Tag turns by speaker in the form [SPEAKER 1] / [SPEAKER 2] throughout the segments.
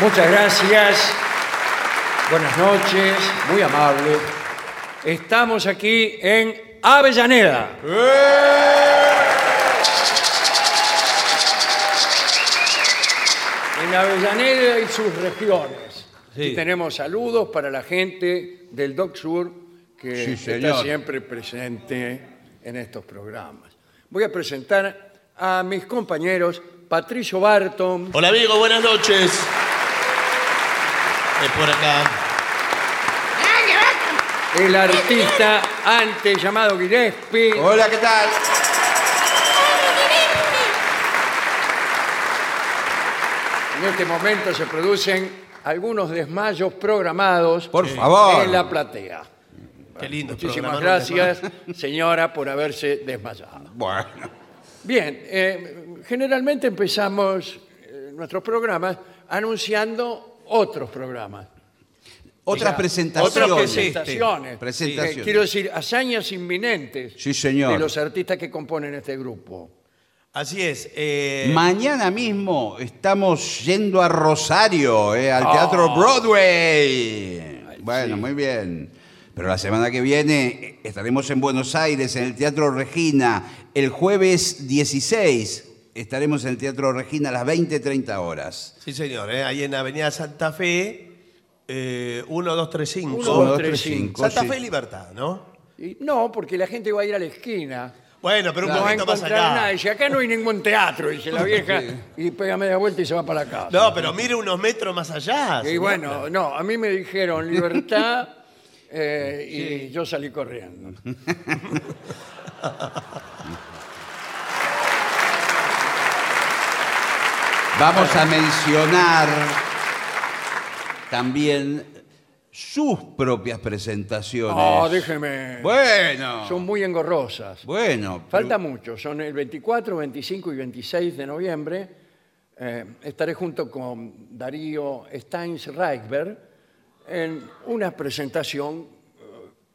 [SPEAKER 1] Muchas gracias. Buenas noches, muy amable. Estamos aquí en Avellaneda.
[SPEAKER 2] ¡Eh!
[SPEAKER 1] En Avellaneda y sus regiones.
[SPEAKER 3] Sí.
[SPEAKER 1] Y tenemos saludos para la gente del Doc Sur que
[SPEAKER 3] Sí,
[SPEAKER 1] está
[SPEAKER 3] señor.
[SPEAKER 1] siempre presente en estos programas. Voy a presentar a mis compañeros Patricio Barton.
[SPEAKER 2] Hola amigo, buenas noches. Es por acá.
[SPEAKER 1] el artista antes llamado Gillespie
[SPEAKER 3] Hola, ¿qué tal?
[SPEAKER 1] en este momento se producen algunos desmayos programados
[SPEAKER 3] Por favor.
[SPEAKER 1] en la platea.
[SPEAKER 2] Qué lindo.
[SPEAKER 1] Muchísimas
[SPEAKER 2] programa, ¿no?
[SPEAKER 1] gracias, señora, por haberse desmayado.
[SPEAKER 3] Bueno.
[SPEAKER 1] Bien, eh, generalmente empezamos eh, nuestros programas anunciando otros programas.
[SPEAKER 3] Otras
[SPEAKER 1] Ya,
[SPEAKER 3] presentaciones.
[SPEAKER 1] Otras presentaciones.
[SPEAKER 3] Presentaciones.
[SPEAKER 1] Eh, quiero decir, hazañas inminentes
[SPEAKER 3] Sí, señor.
[SPEAKER 1] de los artistas que componen este grupo.
[SPEAKER 2] Así es. eh,
[SPEAKER 3] Mañana mismo estamos yendo a Rosario, eh, al Teatro Broadway. Bueno, muy bien. Pero la semana que viene eh, estaremos en Buenos Aires, en el Teatro Regina. El jueves 16 estaremos en el Teatro Regina a las 20.30 horas.
[SPEAKER 2] sí, señor. eh, ahí en Avenida Santa Fe, eh, 1235.
[SPEAKER 1] Uno, dos, tres, cinco,
[SPEAKER 2] Santa
[SPEAKER 3] sí.
[SPEAKER 2] Fe Libertad, ¿no?
[SPEAKER 1] Y no, porque la gente va a ir a la esquina.
[SPEAKER 2] Bueno, pero un
[SPEAKER 1] no va a
[SPEAKER 2] poquito más
[SPEAKER 1] encontrar
[SPEAKER 2] acá.
[SPEAKER 1] nada. Dice, acá no hay ningún teatro, dice la vieja. Y pega media vuelta y se va para la casa.
[SPEAKER 2] No, pero mire unos metros más allá.
[SPEAKER 1] y
[SPEAKER 2] señor.
[SPEAKER 1] bueno, no, a mí me dijeron libertad eh, y yo salí corriendo.
[SPEAKER 3] Vamos a mencionar también sus propias presentaciones.
[SPEAKER 1] No, déjeme.
[SPEAKER 3] Bueno.
[SPEAKER 1] Oh, Son muy engorrosas.
[SPEAKER 3] Bueno. pero-
[SPEAKER 1] Falta mucho, son el 24, 25 y 26 de noviembre. Eh, estaré junto con Darío Steins Reichberg en una presentación eh,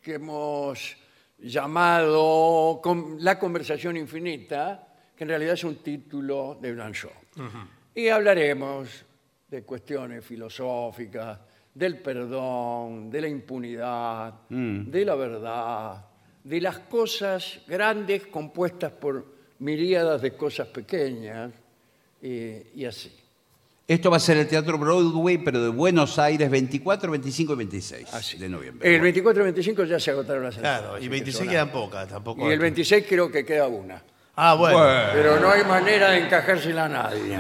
[SPEAKER 1] que hemos llamado con- La conversación infinita, que en realidad es un título de Blanchot. Y hablaremos de cuestiones filosóficas, del perdón, de la impunidad,
[SPEAKER 2] Mm.
[SPEAKER 1] de la verdad, de las cosas grandes compuestas por miríadas de cosas pequeñas eh, y así.
[SPEAKER 3] Esto va a ser el Teatro Broadway, pero de Buenos Aires, 24, 25 y 26
[SPEAKER 1] así.
[SPEAKER 3] de noviembre.
[SPEAKER 1] Ah, El 24 y 25 ya se agotaron las entradas.
[SPEAKER 2] Claro,
[SPEAKER 1] así
[SPEAKER 2] y
[SPEAKER 1] que
[SPEAKER 2] 26
[SPEAKER 1] son
[SPEAKER 2] quedan
[SPEAKER 1] nada.
[SPEAKER 2] pocas, tampoco.
[SPEAKER 1] Y el 26 creo que queda una.
[SPEAKER 2] Ah, bueno.
[SPEAKER 3] Bueno.
[SPEAKER 1] Pero no hay manera de encajársela a nadie.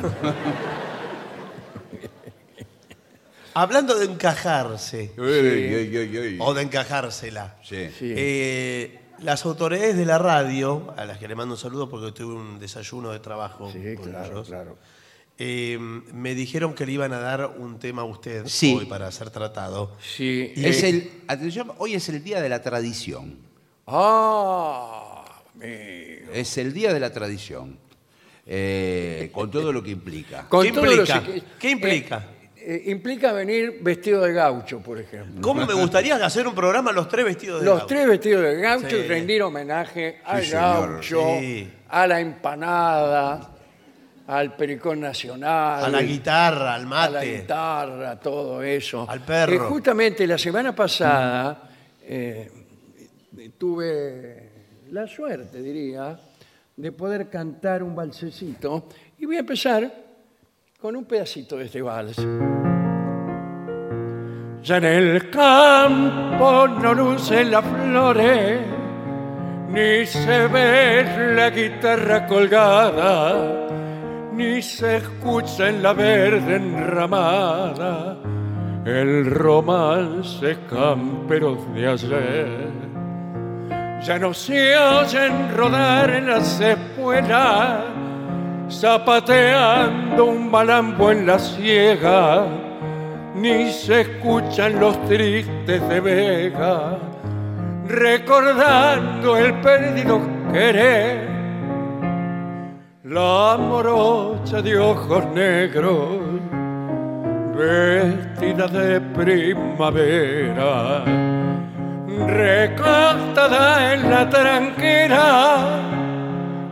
[SPEAKER 2] Hablando de encajarse,
[SPEAKER 3] Ey, ey, ey, ey.
[SPEAKER 1] Oh.
[SPEAKER 2] o de encajársela.
[SPEAKER 3] Sí.
[SPEAKER 1] Sí.
[SPEAKER 2] Eh, las autoridades de la radio, a las que le mando un saludo porque tuve un desayuno de trabajo
[SPEAKER 1] Sí,
[SPEAKER 2] con
[SPEAKER 1] claro,
[SPEAKER 2] ellos,
[SPEAKER 1] claro.
[SPEAKER 2] eh, me dijeron que le iban a dar un tema a usted
[SPEAKER 3] Sí.
[SPEAKER 2] hoy para ser tratado.
[SPEAKER 1] Sí,
[SPEAKER 3] Es
[SPEAKER 1] eh,
[SPEAKER 3] el, atención, hoy es el Día de la Tradición.
[SPEAKER 1] Ah, amigo.
[SPEAKER 3] Es el Día de la Tradición. Eh, con todo lo que implica.
[SPEAKER 1] Con
[SPEAKER 2] ¿Qué
[SPEAKER 1] todo
[SPEAKER 2] implica?
[SPEAKER 1] lo que-
[SPEAKER 2] ¿Qué implica?
[SPEAKER 1] eh, implica venir vestido de gaucho, por ejemplo.
[SPEAKER 2] ¿Cómo me gustaría hacer un programa los tres vestidos de
[SPEAKER 1] Los
[SPEAKER 2] gaucho?
[SPEAKER 1] tres vestidos de gaucho y
[SPEAKER 2] Sí.
[SPEAKER 1] rendir homenaje al
[SPEAKER 3] señor.
[SPEAKER 1] gaucho,
[SPEAKER 2] Sí.
[SPEAKER 1] a la empanada, al pericón nacional,
[SPEAKER 2] A la guitarra,
[SPEAKER 1] a
[SPEAKER 2] al mate.
[SPEAKER 1] la guitarra, todo eso.
[SPEAKER 2] Al perro.
[SPEAKER 1] Eh, justamente la semana pasada eh, tuve la suerte, diría, de poder cantar un valsecito y voy a empezar con un pedacito de este vals. Ya en el campo no lucen las flores, ni se ve la guitarra colgada, ni se escucha en la verde enramada el romance camperos de ayer. Ya no se oyen rodar en las espuelas, zapateando un malambo en la ciega, ni se escuchan los tristes de Vega, recordando el perdido querer, la morocha de ojos negros, vestida de primavera recostada en la tranquera,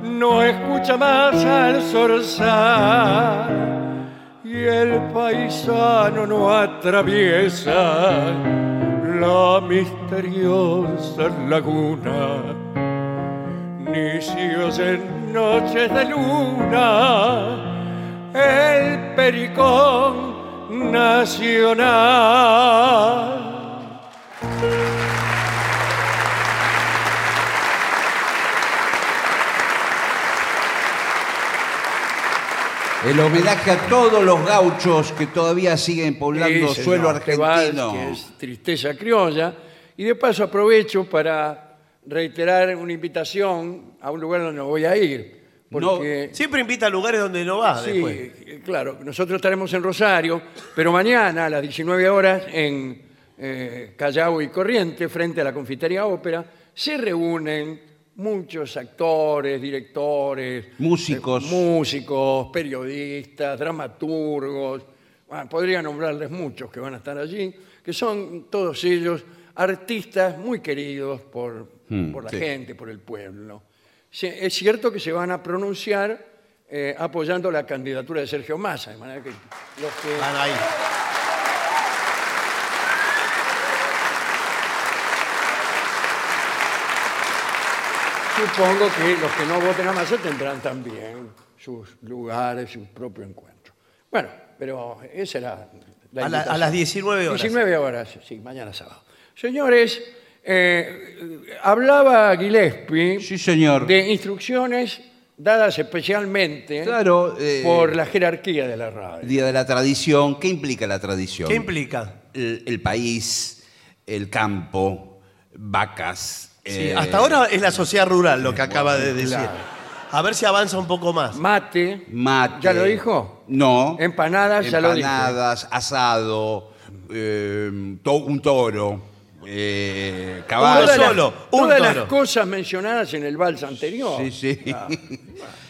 [SPEAKER 1] no escucha más al zorzal y y el paisano no atraviesa la misteriosa laguna, ni si oye en noches de luna el pericón nacional.
[SPEAKER 3] El homenaje a todos los gauchos que todavía siguen poblando
[SPEAKER 1] Ese,
[SPEAKER 3] suelo
[SPEAKER 1] no, este vals,
[SPEAKER 3] argentino.
[SPEAKER 1] que es tristeza criolla. Y de paso aprovecho para reiterar una invitación a un lugar donde no voy a ir. Porque,
[SPEAKER 2] Siempre invita a lugares donde no
[SPEAKER 3] Ah,
[SPEAKER 2] va
[SPEAKER 1] eh. sí,
[SPEAKER 2] después.
[SPEAKER 1] eh, claro, nosotros estaremos en Rosario, pero mañana a las 19 horas en eh, Callao y Corriente, frente a la Confitería Ópera, se reúnen muchos actores, directores,
[SPEAKER 3] Músicos.
[SPEAKER 1] eh, músicos, periodistas, dramaturgos, bueno, podría nombrarles muchos que van a estar allí, que son todos ellos artistas muy queridos por,
[SPEAKER 3] Hmm,
[SPEAKER 1] por la
[SPEAKER 3] sí.
[SPEAKER 1] gente, por el pueblo. Se- es cierto que se van a pronunciar eh, apoyando la candidatura de Sergio Massa, de manera que los que
[SPEAKER 2] Van ahí.
[SPEAKER 1] Supongo que los que no voten a Massa tendrán también sus lugares, su propio encuentro. Bueno, pero esa era la
[SPEAKER 2] A, la- a
[SPEAKER 1] invitación.
[SPEAKER 2] las 19 horas.
[SPEAKER 1] 19 horas, sí, mañana sábado. Señores, eh, hablaba Gillespie
[SPEAKER 3] Sí, señor.
[SPEAKER 1] de instrucciones dadas especialmente
[SPEAKER 3] Claro, eh,
[SPEAKER 1] por la jerarquía de la radio.
[SPEAKER 3] Día de la tradición. ¿Qué implica la tradición?
[SPEAKER 2] ¿Qué implica?
[SPEAKER 3] el, el país, el campo, vacas.
[SPEAKER 2] Sí,
[SPEAKER 3] eh,
[SPEAKER 1] ah,
[SPEAKER 2] hasta ahora es la sociedad rural lo que acaba de decir. A ver si avanza un poco más.
[SPEAKER 1] Mate,
[SPEAKER 3] Mate.
[SPEAKER 1] ¿ya lo dijo?
[SPEAKER 3] No.
[SPEAKER 1] Empanadas, ya lo dije.
[SPEAKER 3] Empanadas, asado, eh, to- un toro, eh,
[SPEAKER 2] Uno
[SPEAKER 3] caballo.
[SPEAKER 1] Todas las-
[SPEAKER 2] solo, un
[SPEAKER 1] todas las
[SPEAKER 2] toro.
[SPEAKER 1] cosas mencionadas en el vals anterior.
[SPEAKER 3] Sí, sí.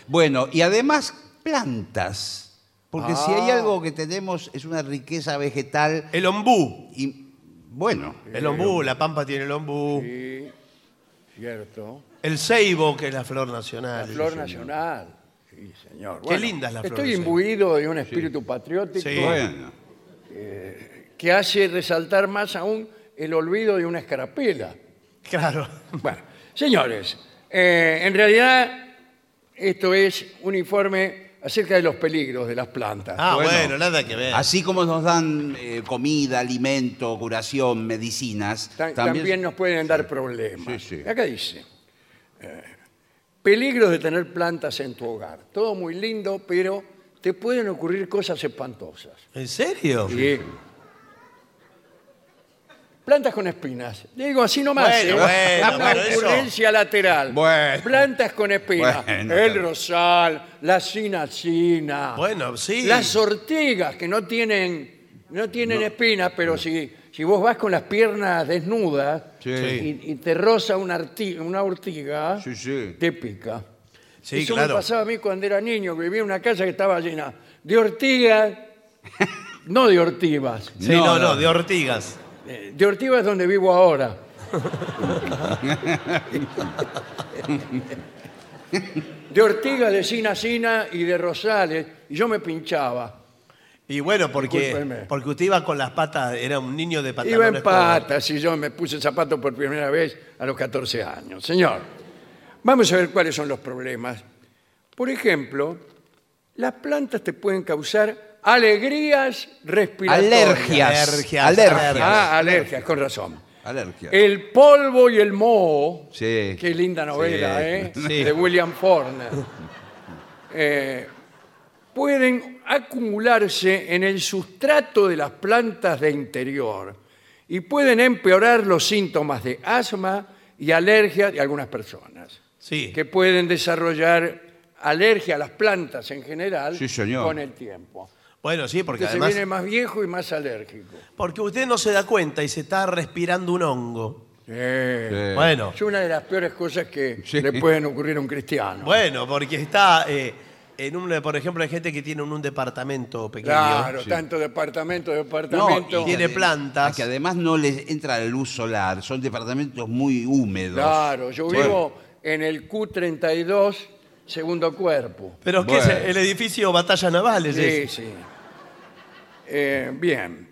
[SPEAKER 3] bueno, y además plantas. Porque si
[SPEAKER 1] Ah.
[SPEAKER 3] hay algo que tenemos es una riqueza vegetal
[SPEAKER 2] El ombú.
[SPEAKER 3] y bueno,
[SPEAKER 2] El ombú, la pampa tiene el ombú.
[SPEAKER 1] Sí, cierto.
[SPEAKER 2] El ceibo, que es la flor
[SPEAKER 1] La
[SPEAKER 2] nacional.
[SPEAKER 1] flor nacional. Sí, señor.
[SPEAKER 2] Qué linda es la flor
[SPEAKER 1] Estoy
[SPEAKER 2] nacional.
[SPEAKER 1] imbuido de un espíritu patriótico
[SPEAKER 2] Sí.
[SPEAKER 3] bueno.
[SPEAKER 1] que hace resaltar más aún el olvido de una escarapela.
[SPEAKER 2] Claro.
[SPEAKER 1] Bueno, señores, eh, en realidad esto es un informe acerca de los peligros de las plantas.
[SPEAKER 2] Ah,
[SPEAKER 3] Bueno.
[SPEAKER 2] bueno, nada que ver.
[SPEAKER 3] Así como nos dan eh, comida, alimento, curación, medicinas,
[SPEAKER 1] Ta- también,
[SPEAKER 3] también,
[SPEAKER 1] nos pueden dar problemas.
[SPEAKER 3] Sí, sí.
[SPEAKER 1] Acá dice, eh, peligros de tener plantas en tu hogar. Todo muy lindo, pero te pueden ocurrir cosas espantosas.
[SPEAKER 2] ¿En serio?
[SPEAKER 1] Sí. Plantas con espinas. Digo, así nomás.
[SPEAKER 2] Bueno,
[SPEAKER 1] ¿eh?
[SPEAKER 2] bueno,
[SPEAKER 1] Una
[SPEAKER 2] bueno, eso.
[SPEAKER 1] ocurrencia lateral.
[SPEAKER 3] Bueno.
[SPEAKER 1] Plantas con espinas.
[SPEAKER 3] Bueno,
[SPEAKER 1] El
[SPEAKER 3] claro.
[SPEAKER 1] rosal, la cinacina.
[SPEAKER 2] Bueno, sí.
[SPEAKER 1] Las ortigas que no tienen, no tienen espinas, pero si, si vos vas con las piernas desnudas
[SPEAKER 3] Sí.
[SPEAKER 1] y, y te roza una, orti- una ortiga,
[SPEAKER 3] Sí, sí.
[SPEAKER 1] te pica.
[SPEAKER 2] Sí,
[SPEAKER 1] Eso me
[SPEAKER 2] claro.
[SPEAKER 1] pasaba a mí cuando era niño, que vivía en una casa que estaba llena de ortigas, no de ortivas,
[SPEAKER 2] Sí, no, no,
[SPEAKER 3] No, no.
[SPEAKER 2] de ortigas.
[SPEAKER 1] eh, de ortivas donde vivo ahora. De ortigas de Sina Sina y de Rosales, y yo me pinchaba.
[SPEAKER 2] Y bueno, porque,
[SPEAKER 1] Discúlpeme.
[SPEAKER 2] porque usted iba con las patas, era un niño de pantalones.
[SPEAKER 1] Iba en
[SPEAKER 2] cortos.
[SPEAKER 1] patas y yo me puse zapatos por primera vez a los 14 años. Señor, vamos a ver cuáles son los problemas. Por ejemplo, las plantas te pueden causar alegrías respiratorias.
[SPEAKER 3] alergias,
[SPEAKER 2] Alergias,
[SPEAKER 3] alergias,
[SPEAKER 2] alergias.
[SPEAKER 1] Ah, alergias, con razón.
[SPEAKER 3] alergias.
[SPEAKER 1] El polvo y el moho.
[SPEAKER 3] Sí.
[SPEAKER 1] Qué linda novela,
[SPEAKER 3] Sí.
[SPEAKER 1] ¿eh?
[SPEAKER 2] Sí.
[SPEAKER 1] De William Faulkner. Eh, pueden acumularse en el sustrato de las plantas de interior y pueden empeorar los síntomas de asma y alergia de algunas personas
[SPEAKER 2] Sí.
[SPEAKER 1] que pueden desarrollar alergia a las plantas en general
[SPEAKER 3] Sí, señor.
[SPEAKER 1] con el tiempo.
[SPEAKER 2] Bueno, sí, porque
[SPEAKER 1] Usted se
[SPEAKER 2] además.
[SPEAKER 1] viene más viejo y más alérgico.
[SPEAKER 2] Porque usted no se da cuenta y se está respirando un hongo.
[SPEAKER 1] Sí.
[SPEAKER 3] Sí.
[SPEAKER 2] Bueno,
[SPEAKER 1] Es una de las peores cosas que
[SPEAKER 3] Sí.
[SPEAKER 1] le pueden ocurrir a un cristiano.
[SPEAKER 2] bueno, porque está eh, en un, por ejemplo, hay gente que tiene un, un departamento pequeño.
[SPEAKER 1] claro,
[SPEAKER 3] sí.
[SPEAKER 1] tanto departamento,
[SPEAKER 3] No,
[SPEAKER 1] departamento.
[SPEAKER 3] y
[SPEAKER 2] tiene
[SPEAKER 3] ade-
[SPEAKER 2] plantas.
[SPEAKER 3] Que además no les entra la luz solar, son departamentos muy húmedos.
[SPEAKER 1] Claro, yo
[SPEAKER 3] Bueno,
[SPEAKER 1] vivo en el Q32, segundo cuerpo.
[SPEAKER 2] Pero es que
[SPEAKER 3] Bueno.
[SPEAKER 2] es el edificio Batalla Naval es
[SPEAKER 1] Sí,
[SPEAKER 2] ese.
[SPEAKER 1] sí. Eh, bien.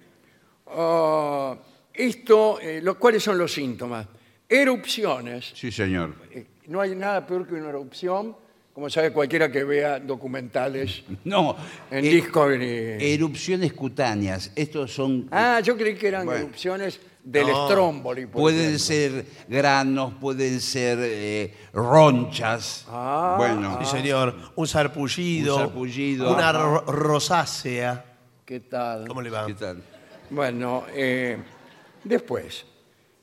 [SPEAKER 1] Ah, esto, eh, lo- ¿cuáles son los síntomas? Erupciones.
[SPEAKER 3] Sí, señor.
[SPEAKER 1] Eh, No hay nada peor que una erupción, como sabe cualquiera que vea documentales
[SPEAKER 3] No.
[SPEAKER 1] en
[SPEAKER 3] eh,
[SPEAKER 1] Discovery.
[SPEAKER 3] Erupciones cutáneas. Estos son. eh,
[SPEAKER 1] Ah, yo creí que eran
[SPEAKER 3] Bueno.
[SPEAKER 1] erupciones del
[SPEAKER 2] No.
[SPEAKER 1] Stromboli. por
[SPEAKER 3] pueden
[SPEAKER 1] ejemplo.
[SPEAKER 3] ser granos, pueden ser eh, ronchas.
[SPEAKER 1] Ah,
[SPEAKER 3] bueno.
[SPEAKER 2] Sí, señor. Un sarpullido.
[SPEAKER 3] Un sarpullido.
[SPEAKER 2] Una ro- rosácea.
[SPEAKER 1] ¿Qué tal?
[SPEAKER 2] ¿Cómo le va?
[SPEAKER 3] ¿Qué tal?
[SPEAKER 1] Bueno, eh, después.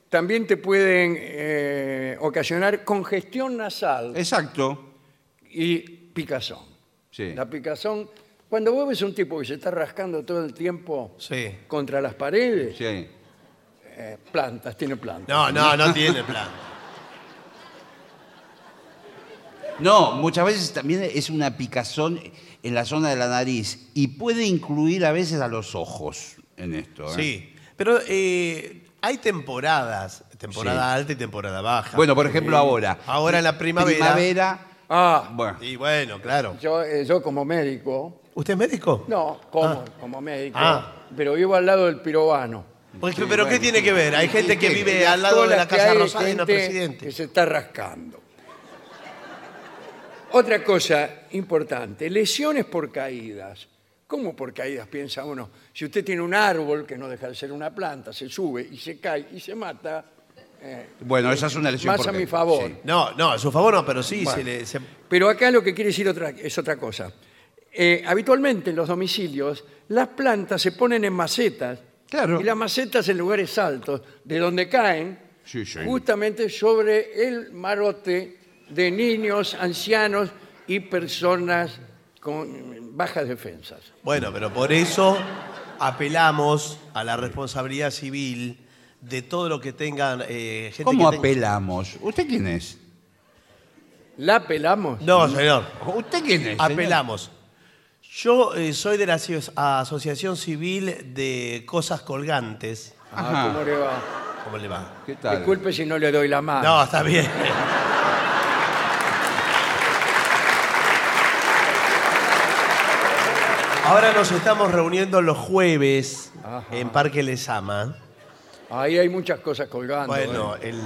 [SPEAKER 1] También te pueden eh, ocasionar congestión nasal
[SPEAKER 3] Exacto.
[SPEAKER 1] y picazón.
[SPEAKER 3] Sí.
[SPEAKER 1] La picazón, cuando vos ves un tipo que se está rascando todo el tiempo
[SPEAKER 2] Sí.
[SPEAKER 1] contra las paredes,
[SPEAKER 3] Sí.
[SPEAKER 1] eh, plantas, tiene plantas.
[SPEAKER 2] No, no, no tiene plan.
[SPEAKER 3] No, muchas veces también es una picazón en la zona de la nariz y puede incluir a veces a los ojos en esto. ¿eh?
[SPEAKER 2] Sí. Pero eh, hay temporadas. Temporada
[SPEAKER 3] Sí.
[SPEAKER 2] alta y temporada baja.
[SPEAKER 3] Bueno, por ejemplo, ahora.
[SPEAKER 2] Ahora en la primavera.
[SPEAKER 3] Primavera.
[SPEAKER 1] Ah,
[SPEAKER 3] Bueno,
[SPEAKER 2] Y bueno, claro.
[SPEAKER 1] yo, eh, yo como médico,
[SPEAKER 2] ¿Usted es médico?
[SPEAKER 1] no, como,
[SPEAKER 2] Ah.
[SPEAKER 1] como médico,
[SPEAKER 2] Ah.
[SPEAKER 1] pero vivo al lado del pirobano.
[SPEAKER 2] Porque- ¿Pero qué tiene que ver? Hay gente que
[SPEAKER 3] qué?
[SPEAKER 2] vive al lado de la
[SPEAKER 1] Todas que
[SPEAKER 2] Casa
[SPEAKER 1] hay
[SPEAKER 2] Rosada y no es
[SPEAKER 1] gente
[SPEAKER 2] presidente.
[SPEAKER 1] Que se está rascando. Otra cosa importante, lesiones por caídas. ¿Cómo por caídas piensa uno? Si usted tiene un árbol que no deja de ser una planta, se sube y se cae y se mata,
[SPEAKER 3] bueno, esa es una lesión.
[SPEAKER 1] más
[SPEAKER 3] por
[SPEAKER 1] a mi
[SPEAKER 3] dentro,
[SPEAKER 1] favor.
[SPEAKER 3] sí.
[SPEAKER 2] No, no, a su favor no, pero sí
[SPEAKER 1] Bueno.
[SPEAKER 2] se le. se-
[SPEAKER 1] Pero acá lo que quiere decir otra, es otra cosa. Eh, habitualmente en los domicilios las plantas se ponen en macetas
[SPEAKER 3] Claro.
[SPEAKER 1] y las macetas en lugares altos, de donde caen
[SPEAKER 3] Sí, sí.
[SPEAKER 1] justamente sobre el marote de niños, ancianos y personas con bajas defensas.
[SPEAKER 2] Bueno, pero por eso apelamos a la responsabilidad civil de todo lo que tengan eh, gente
[SPEAKER 3] ¿Cómo
[SPEAKER 2] que tenga-
[SPEAKER 3] apelamos? ¿Usted quién es?
[SPEAKER 1] ¿La pelamos?
[SPEAKER 2] No, señor.
[SPEAKER 3] ¿Usted quién es? señor?
[SPEAKER 2] Apelamos. Yo eh, soy de la aso- Asociación Civil de Cosas Colgantes.
[SPEAKER 1] Ah,
[SPEAKER 3] Ajá.
[SPEAKER 1] ¿cómo le va?
[SPEAKER 2] ¿Cómo le va?
[SPEAKER 3] ¿Qué tal?
[SPEAKER 1] Disculpe si no le doy la
[SPEAKER 3] Ah.
[SPEAKER 1] mano.
[SPEAKER 2] No, está bien. Ahora nos estamos reuniendo los jueves en Parque Lesama.
[SPEAKER 1] Ahí hay muchas cosas colgando.
[SPEAKER 2] Bueno,
[SPEAKER 1] ¿eh?
[SPEAKER 2] el-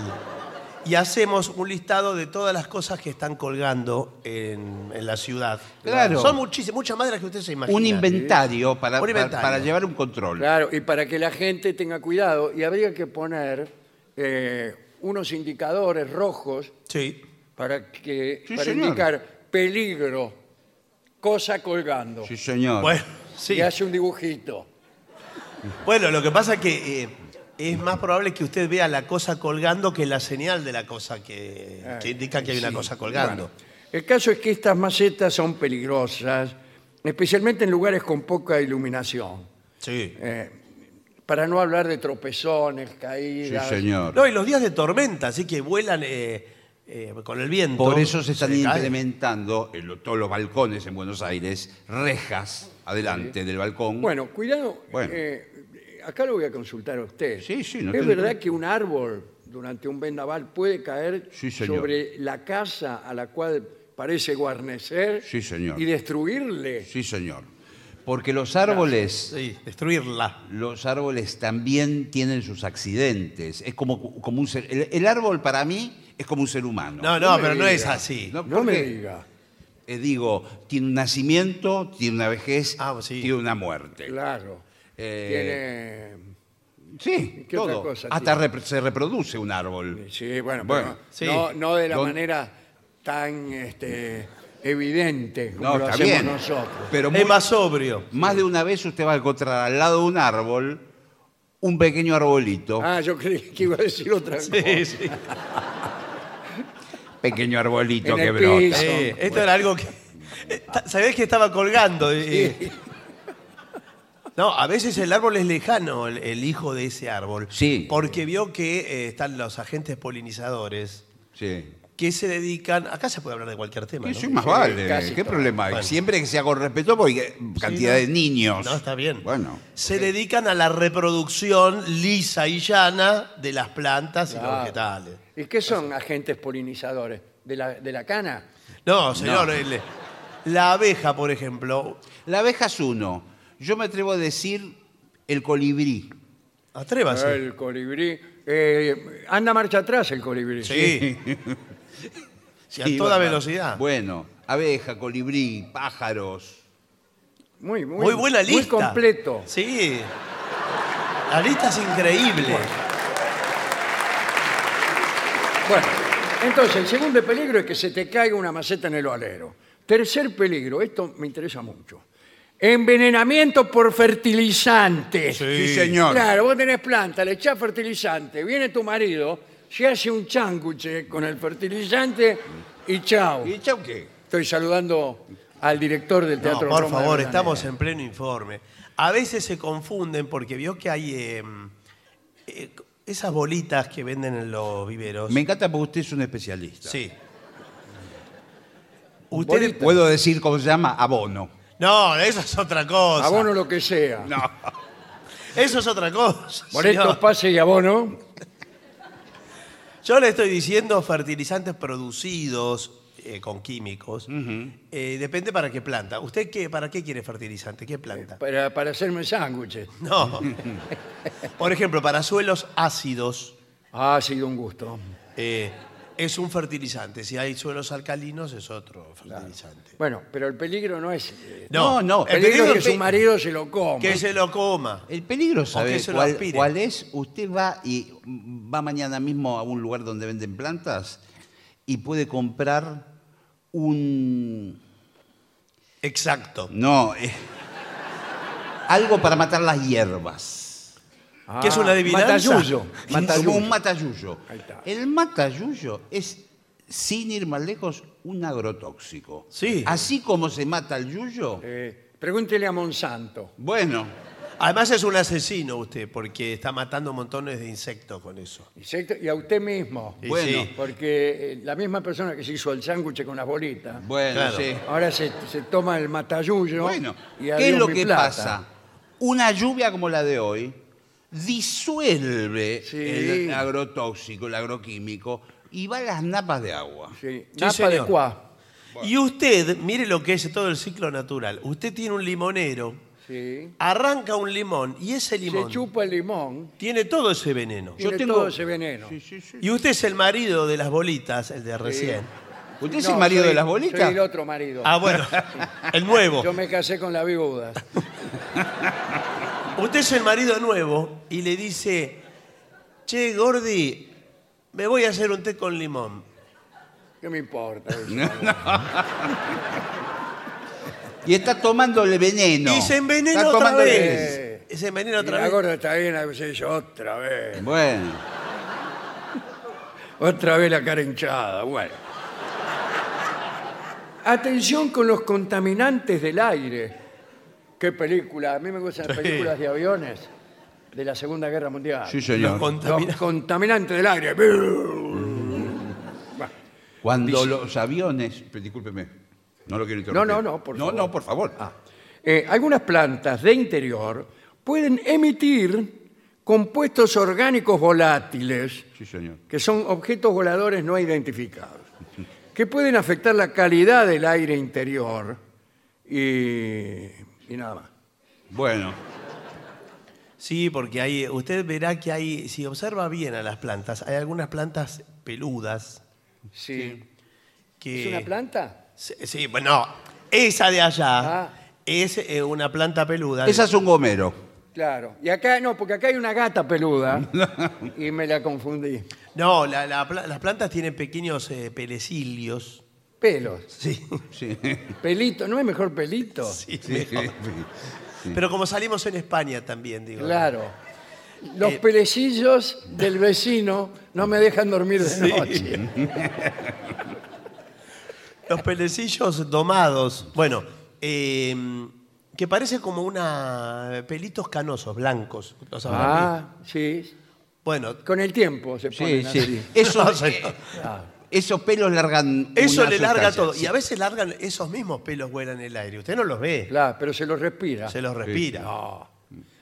[SPEAKER 2] y hacemos un listado de todas las cosas que están colgando en, en la ciudad.
[SPEAKER 3] Claro.
[SPEAKER 2] Son muchísimas, muchas más de las que usted se imagina.
[SPEAKER 3] Un inventario para,
[SPEAKER 2] Un
[SPEAKER 3] para-
[SPEAKER 2] inventario.
[SPEAKER 3] para llevar un control.
[SPEAKER 1] Claro, y para que la gente tenga cuidado. Y habría que poner eh, unos indicadores rojos
[SPEAKER 2] Sí.
[SPEAKER 1] para, que,
[SPEAKER 3] Sí,
[SPEAKER 1] para
[SPEAKER 3] señor.
[SPEAKER 1] indicar peligro, cosa colgando.
[SPEAKER 3] Sí, señor.
[SPEAKER 2] Bueno, sí.
[SPEAKER 1] Y hace un dibujito.
[SPEAKER 2] Bueno, lo que pasa es que eh, es más probable que usted vea la cosa colgando que la señal de la cosa que,
[SPEAKER 3] Ah,
[SPEAKER 2] que indica que hay una cosa colgando.
[SPEAKER 1] El caso es que estas macetas son peligrosas, especialmente en lugares con poca iluminación.
[SPEAKER 2] Sí.
[SPEAKER 1] Eh, para no hablar de tropezones,
[SPEAKER 3] Sí,
[SPEAKER 1] caídas.
[SPEAKER 3] señor.
[SPEAKER 2] No, y los días de tormenta, así que vuelan eh, eh, con el viento.
[SPEAKER 3] Por eso se están
[SPEAKER 2] caen.
[SPEAKER 3] implementando en lo- todos los balcones en Buenos Aires, rejas adelante del balcón.
[SPEAKER 1] Bueno, cuidado.
[SPEAKER 3] Bueno.
[SPEAKER 1] eh, acá lo voy a consultar a usted.
[SPEAKER 3] Sí, sí, no
[SPEAKER 1] ¿Es
[SPEAKER 3] tiene-
[SPEAKER 1] verdad que un árbol durante un vendaval puede caer
[SPEAKER 3] Sí, señor.
[SPEAKER 1] sobre la casa a la cual parece guarnecer
[SPEAKER 3] Sí, señor.
[SPEAKER 1] y destruirle?
[SPEAKER 3] Sí, señor. Porque los árboles,
[SPEAKER 2] Sí, destruirla.
[SPEAKER 3] los árboles también tienen sus accidentes. Es como, como un ser- el, el árbol para mí es como un ser humano.
[SPEAKER 2] No,
[SPEAKER 1] No
[SPEAKER 2] no,
[SPEAKER 1] me
[SPEAKER 2] pero no es
[SPEAKER 1] diga.
[SPEAKER 2] así.
[SPEAKER 3] No,
[SPEAKER 1] No me
[SPEAKER 3] porque,
[SPEAKER 1] diga.
[SPEAKER 3] eh, digo, tiene un nacimiento, tiene una vejez,
[SPEAKER 2] Ah, sí.
[SPEAKER 3] tiene una muerte.
[SPEAKER 1] Claro.
[SPEAKER 3] Eh,
[SPEAKER 1] Tiene.
[SPEAKER 3] Sí,
[SPEAKER 1] ¿Qué otra
[SPEAKER 3] todo.
[SPEAKER 1] cosa
[SPEAKER 3] Hasta
[SPEAKER 1] tiene?
[SPEAKER 3] repre- se reproduce un árbol.
[SPEAKER 1] Sí, bueno,
[SPEAKER 3] Bueno,
[SPEAKER 1] pero
[SPEAKER 2] sí.
[SPEAKER 1] no, no de la
[SPEAKER 3] Don-
[SPEAKER 1] manera tan este, evidente como
[SPEAKER 3] No,
[SPEAKER 1] lo
[SPEAKER 3] está
[SPEAKER 1] hacemos
[SPEAKER 3] bien.
[SPEAKER 1] nosotros.
[SPEAKER 3] Pero muy-
[SPEAKER 2] Es más sobrio.
[SPEAKER 3] Más de una vez usted va a encontrar al lado de un árbol un pequeño arbolito.
[SPEAKER 1] Ah, yo creí que iba a decir otra cosa.
[SPEAKER 2] sí.
[SPEAKER 3] Pequeño arbolito
[SPEAKER 1] En
[SPEAKER 3] que
[SPEAKER 1] el
[SPEAKER 3] brota.
[SPEAKER 1] piso.
[SPEAKER 2] Eh, esto era algo que. Eh, Ta- Sabés que estaba colgando. eh. No, a veces el árbol es lejano, el, el hijo de ese árbol.
[SPEAKER 3] Sí.
[SPEAKER 2] Porque vio que eh, están los agentes polinizadores
[SPEAKER 3] Sí.
[SPEAKER 2] que se dedican. Acá se puede hablar de cualquier tema.
[SPEAKER 3] Y
[SPEAKER 2] ¿no?
[SPEAKER 3] sí, más
[SPEAKER 1] Sí,
[SPEAKER 3] vale.
[SPEAKER 1] casi
[SPEAKER 3] ¿Qué
[SPEAKER 1] todo.
[SPEAKER 3] problema hay?
[SPEAKER 2] Bueno.
[SPEAKER 3] Siempre que sea con respeto, porque cantidad
[SPEAKER 2] no.
[SPEAKER 3] de niños.
[SPEAKER 2] No, está bien.
[SPEAKER 3] Bueno.
[SPEAKER 2] Se dedican a la reproducción lisa y llana de las plantas y los
[SPEAKER 1] Claro.
[SPEAKER 2] vegetales.
[SPEAKER 1] ¿Y qué son agentes polinizadores? ¿De la, de la cana?
[SPEAKER 2] No, señor, el- la abeja, por ejemplo,
[SPEAKER 3] La abeja es uno. yo me atrevo a decir el colibrí.
[SPEAKER 2] Atrévase.
[SPEAKER 1] El colibrí. eh, anda marcha atrás el colibrí.
[SPEAKER 2] Sí. Sí, a
[SPEAKER 3] Sí,
[SPEAKER 2] toda
[SPEAKER 3] va-
[SPEAKER 2] velocidad.
[SPEAKER 3] Bueno, abeja, colibrí, pájaros.
[SPEAKER 1] Muy, muy,
[SPEAKER 2] Muy buena lista.
[SPEAKER 1] Muy completo.
[SPEAKER 2] Sí. La lista es increíble.
[SPEAKER 1] Bueno, entonces el segundo peligro es que se te caiga una maceta en el alero. Tercer peligro, esto me interesa mucho. Envenenamiento por fertilizante.
[SPEAKER 3] Sí, señor.
[SPEAKER 1] Claro, vos tenés planta, le echás fertilizante, viene tu marido, se hace un changuche con el fertilizante y chao.
[SPEAKER 3] ¿Y chau qué?
[SPEAKER 1] Estoy saludando al director del
[SPEAKER 2] No,
[SPEAKER 1] Teatro
[SPEAKER 2] por
[SPEAKER 1] Roma de
[SPEAKER 2] favor,
[SPEAKER 1] Avellaneda.
[SPEAKER 2] estamos en pleno informe. A veces se confunden porque vio que hay eh, eh, esas bolitas que venden en los viveros.
[SPEAKER 3] Me encanta porque usted es un especialista.
[SPEAKER 2] Sí. Ustedes...
[SPEAKER 1] Bolita.
[SPEAKER 3] Puedo decir cómo se llama abono.
[SPEAKER 2] No, eso es otra cosa.
[SPEAKER 1] Abono lo que sea.
[SPEAKER 2] Eso es otra cosa.
[SPEAKER 1] Boletos,
[SPEAKER 2] señor.
[SPEAKER 1] pase y abono.
[SPEAKER 2] Yo le estoy diciendo fertilizantes producidos eh, con químicos. Eh, depende para qué planta. ¿Usted qué, para qué quiere fertilizante? ¿Qué planta?
[SPEAKER 1] Para, para hacerme sándwiches.
[SPEAKER 2] No. Por ejemplo, para suelos ácidos
[SPEAKER 1] Ha sido un gusto.
[SPEAKER 2] eh, es un fertilizante. Si hay suelos alcalinos es otro fertilizante.
[SPEAKER 1] Bueno, pero el peligro no es. eh,
[SPEAKER 3] No, no,
[SPEAKER 1] El
[SPEAKER 2] El
[SPEAKER 1] peligro es
[SPEAKER 2] peligro
[SPEAKER 1] que su
[SPEAKER 2] pe-
[SPEAKER 1] marido se lo coma.
[SPEAKER 2] que se lo coma.
[SPEAKER 3] El peligro, ¿sabe
[SPEAKER 2] que se lo
[SPEAKER 3] cuál,
[SPEAKER 2] aspire.
[SPEAKER 3] cuál es? Usted va y va mañana mismo a un lugar donde venden plantas y puede comprar un...
[SPEAKER 2] Exacto.
[SPEAKER 3] No, eh, algo para matar las hierbas.
[SPEAKER 1] Ah,
[SPEAKER 2] que es una adivinanza.
[SPEAKER 1] Matayuyo. Matayuyo.
[SPEAKER 3] Un matayuyo.
[SPEAKER 1] Ahí está.
[SPEAKER 3] El matayuyo es, sin ir más lejos, un agrotóxico.
[SPEAKER 2] Sí.
[SPEAKER 3] Así como se mata el yuyo,
[SPEAKER 1] Eh, pregúntele a Monsanto.
[SPEAKER 3] bueno,
[SPEAKER 2] Además es un asesino usted porque está matando montones de insectos con eso.
[SPEAKER 1] Insecto- Y a usted mismo.
[SPEAKER 2] Y
[SPEAKER 3] Bueno.
[SPEAKER 2] sí.
[SPEAKER 1] Porque eh, la misma persona que se hizo el sándwich con las bolitas,
[SPEAKER 3] bueno,
[SPEAKER 2] Claro.
[SPEAKER 3] sí.
[SPEAKER 1] ahora se, se toma el matayuyo.
[SPEAKER 3] Bueno,
[SPEAKER 1] y
[SPEAKER 3] ¿qué
[SPEAKER 1] adiós
[SPEAKER 3] es lo
[SPEAKER 1] mi
[SPEAKER 3] que
[SPEAKER 1] plata.
[SPEAKER 3] pasa? Una lluvia como la de hoy disuelve
[SPEAKER 1] Sí.
[SPEAKER 3] el agrotóxico, el agroquímico, y va a las napas de agua.
[SPEAKER 1] Sí,
[SPEAKER 2] Sí,
[SPEAKER 1] napa de
[SPEAKER 2] señor.
[SPEAKER 1] cuá.
[SPEAKER 2] Y usted, mire lo que es todo el ciclo natural. Usted tiene un limonero,
[SPEAKER 1] Sí.
[SPEAKER 2] arranca un limón y ese
[SPEAKER 1] Se
[SPEAKER 2] limón
[SPEAKER 1] chupa el limón.
[SPEAKER 2] tiene todo ese veneno.
[SPEAKER 1] Yo tengo
[SPEAKER 3] tengo-
[SPEAKER 1] todo ese veneno.
[SPEAKER 2] Y usted es el marido de las bolitas, el de recién.
[SPEAKER 3] ¿Usted es
[SPEAKER 1] No,
[SPEAKER 3] el marido
[SPEAKER 1] soy-
[SPEAKER 3] de las
[SPEAKER 1] Soy
[SPEAKER 3] bolitas?
[SPEAKER 1] el otro marido.
[SPEAKER 2] Ah, bueno, el nuevo.
[SPEAKER 1] Yo me casé con la viuda.
[SPEAKER 2] Usted es el marido nuevo y le dice, che, Gordi, me voy a hacer un té con limón.
[SPEAKER 1] ¿Qué me importa? eso?
[SPEAKER 3] Y está tomándole veneno.
[SPEAKER 2] Y se envenena
[SPEAKER 3] Está
[SPEAKER 2] otra
[SPEAKER 3] tomando
[SPEAKER 2] vez.
[SPEAKER 3] veneno.
[SPEAKER 2] Se envenena
[SPEAKER 1] Y
[SPEAKER 2] otra
[SPEAKER 1] la
[SPEAKER 2] vez.
[SPEAKER 1] gorda está bien, a veces dice, otra vez.
[SPEAKER 3] Bueno,
[SPEAKER 1] Otra vez la cara hinchada, bueno. Atención con los contaminantes del aire. Qué película, a mí me gustan las
[SPEAKER 2] Sí.
[SPEAKER 1] películas de aviones de la Segunda Guerra Mundial.
[SPEAKER 3] sí,
[SPEAKER 2] Los
[SPEAKER 3] señor.
[SPEAKER 1] Los
[SPEAKER 2] contamina.
[SPEAKER 1] contaminantes del aire.
[SPEAKER 3] Cuando los aviones. pero discúlpeme, no lo quiero interrumpir.
[SPEAKER 1] No, no, no, por favor.
[SPEAKER 3] No, no, por favor.
[SPEAKER 1] Eh, algunas plantas de interior pueden emitir compuestos orgánicos volátiles
[SPEAKER 3] Sí, señor.
[SPEAKER 1] que son objetos voladores no identificados, que pueden afectar la calidad del aire interior y, y nada más.
[SPEAKER 3] Bueno,
[SPEAKER 2] Sí, porque hay, usted verá que hay, si observa bien a las plantas, hay algunas plantas peludas
[SPEAKER 1] Sí.
[SPEAKER 2] que...
[SPEAKER 1] ¿Es una planta?
[SPEAKER 2] Sí, sí, bueno, esa de allá
[SPEAKER 1] Ah.
[SPEAKER 2] es eh, una planta peluda.
[SPEAKER 3] esa es un gomero.
[SPEAKER 1] Claro. Y acá no, porque acá hay una gata peluda y me la confundí.
[SPEAKER 2] No, la- la pla- las plantas tienen pequeños eh, pelecilios.
[SPEAKER 1] Pelos.
[SPEAKER 2] Sí.
[SPEAKER 3] Sí.
[SPEAKER 1] Pelito, ¿no es mejor pelito?
[SPEAKER 2] mejor. Pero como salimos en España también, digo.
[SPEAKER 1] Claro. Los
[SPEAKER 3] Eh,
[SPEAKER 1] pelecillos del vecino no me dejan dormir de noche.
[SPEAKER 2] Los pelecillos domados. Bueno, eh, que parece como una pelitos canosos, blancos. ¿Los habrán visto?
[SPEAKER 1] Ah, sí.
[SPEAKER 2] Bueno,
[SPEAKER 1] Con el tiempo se
[SPEAKER 3] Sí,
[SPEAKER 1] ponen
[SPEAKER 3] sí.
[SPEAKER 1] así.
[SPEAKER 3] Eso,
[SPEAKER 2] No, señor.
[SPEAKER 3] esos pelos largan.
[SPEAKER 2] eso
[SPEAKER 3] una
[SPEAKER 2] le larga
[SPEAKER 3] sustancia.
[SPEAKER 2] todo. Y a veces largan esos mismos pelos vuelan en el aire. Usted no los ve,
[SPEAKER 1] Claro, pero se los respira.
[SPEAKER 2] se los respira.
[SPEAKER 1] No.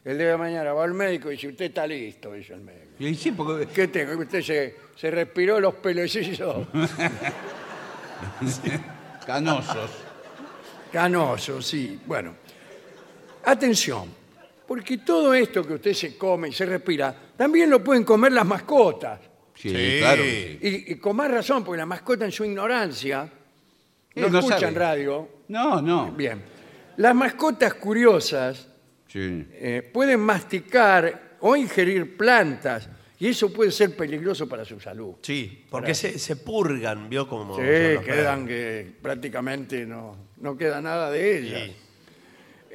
[SPEAKER 1] El día de mañana va al médico y dice, usted está listo, dice el médico.
[SPEAKER 3] Y sí, porque-
[SPEAKER 1] ¿Qué tengo? Usted se, se respiró los pelecillos
[SPEAKER 3] Canosos.
[SPEAKER 1] canosos, sí. Bueno. Atención, porque todo esto que usted se come y se respira, también lo pueden comer las mascotas.
[SPEAKER 3] Sí,
[SPEAKER 2] Sí.
[SPEAKER 3] claro.
[SPEAKER 1] Y, y con más razón, porque las mascotas en su ignorancia no,
[SPEAKER 3] Eh, no
[SPEAKER 1] escuchan
[SPEAKER 3] sabe.
[SPEAKER 1] radio.
[SPEAKER 3] No, no.
[SPEAKER 1] Bien, las mascotas curiosas
[SPEAKER 3] Sí.
[SPEAKER 1] eh, pueden masticar o ingerir plantas y eso puede ser peligroso para su salud.
[SPEAKER 2] Sí, porque se, se purgan, ¿vio? Como
[SPEAKER 1] Sí,
[SPEAKER 2] son los
[SPEAKER 1] quedan que prácticamente no, no queda nada de ellas.
[SPEAKER 2] perros. Sí.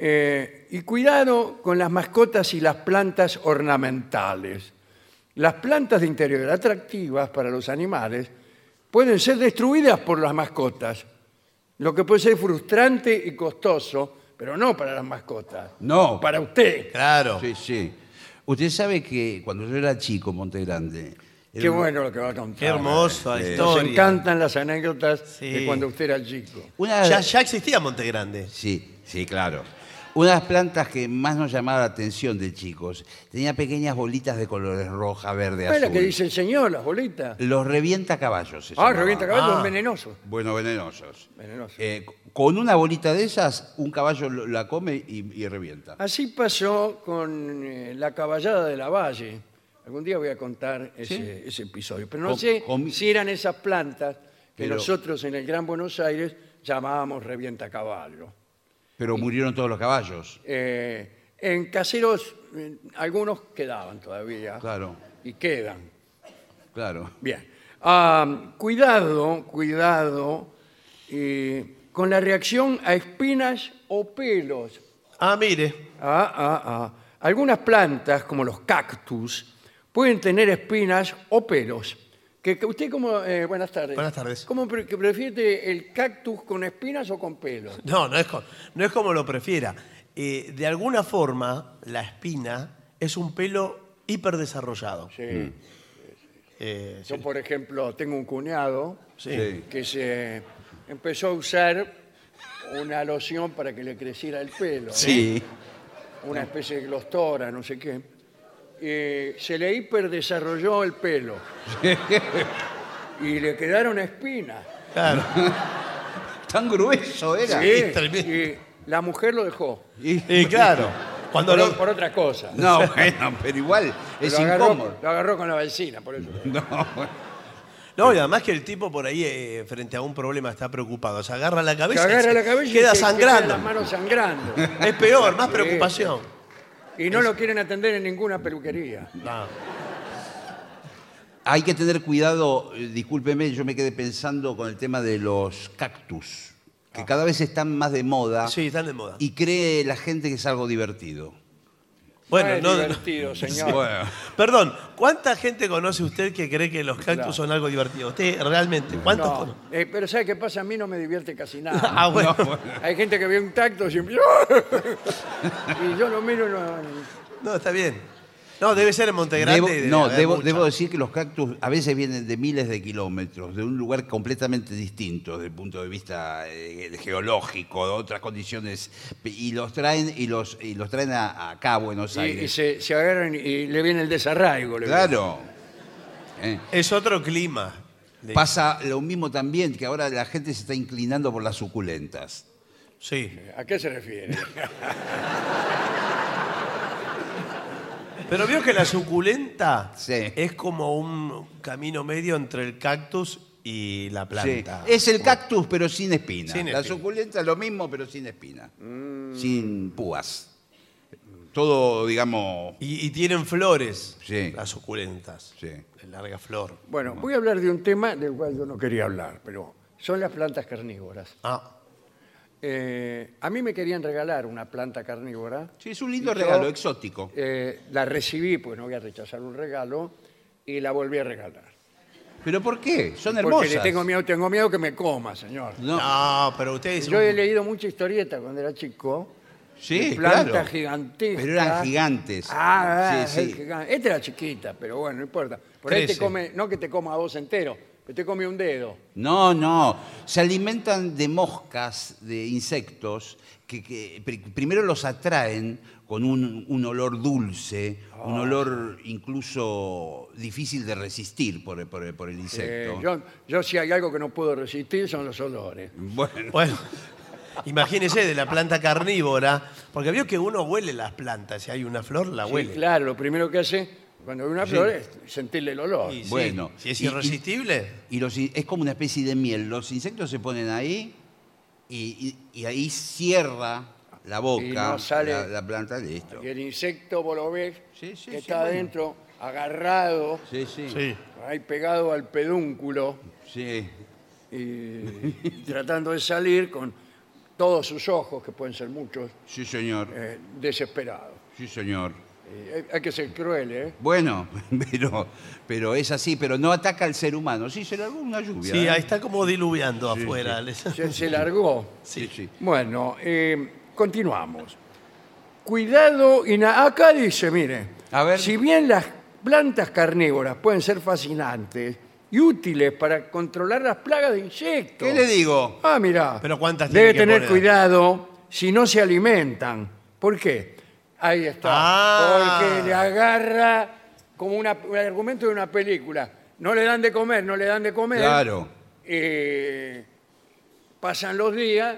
[SPEAKER 1] Eh, y cuidado con las mascotas y las plantas ornamentales. Las plantas de interior atractivas para los animales pueden ser destruidas por las mascotas, lo que puede ser frustrante y costoso, pero no para las mascotas.
[SPEAKER 3] No.
[SPEAKER 1] Para usted.
[SPEAKER 2] Claro.
[SPEAKER 3] Sí, sí. Usted sabe que cuando yo era chico, Monte Grande. eh, era
[SPEAKER 1] Qué
[SPEAKER 3] un-
[SPEAKER 1] bueno lo que va a contar.
[SPEAKER 2] Qué hermosa
[SPEAKER 1] Nos
[SPEAKER 2] historia.
[SPEAKER 1] encantan las anécdotas
[SPEAKER 2] Sí.
[SPEAKER 1] de cuando usted era chico.
[SPEAKER 3] Una,
[SPEAKER 2] Ya, ya existía Monte Grande.
[SPEAKER 3] Sí, sí, claro. Una de las plantas que más nos llamaba la atención de chicos tenía pequeñas bolitas de colores roja, verde,
[SPEAKER 1] ¿Sabes la
[SPEAKER 3] azul.
[SPEAKER 1] que dice el señor, las bolitas?
[SPEAKER 3] Los revienta caballos. se
[SPEAKER 1] Ah,
[SPEAKER 3] llamaban.
[SPEAKER 1] revienta caballos
[SPEAKER 2] Ah.
[SPEAKER 1] venenosos.
[SPEAKER 3] Bueno, venenosos.
[SPEAKER 1] Venenosos.
[SPEAKER 3] Eh, con una bolita de esas, un caballo lo- la come y, y revienta.
[SPEAKER 1] Así pasó con eh, la caballada de la Valle. Algún día voy a contar ese, ese episodio. Pero no
[SPEAKER 3] Com-
[SPEAKER 1] sé
[SPEAKER 3] comi-
[SPEAKER 1] si eran esas plantas que
[SPEAKER 3] Pero-
[SPEAKER 1] nosotros en el Gran Buenos Aires llamábamos revienta caballo.
[SPEAKER 3] Pero murieron todos los caballos.
[SPEAKER 1] Eh, en caseros, eh, algunos quedaban todavía.
[SPEAKER 3] Claro.
[SPEAKER 1] Y quedan.
[SPEAKER 3] Claro.
[SPEAKER 1] Bien. Ah, cuidado, cuidado eh, con la reacción a espinas o pelos.
[SPEAKER 2] Ah, mire.
[SPEAKER 1] Ah, ah, ah. Algunas plantas, como los cactus, pueden tener espinas o pelos. Que, que usted como... eh, buenas tardes.
[SPEAKER 2] Buenas tardes.
[SPEAKER 1] ¿Cómo pre- que prefiere el cactus con espinas o con pelos?
[SPEAKER 2] No, no es, co- no es como lo prefiera. Eh, de alguna forma, la espina es un pelo hiperdesarrollado. Mm.
[SPEAKER 1] Sí.
[SPEAKER 2] Eh,
[SPEAKER 1] Yo, por ejemplo, tengo un cuñado
[SPEAKER 2] sí.
[SPEAKER 3] Sí.
[SPEAKER 1] que se empezó a usar una loción para que le creciera el pelo.
[SPEAKER 3] Sí.
[SPEAKER 1] Una especie de glostora, no sé qué. Eh, se le hiperdesarrolló el pelo. y le quedaron espinas.
[SPEAKER 2] Claro.
[SPEAKER 3] Tan grueso era.
[SPEAKER 1] Sí,
[SPEAKER 2] Es tremendo.
[SPEAKER 1] y la mujer lo dejó.
[SPEAKER 3] Y-
[SPEAKER 2] Y claro. Cuando
[SPEAKER 1] Por,
[SPEAKER 2] lo,
[SPEAKER 1] por otra cosa.
[SPEAKER 3] No, bueno, pero igual es
[SPEAKER 1] lo, agarró,
[SPEAKER 3] incómodo.
[SPEAKER 1] lo agarró con la vecina, por eso.
[SPEAKER 3] No.
[SPEAKER 2] No, y además que el tipo por ahí, eh, frente a un problema, está preocupado. Se agarra la
[SPEAKER 1] Se
[SPEAKER 2] cabeza. y
[SPEAKER 1] agarra
[SPEAKER 2] se-
[SPEAKER 1] la cabeza y
[SPEAKER 2] Queda
[SPEAKER 1] se- se
[SPEAKER 2] sangrando.
[SPEAKER 1] las manos sangrando.
[SPEAKER 2] Es peor, más
[SPEAKER 1] Sí.
[SPEAKER 2] preocupación.
[SPEAKER 1] Y no lo quieren atender en ninguna peluquería.
[SPEAKER 2] No.
[SPEAKER 3] Hay que tener cuidado, eh, discúlpeme, yo me quedé pensando con el tema de los cactus, que cada vez están más de moda
[SPEAKER 2] Sí, están de moda.
[SPEAKER 3] y cree la gente que es algo divertido.
[SPEAKER 1] No es
[SPEAKER 2] bueno, no,
[SPEAKER 1] divertido, señor.
[SPEAKER 2] Perdón, ¿cuánta gente conoce usted que cree que los cactus
[SPEAKER 1] Claro.
[SPEAKER 2] son algo divertido? Usted realmente, ¿cuántos
[SPEAKER 1] No,
[SPEAKER 2] conoce?
[SPEAKER 1] eh, pero ¿sabe qué pasa? A mí no me divierte casi nada.
[SPEAKER 2] Ah, bueno.
[SPEAKER 1] Hay gente que ve un tacto y empieza... y yo lo miro... y no-
[SPEAKER 2] No, está bien. No, debe ser en Montegrande.
[SPEAKER 3] Debo-
[SPEAKER 2] debe
[SPEAKER 3] no,
[SPEAKER 2] haber
[SPEAKER 3] debo,
[SPEAKER 2] mucha.
[SPEAKER 3] debo decir que los cactus a veces vienen de miles de kilómetros, de un lugar completamente distinto desde el punto de vista eh, geológico, de otras condiciones, y los traen, y los, y los traen a- acá a Buenos
[SPEAKER 1] y y
[SPEAKER 3] Aires.
[SPEAKER 1] se, se agarran y le viene el desarraigo. le viene.
[SPEAKER 3] claro. Eh.
[SPEAKER 2] Es otro clima. Le-
[SPEAKER 3] Pasa lo mismo también, que ahora la gente se está inclinando por las suculentas.
[SPEAKER 2] Sí.
[SPEAKER 1] ¿A qué se refiere?
[SPEAKER 2] Pero vio que la suculenta
[SPEAKER 3] Sí.
[SPEAKER 2] es como un camino medio entre el cactus y la planta.
[SPEAKER 3] Sí. Es el cactus, pero sin espina.
[SPEAKER 2] Ah, Sin
[SPEAKER 3] La
[SPEAKER 2] espina.
[SPEAKER 3] suculenta lo mismo, pero sin espina. Sin púas. Todo, digamos.
[SPEAKER 2] Y, y tienen flores,
[SPEAKER 3] Sí.
[SPEAKER 2] las suculentas.
[SPEAKER 3] Sí.
[SPEAKER 2] De larga flor.
[SPEAKER 1] Bueno, voy a hablar de un tema del cual yo no quería hablar, pero son las plantas carnívoras.
[SPEAKER 2] Ah,
[SPEAKER 1] Eh, a mí me querían regalar una planta carnívora.
[SPEAKER 3] Sí, es un lindo
[SPEAKER 1] Y yo,
[SPEAKER 3] regalo, exótico.
[SPEAKER 1] eh, la recibí, pues no voy a rechazar un regalo, y la volví a regalar.
[SPEAKER 3] ¿Pero por qué? Son
[SPEAKER 1] Porque
[SPEAKER 3] hermosas.
[SPEAKER 1] le tengo miedo, tengo miedo que me coma, señor.
[SPEAKER 3] No.
[SPEAKER 2] no, pero ustedes.
[SPEAKER 1] Yo he leído mucha historieta cuando era chico.
[SPEAKER 3] Sí,
[SPEAKER 1] de plantas
[SPEAKER 3] claro.
[SPEAKER 1] gigantescas.
[SPEAKER 3] Pero eran gigantes.
[SPEAKER 1] Ah,
[SPEAKER 3] Sí,
[SPEAKER 1] sí,
[SPEAKER 3] sí.
[SPEAKER 1] Esta era chiquita, pero bueno, no importa. Por ahí te
[SPEAKER 2] Crece.
[SPEAKER 1] come, no que te coma a vos entero, que te come un dedo.
[SPEAKER 3] No, no. Se alimentan de moscas, de insectos, que, que pri- primero los atraen con un, un olor dulce, un
[SPEAKER 1] Ah.
[SPEAKER 3] olor incluso difícil de resistir por, el- por el- por el
[SPEAKER 1] Eh,
[SPEAKER 3] insecto.
[SPEAKER 1] yo, yo si hay algo que no puedo resistir son los olores.
[SPEAKER 3] Bueno,
[SPEAKER 2] Bueno, Imagínese de la planta carnívora, porque vio que uno huele las plantas, si hay una flor la
[SPEAKER 1] Sí,
[SPEAKER 2] huele.
[SPEAKER 1] claro, lo primero que hace cuando ve una
[SPEAKER 2] Sí.
[SPEAKER 1] flor es sentirle el olor.
[SPEAKER 2] Y sí,
[SPEAKER 3] Bueno,
[SPEAKER 2] si es
[SPEAKER 3] y- y-
[SPEAKER 2] irresistible,
[SPEAKER 3] Y los, in- es como una especie de miel. Los insectos se ponen ahí y, y- y ahí cierra la boca.
[SPEAKER 1] Y no sale-
[SPEAKER 3] la, la planta, listo.
[SPEAKER 1] Y el insecto, vos lo ves,
[SPEAKER 3] Sí, sí,
[SPEAKER 1] que
[SPEAKER 3] sí,
[SPEAKER 1] está
[SPEAKER 3] bueno.
[SPEAKER 1] adentro, agarrado,
[SPEAKER 3] Sí, sí.
[SPEAKER 2] sí.
[SPEAKER 1] ahí pegado al pedúnculo
[SPEAKER 3] sí.
[SPEAKER 1] y tratando de salir con todos sus ojos, que pueden ser muchos,
[SPEAKER 3] Sí, señor.
[SPEAKER 1] eh, desesperados.
[SPEAKER 3] Sí, señor.
[SPEAKER 1] Y hay- hay que ser cruel, ¿eh?
[SPEAKER 3] Bueno, pero, pero es así, pero no ataca al ser humano. Sí, se largó una lluvia.
[SPEAKER 2] Sí,
[SPEAKER 3] ¿eh?
[SPEAKER 2] ahí está como diluviando afuera. les-
[SPEAKER 1] Se, se largó.
[SPEAKER 3] Sí, sí.
[SPEAKER 1] Bueno, eh, continuamos. Cuidado, y na- acá dice, mire,
[SPEAKER 3] A ver.
[SPEAKER 1] si bien las plantas carnívoras pueden ser fascinantes y útiles para controlar las plagas de insectos.
[SPEAKER 3] ¿Qué le digo?
[SPEAKER 1] Ah, mirá.
[SPEAKER 2] Pero ¿cuántas
[SPEAKER 1] Debe
[SPEAKER 2] tiene que
[SPEAKER 1] tener
[SPEAKER 2] poner?
[SPEAKER 1] cuidado si no se alimentan. ¿Por qué? Ahí está.
[SPEAKER 2] Ah.
[SPEAKER 1] Porque le agarra como una- un argumento de una película. No le dan de comer, no le dan de comer.
[SPEAKER 3] Claro.
[SPEAKER 1] Eh, pasan los días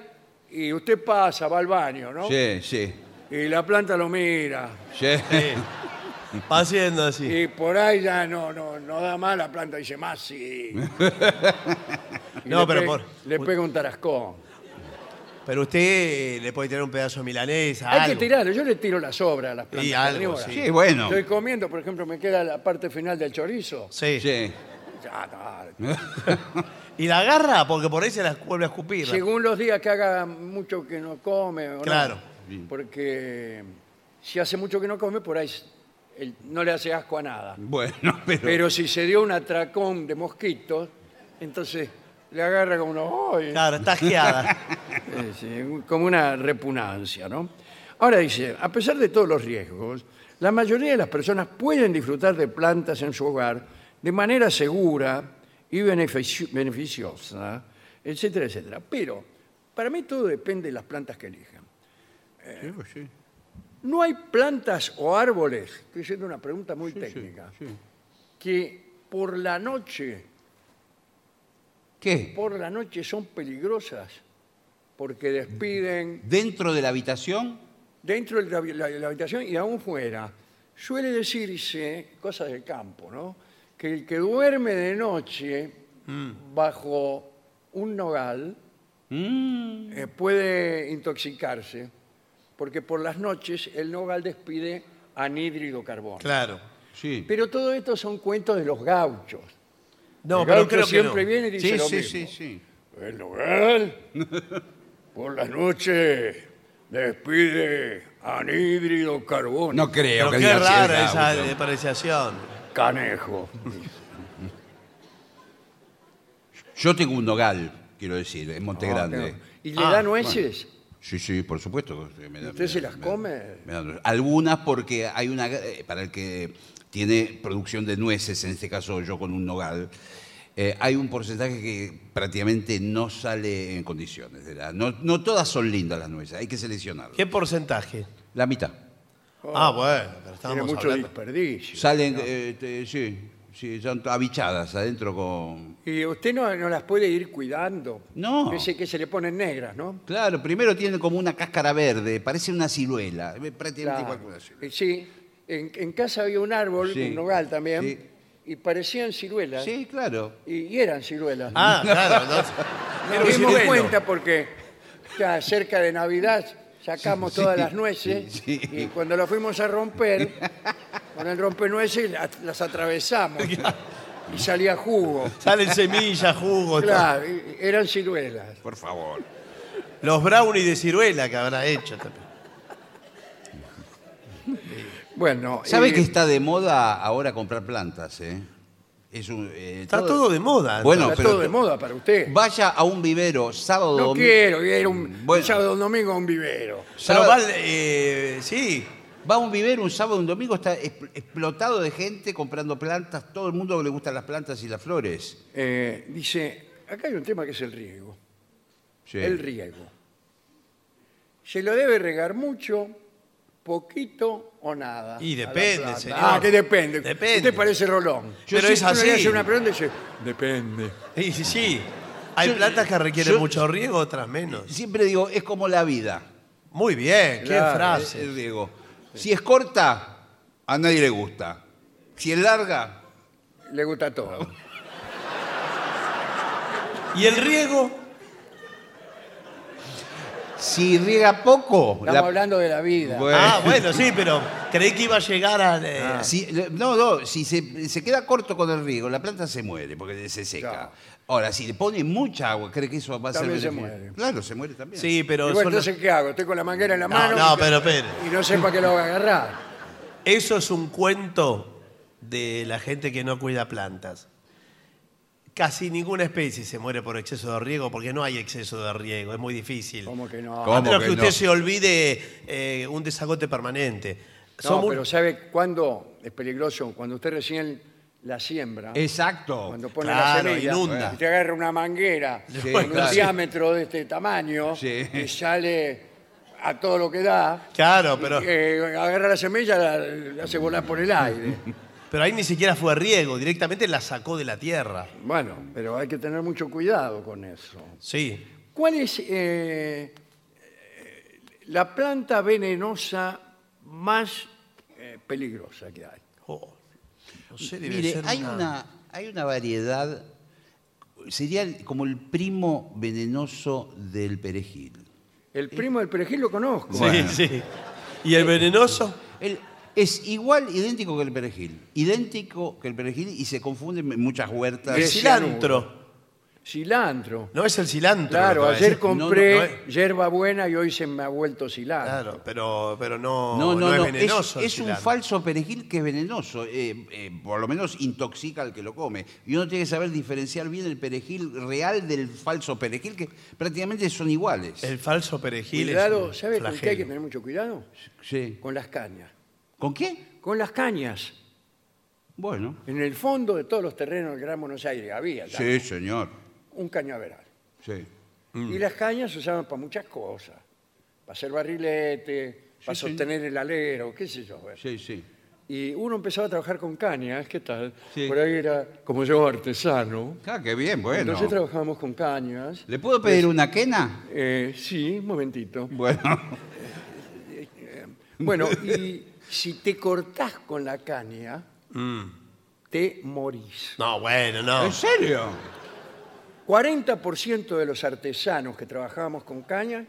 [SPEAKER 1] y usted pasa, va al baño, ¿no?
[SPEAKER 3] Sí, sí.
[SPEAKER 1] Y la planta lo mira.
[SPEAKER 3] sí.
[SPEAKER 2] Sí. Va haciendo así.
[SPEAKER 1] Y por ahí ya no, no, no da más, la planta dice más, sí. Y
[SPEAKER 2] No,
[SPEAKER 1] le
[SPEAKER 2] pero
[SPEAKER 1] pe-
[SPEAKER 2] por-
[SPEAKER 1] Le pega un tarascón.
[SPEAKER 2] Pero usted eh, le puede tirar un pedazo de milanesa.
[SPEAKER 1] Hay
[SPEAKER 2] algo.
[SPEAKER 1] que tirarlo, yo le tiro la sobra a las plantas.
[SPEAKER 2] Y algo,
[SPEAKER 1] carnívoras.
[SPEAKER 2] sí.
[SPEAKER 3] Sí, bueno.
[SPEAKER 1] Estoy comiendo, por ejemplo, me queda la parte final del chorizo.
[SPEAKER 2] Sí.
[SPEAKER 3] Sí.
[SPEAKER 1] Ya, tal.
[SPEAKER 2] Y la agarra porque por ahí se la vuelve a escupir.
[SPEAKER 1] Según los días que haga mucho que no come. o no.
[SPEAKER 2] Claro.
[SPEAKER 1] Porque si hace mucho que no come, por ahí el- no le hace asco a nada.
[SPEAKER 3] Bueno, pero.
[SPEAKER 1] Pero si se dio un atracón de mosquitos, entonces le agarra como uno, "Ay",
[SPEAKER 2] Claro, está asqueada.
[SPEAKER 1] eh, sí, como una repugnancia, ¿no? Ahora dice, a pesar de todos los riesgos, la mayoría de las personas pueden disfrutar de plantas en su hogar de manera segura y benefici- beneficiosa, etcétera, etcétera. Pero para mí todo depende de las plantas que elijan.
[SPEAKER 3] pues
[SPEAKER 1] No hay plantas o árboles, estoy haciendo una pregunta muy técnica, que por la noche,
[SPEAKER 3] ¿Qué?
[SPEAKER 1] por la noche son peligrosas porque despiden
[SPEAKER 3] ¿Dentro de la habitación?
[SPEAKER 1] dentro de la, la- la habitación y aún fuera. Suele decirse, cosas del campo, ¿no? Que el que duerme de noche
[SPEAKER 2] Mm.
[SPEAKER 1] bajo un nogal
[SPEAKER 3] Mm.
[SPEAKER 1] eh, puede intoxicarse porque por las noches el nogal despide anhídrido carbono.
[SPEAKER 2] Claro.
[SPEAKER 3] Sí.
[SPEAKER 1] Pero todo esto son cuentos de los gauchos.
[SPEAKER 2] No,
[SPEAKER 1] el
[SPEAKER 2] pero
[SPEAKER 1] gaucho
[SPEAKER 2] creo que
[SPEAKER 1] siempre
[SPEAKER 2] no.
[SPEAKER 1] viene y dice
[SPEAKER 3] Sí,
[SPEAKER 1] lo
[SPEAKER 3] sí,
[SPEAKER 1] mismo.
[SPEAKER 3] sí, sí.
[SPEAKER 1] El nogal por las noches despide anhídrido carbono.
[SPEAKER 3] No
[SPEAKER 2] Pero
[SPEAKER 3] creo que
[SPEAKER 2] qué
[SPEAKER 3] diga así el
[SPEAKER 2] rara esa
[SPEAKER 3] gaucho.
[SPEAKER 2] diferenciación.
[SPEAKER 1] Canejo.
[SPEAKER 3] Este Yo tengo un nogal, quiero decir, en Monte Grande.
[SPEAKER 1] ¿Y le
[SPEAKER 2] Ah,
[SPEAKER 1] da nueces?
[SPEAKER 3] Sí, sí, por supuesto. que me da-
[SPEAKER 1] ¿Usted
[SPEAKER 3] me
[SPEAKER 1] se
[SPEAKER 3] da-
[SPEAKER 1] las
[SPEAKER 3] me-
[SPEAKER 1] come?
[SPEAKER 3] me da- algunas porque hay una... eh, Para el que tiene producción de nueces, en este caso yo con un nogal, eh, hay un porcentaje que prácticamente no sale en condiciones. de la- no, no todas son lindas las nueces, hay que seleccionarlas.
[SPEAKER 2] ¿Qué porcentaje?
[SPEAKER 3] La mitad.
[SPEAKER 2] Ah, bueno, pero
[SPEAKER 1] Oh. Tiene
[SPEAKER 2] estábamos
[SPEAKER 1] mucho
[SPEAKER 2] hablando.
[SPEAKER 1] desperdicio.
[SPEAKER 3] Salen, eh, te- sí, sí, son habichadas adentro con...
[SPEAKER 1] y usted no, no las puede ir cuidando.
[SPEAKER 3] No.
[SPEAKER 1] Dice que se le ponen negras, ¿no?
[SPEAKER 3] Claro, primero tienen como una cáscara verde, parece una ciruela, eh, prácticamente igual que una ciruela.
[SPEAKER 1] Eh, Sí. En, en casa había un árbol,
[SPEAKER 3] Sí.
[SPEAKER 1] un nogal también,
[SPEAKER 3] Sí.
[SPEAKER 1] y parecían ciruelas.
[SPEAKER 3] Sí, claro.
[SPEAKER 1] Y, y eran ciruelas.
[SPEAKER 2] Ah, claro. No, Era
[SPEAKER 1] Nos
[SPEAKER 2] un
[SPEAKER 1] dimos
[SPEAKER 2] ciruelo.
[SPEAKER 1] cuenta porque ya cerca de Navidad sacamos todas las nueces
[SPEAKER 3] sí, sí.
[SPEAKER 1] y cuando las fuimos a romper, con el rompenueces las, las atravesamos y salía jugo.
[SPEAKER 2] Salen semillas, jugos.
[SPEAKER 1] Claro, y- eran ciruelas.
[SPEAKER 3] Por favor.
[SPEAKER 2] todo. Los brownies de ciruela que habrá hecho también.
[SPEAKER 1] Bueno,
[SPEAKER 3] ¿Sabe
[SPEAKER 1] y-
[SPEAKER 3] que está de moda ahora comprar plantas? eh? Es un, eh,
[SPEAKER 2] Está todo de moda.
[SPEAKER 3] Bueno,
[SPEAKER 1] está
[SPEAKER 3] pero-
[SPEAKER 1] todo de moda para usted.
[SPEAKER 3] Vaya a un vivero sábado
[SPEAKER 1] No
[SPEAKER 3] domi-
[SPEAKER 1] quiero ir un,
[SPEAKER 3] Bueno.
[SPEAKER 1] un sábado o un domingo a un vivero.
[SPEAKER 2] Pero
[SPEAKER 3] sábado-
[SPEAKER 2] va, al- eh, sí,
[SPEAKER 3] va a un vivero un sábado un domingo, está es- explotado de gente comprando plantas. Todo el mundo le gustan las plantas y las flores.
[SPEAKER 1] Eh, dice, acá hay un tema que es el riego.
[SPEAKER 3] Sí.
[SPEAKER 1] el riego. Se lo debe regar mucho, poquito o nada.
[SPEAKER 2] Y
[SPEAKER 1] a la
[SPEAKER 2] depende,
[SPEAKER 1] planta.
[SPEAKER 2] señor.
[SPEAKER 1] Ah, que depende.
[SPEAKER 2] Depende.
[SPEAKER 1] Usted parece Rolón.
[SPEAKER 2] Pero
[SPEAKER 1] sí-
[SPEAKER 2] es
[SPEAKER 1] uno le
[SPEAKER 2] así.
[SPEAKER 1] hace una pregunta y dice, depende.
[SPEAKER 2] sí, sí, sí. Hay
[SPEAKER 3] Yo- eh,
[SPEAKER 2] plantas que requieren
[SPEAKER 3] yo-
[SPEAKER 2] mucho riego, otras menos.
[SPEAKER 3] Siempre digo, es como la vida.
[SPEAKER 2] Muy bien,
[SPEAKER 1] Claro,
[SPEAKER 2] qué frase.
[SPEAKER 3] Eh, Digo, si es corta, a nadie le gusta. Si es larga,
[SPEAKER 1] Le gusta todo.
[SPEAKER 2] ¿Y el riego?
[SPEAKER 3] si riega poco.
[SPEAKER 1] Estamos
[SPEAKER 3] la-
[SPEAKER 1] hablando de la vida.
[SPEAKER 3] Bueno. Ah.
[SPEAKER 2] Ah, bueno, sí, pero creí que iba a llegar a... eh,
[SPEAKER 1] Ah.
[SPEAKER 3] Si- no, no, si se, se queda corto con el riego, la planta se muere porque se seca.
[SPEAKER 1] Claro.
[SPEAKER 3] Ahora, si le pone mucha agua, cree que eso va a ser
[SPEAKER 1] También se
[SPEAKER 3] beneficio?
[SPEAKER 1] muere.
[SPEAKER 3] Claro, se muere también.
[SPEAKER 2] Sí, pero...
[SPEAKER 1] Y bueno,
[SPEAKER 2] son las-
[SPEAKER 1] entonces, ¿qué hago? Estoy con la manguera en la
[SPEAKER 2] No,
[SPEAKER 1] mano
[SPEAKER 2] no,
[SPEAKER 1] y-
[SPEAKER 2] pero espere.
[SPEAKER 1] y no sé para qué lo voy a agarrar.
[SPEAKER 2] Eso es un cuento de la gente que no cuida plantas. Casi ninguna especie se muere por exceso de riego porque no hay exceso de riego, es muy difícil.
[SPEAKER 1] Como que no.
[SPEAKER 3] ¿Cómo
[SPEAKER 2] A menos
[SPEAKER 3] que
[SPEAKER 2] que, usted
[SPEAKER 3] no?
[SPEAKER 2] se olvide eh, un desagote permanente. Son
[SPEAKER 1] No,
[SPEAKER 2] muy-
[SPEAKER 1] pero ¿sabe cuándo es peligroso? Cuando usted recién la siembra.
[SPEAKER 3] Exacto.
[SPEAKER 1] Cuando pone
[SPEAKER 2] Claro,
[SPEAKER 1] la semilla,
[SPEAKER 2] inunda.
[SPEAKER 1] y te agarra una manguera
[SPEAKER 3] Sí,
[SPEAKER 2] Pues
[SPEAKER 1] con
[SPEAKER 3] claro.
[SPEAKER 1] un diámetro de este tamaño
[SPEAKER 3] Sí.
[SPEAKER 1] y sale a todo lo que da.
[SPEAKER 2] Claro, pero,
[SPEAKER 1] Eh, agarra la semilla, la, la hace volar por el aire.
[SPEAKER 2] pero ahí ni siquiera fue riego, directamente la sacó de la tierra.
[SPEAKER 1] Bueno, pero hay que tener mucho cuidado con eso.
[SPEAKER 2] Sí.
[SPEAKER 1] ¿Cuál es eh, eh, la planta venenosa más eh, peligrosa que hay?
[SPEAKER 2] Oh, no sé, debe
[SPEAKER 3] Mire,
[SPEAKER 2] ser
[SPEAKER 3] hay una, hay una variedad, sería el- como el primo venenoso del perejil.
[SPEAKER 1] El primo del perejil lo conozco.
[SPEAKER 2] Sí,
[SPEAKER 3] Bueno.
[SPEAKER 2] sí. ¿Y el venenoso?
[SPEAKER 3] El- es igual, idéntico que el perejil. Idéntico que el perejil y se confunden en muchas huertas.
[SPEAKER 2] El
[SPEAKER 1] Decía
[SPEAKER 2] cilantro.
[SPEAKER 1] Cilantro.
[SPEAKER 2] No es el cilantro. lo
[SPEAKER 1] Claro,
[SPEAKER 2] que va a
[SPEAKER 1] ayer
[SPEAKER 2] decir.
[SPEAKER 1] compré
[SPEAKER 2] No, no, no es-
[SPEAKER 1] yerba buena y hoy se me ha vuelto cilantro.
[SPEAKER 2] Claro, pero, pero no,
[SPEAKER 3] No, no, no,
[SPEAKER 2] es venenoso. el
[SPEAKER 3] es, es un
[SPEAKER 2] cilantro.
[SPEAKER 3] falso perejil que es venenoso, eh, eh, por lo menos intoxica al que lo come. Y uno tiene que saber diferenciar bien el perejil real del falso perejil, que prácticamente son iguales.
[SPEAKER 2] El falso perejil.
[SPEAKER 1] Cuidado,
[SPEAKER 2] es un
[SPEAKER 1] ¿sabe con qué hay que
[SPEAKER 2] flagelo.
[SPEAKER 1] tener mucho cuidado?
[SPEAKER 3] Sí.
[SPEAKER 1] Con las cañas.
[SPEAKER 3] ¿Con qué?
[SPEAKER 1] Con las cañas.
[SPEAKER 3] Bueno.
[SPEAKER 1] En el fondo de todos los terrenos del Gran Buenos Aires había ya,
[SPEAKER 3] Sí, Mm. señor.
[SPEAKER 1] un cañaveral.
[SPEAKER 3] Sí.
[SPEAKER 1] Y las cañas se usaban para muchas cosas. Para hacer barriletes, para
[SPEAKER 3] sí.
[SPEAKER 1] sostener el alero, qué sé yo.
[SPEAKER 3] Sí, sí.
[SPEAKER 1] Y uno empezaba a trabajar con cañas, ¿qué tal?
[SPEAKER 3] Sí.
[SPEAKER 1] Por ahí era, como yo, artesano.
[SPEAKER 3] Ah, qué bien, bueno.
[SPEAKER 1] Entonces trabajábamos con cañas.
[SPEAKER 3] ¿Le puedo pedir una quena?
[SPEAKER 1] Eh, sí, un momentito.
[SPEAKER 3] Bueno.
[SPEAKER 1] Bueno, y si te cortás con la caña,
[SPEAKER 3] Mm.
[SPEAKER 1] te morís.
[SPEAKER 2] No, bueno, no.
[SPEAKER 3] ¿En serio?
[SPEAKER 1] 40% de los artesanos que trabajábamos con caña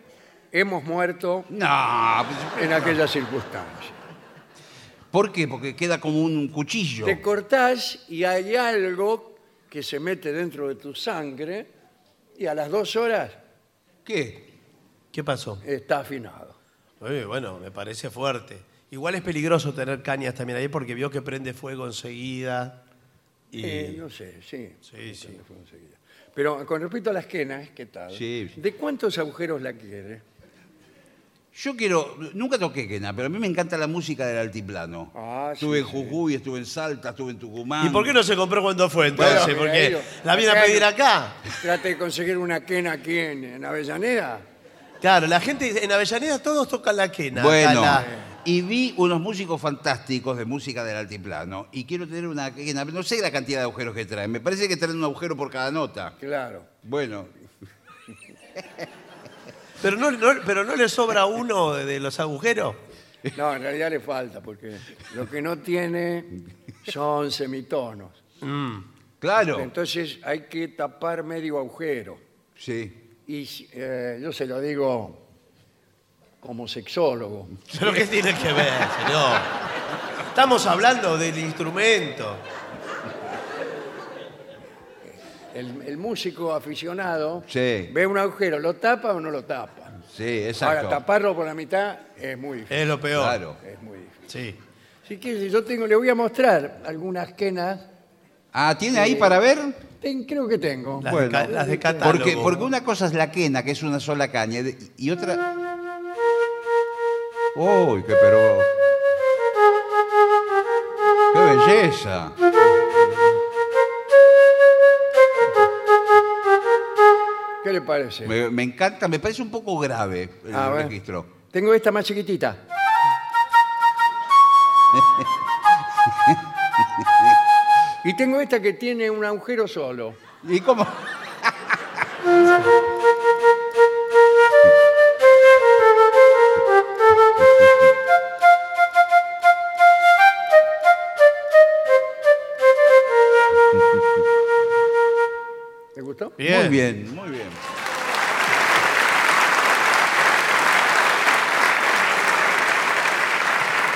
[SPEAKER 1] hemos muerto
[SPEAKER 3] No. pues,
[SPEAKER 1] en aquella circunstancia.
[SPEAKER 3] ¿Por qué? Porque queda como un cuchillo.
[SPEAKER 1] Te cortás y hay algo que se mete dentro de tu sangre y a las dos horas
[SPEAKER 3] ¿Qué?
[SPEAKER 2] ¿Qué pasó?
[SPEAKER 1] está afinado.
[SPEAKER 2] Eh, bueno, me parece fuerte. Igual es peligroso tener cañas también ahí porque vio que prende fuego enseguida. Y...
[SPEAKER 1] Eh, no sé, sí.
[SPEAKER 2] Sí, sí.
[SPEAKER 1] Fue enseguida. Pero con respecto a las quenas, ¿qué tal?
[SPEAKER 3] Sí, sí.
[SPEAKER 1] ¿De cuántos agujeros la quieres?
[SPEAKER 3] Yo quiero, nunca toqué quena, pero a mí me encanta la música del altiplano.
[SPEAKER 1] Ah, sí,
[SPEAKER 3] estuve en
[SPEAKER 1] sí.
[SPEAKER 3] Jujuy, estuve en Salta, estuve en Tucumán.
[SPEAKER 2] ¿Y por qué no se compró cuando fue entonces?
[SPEAKER 1] Bueno,
[SPEAKER 2] porque
[SPEAKER 1] mira,
[SPEAKER 2] la viene a
[SPEAKER 1] acá-
[SPEAKER 2] pedir acá.
[SPEAKER 1] Trate de conseguir una quena aquí en, en Avellaneda.
[SPEAKER 2] Claro, la gente en Avellaneda todos tocan la quena. acá
[SPEAKER 3] Bueno,
[SPEAKER 2] la-
[SPEAKER 3] y vi unos músicos fantásticos de música del altiplano. Y quiero tener una quena, no sé la cantidad de agujeros que traen. Me parece que traen un agujero por cada nota.
[SPEAKER 1] Claro.
[SPEAKER 3] Bueno,
[SPEAKER 2] Pero, no, no- pero no le sobra uno de los agujeros.
[SPEAKER 1] No, en realidad le falta, porque lo que no tiene son semitonos.
[SPEAKER 3] claro.
[SPEAKER 1] Entonces hay que tapar medio agujero.
[SPEAKER 3] Sí.
[SPEAKER 1] Y eh, yo se lo digo como sexólogo.
[SPEAKER 2] ¿Pero qué tiene que ver, señor? Estamos hablando del instrumento.
[SPEAKER 1] El, el músico aficionado
[SPEAKER 3] Sí.
[SPEAKER 1] ve un agujero, ¿lo tapa o no lo tapa?
[SPEAKER 3] Sí,
[SPEAKER 1] Ahora,
[SPEAKER 3] exacto. Eh.
[SPEAKER 1] taparlo por la mitad es muy difícil.
[SPEAKER 2] Es lo peor.
[SPEAKER 3] Claro.
[SPEAKER 1] Es muy difícil.
[SPEAKER 2] Sí.
[SPEAKER 1] Así que yo tengo, le voy a mostrar algunas quenas.
[SPEAKER 3] Ah, ¿tiene ahí para ver?
[SPEAKER 1] Ten- creo que tengo.
[SPEAKER 2] Las,
[SPEAKER 3] Bueno.
[SPEAKER 2] de, ca- las de catálogo.
[SPEAKER 3] Porque, porque una cosa es la quena, que es una sola caña, y- y otra. ¡Uy, qué pero! ¡Qué belleza!
[SPEAKER 1] ¿Qué le parece?
[SPEAKER 3] Me, me encanta, me parece un poco grave el
[SPEAKER 1] A ver.
[SPEAKER 3] Eh, registro.
[SPEAKER 1] Ah, Tengo esta más chiquitita. y tengo esta que tiene un agujero solo.
[SPEAKER 3] ¿Y cómo? bien, muy bien.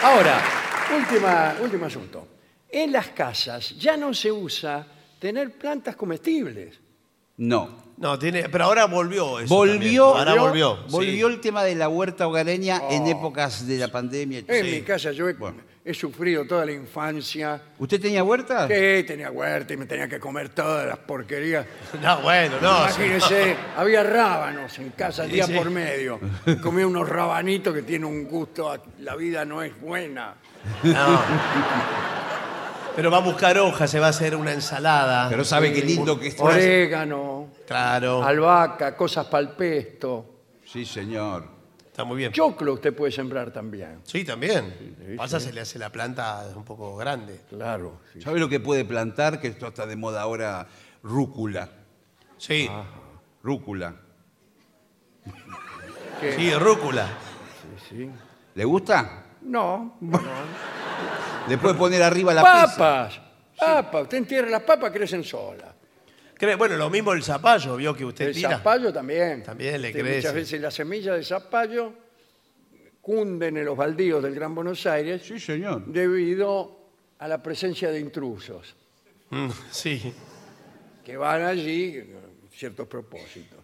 [SPEAKER 1] Ahora, última, último asunto. En las casas ya no se usa tener plantas comestibles.
[SPEAKER 3] No.
[SPEAKER 2] No, tiene, pero ahora volvió eso.
[SPEAKER 3] Volvió,
[SPEAKER 2] también. Ahora volvió. sí.
[SPEAKER 3] volvió el tema de la huerta hogareña en épocas de la pandemia.
[SPEAKER 1] Oh. En
[SPEAKER 3] Sí.
[SPEAKER 1] mi casa yo he,
[SPEAKER 3] Bueno.
[SPEAKER 1] he sufrido toda la infancia.
[SPEAKER 3] ¿Usted tenía huerta?
[SPEAKER 1] Sí, tenía huerta y me tenía que comer todas las porquerías.
[SPEAKER 2] No, bueno, no. Ah, sí.
[SPEAKER 1] Imagínese, había rábanos en casa día
[SPEAKER 2] sí.
[SPEAKER 1] por medio. Comía unos rabanitos que tienen un gusto, a- la vida no es buena.
[SPEAKER 2] No. Pero va a buscar hojas, se va a hacer una ensalada.
[SPEAKER 3] Pero sabe qué lindo que es.
[SPEAKER 1] Orégano,
[SPEAKER 2] Claro.
[SPEAKER 1] albahaca, cosas para el pesto.
[SPEAKER 3] Sí, señor.
[SPEAKER 2] Está muy bien.
[SPEAKER 1] Choclo usted puede sembrar también.
[SPEAKER 2] Sí, también. Pasa, se le hace la planta un poco grande.
[SPEAKER 1] Claro. sí.
[SPEAKER 3] ¿Sabe lo que puede plantar? Que esto está de moda ahora, rúcula.
[SPEAKER 2] Sí,
[SPEAKER 1] Ah.
[SPEAKER 3] Rúcula.
[SPEAKER 1] Que-
[SPEAKER 2] sí, rúcula.
[SPEAKER 1] sí.
[SPEAKER 3] ¿Le gusta?
[SPEAKER 1] No.
[SPEAKER 3] Le puede poner arriba la pizza.
[SPEAKER 1] Papas. Papas. Usted entierra las papas, crecen solas.
[SPEAKER 2] Cre- Bueno, lo mismo el zapallo, vio que usted
[SPEAKER 1] El
[SPEAKER 2] tira.
[SPEAKER 1] zapallo también.
[SPEAKER 2] También le
[SPEAKER 1] Este,
[SPEAKER 2] crece.
[SPEAKER 1] Muchas veces las semillas de zapallo cunden en los baldíos del Gran Buenos Aires
[SPEAKER 3] Sí, señor.
[SPEAKER 1] debido a la presencia de intrusos
[SPEAKER 2] Mm, sí.
[SPEAKER 1] que van allí eh, ciertos propósitos.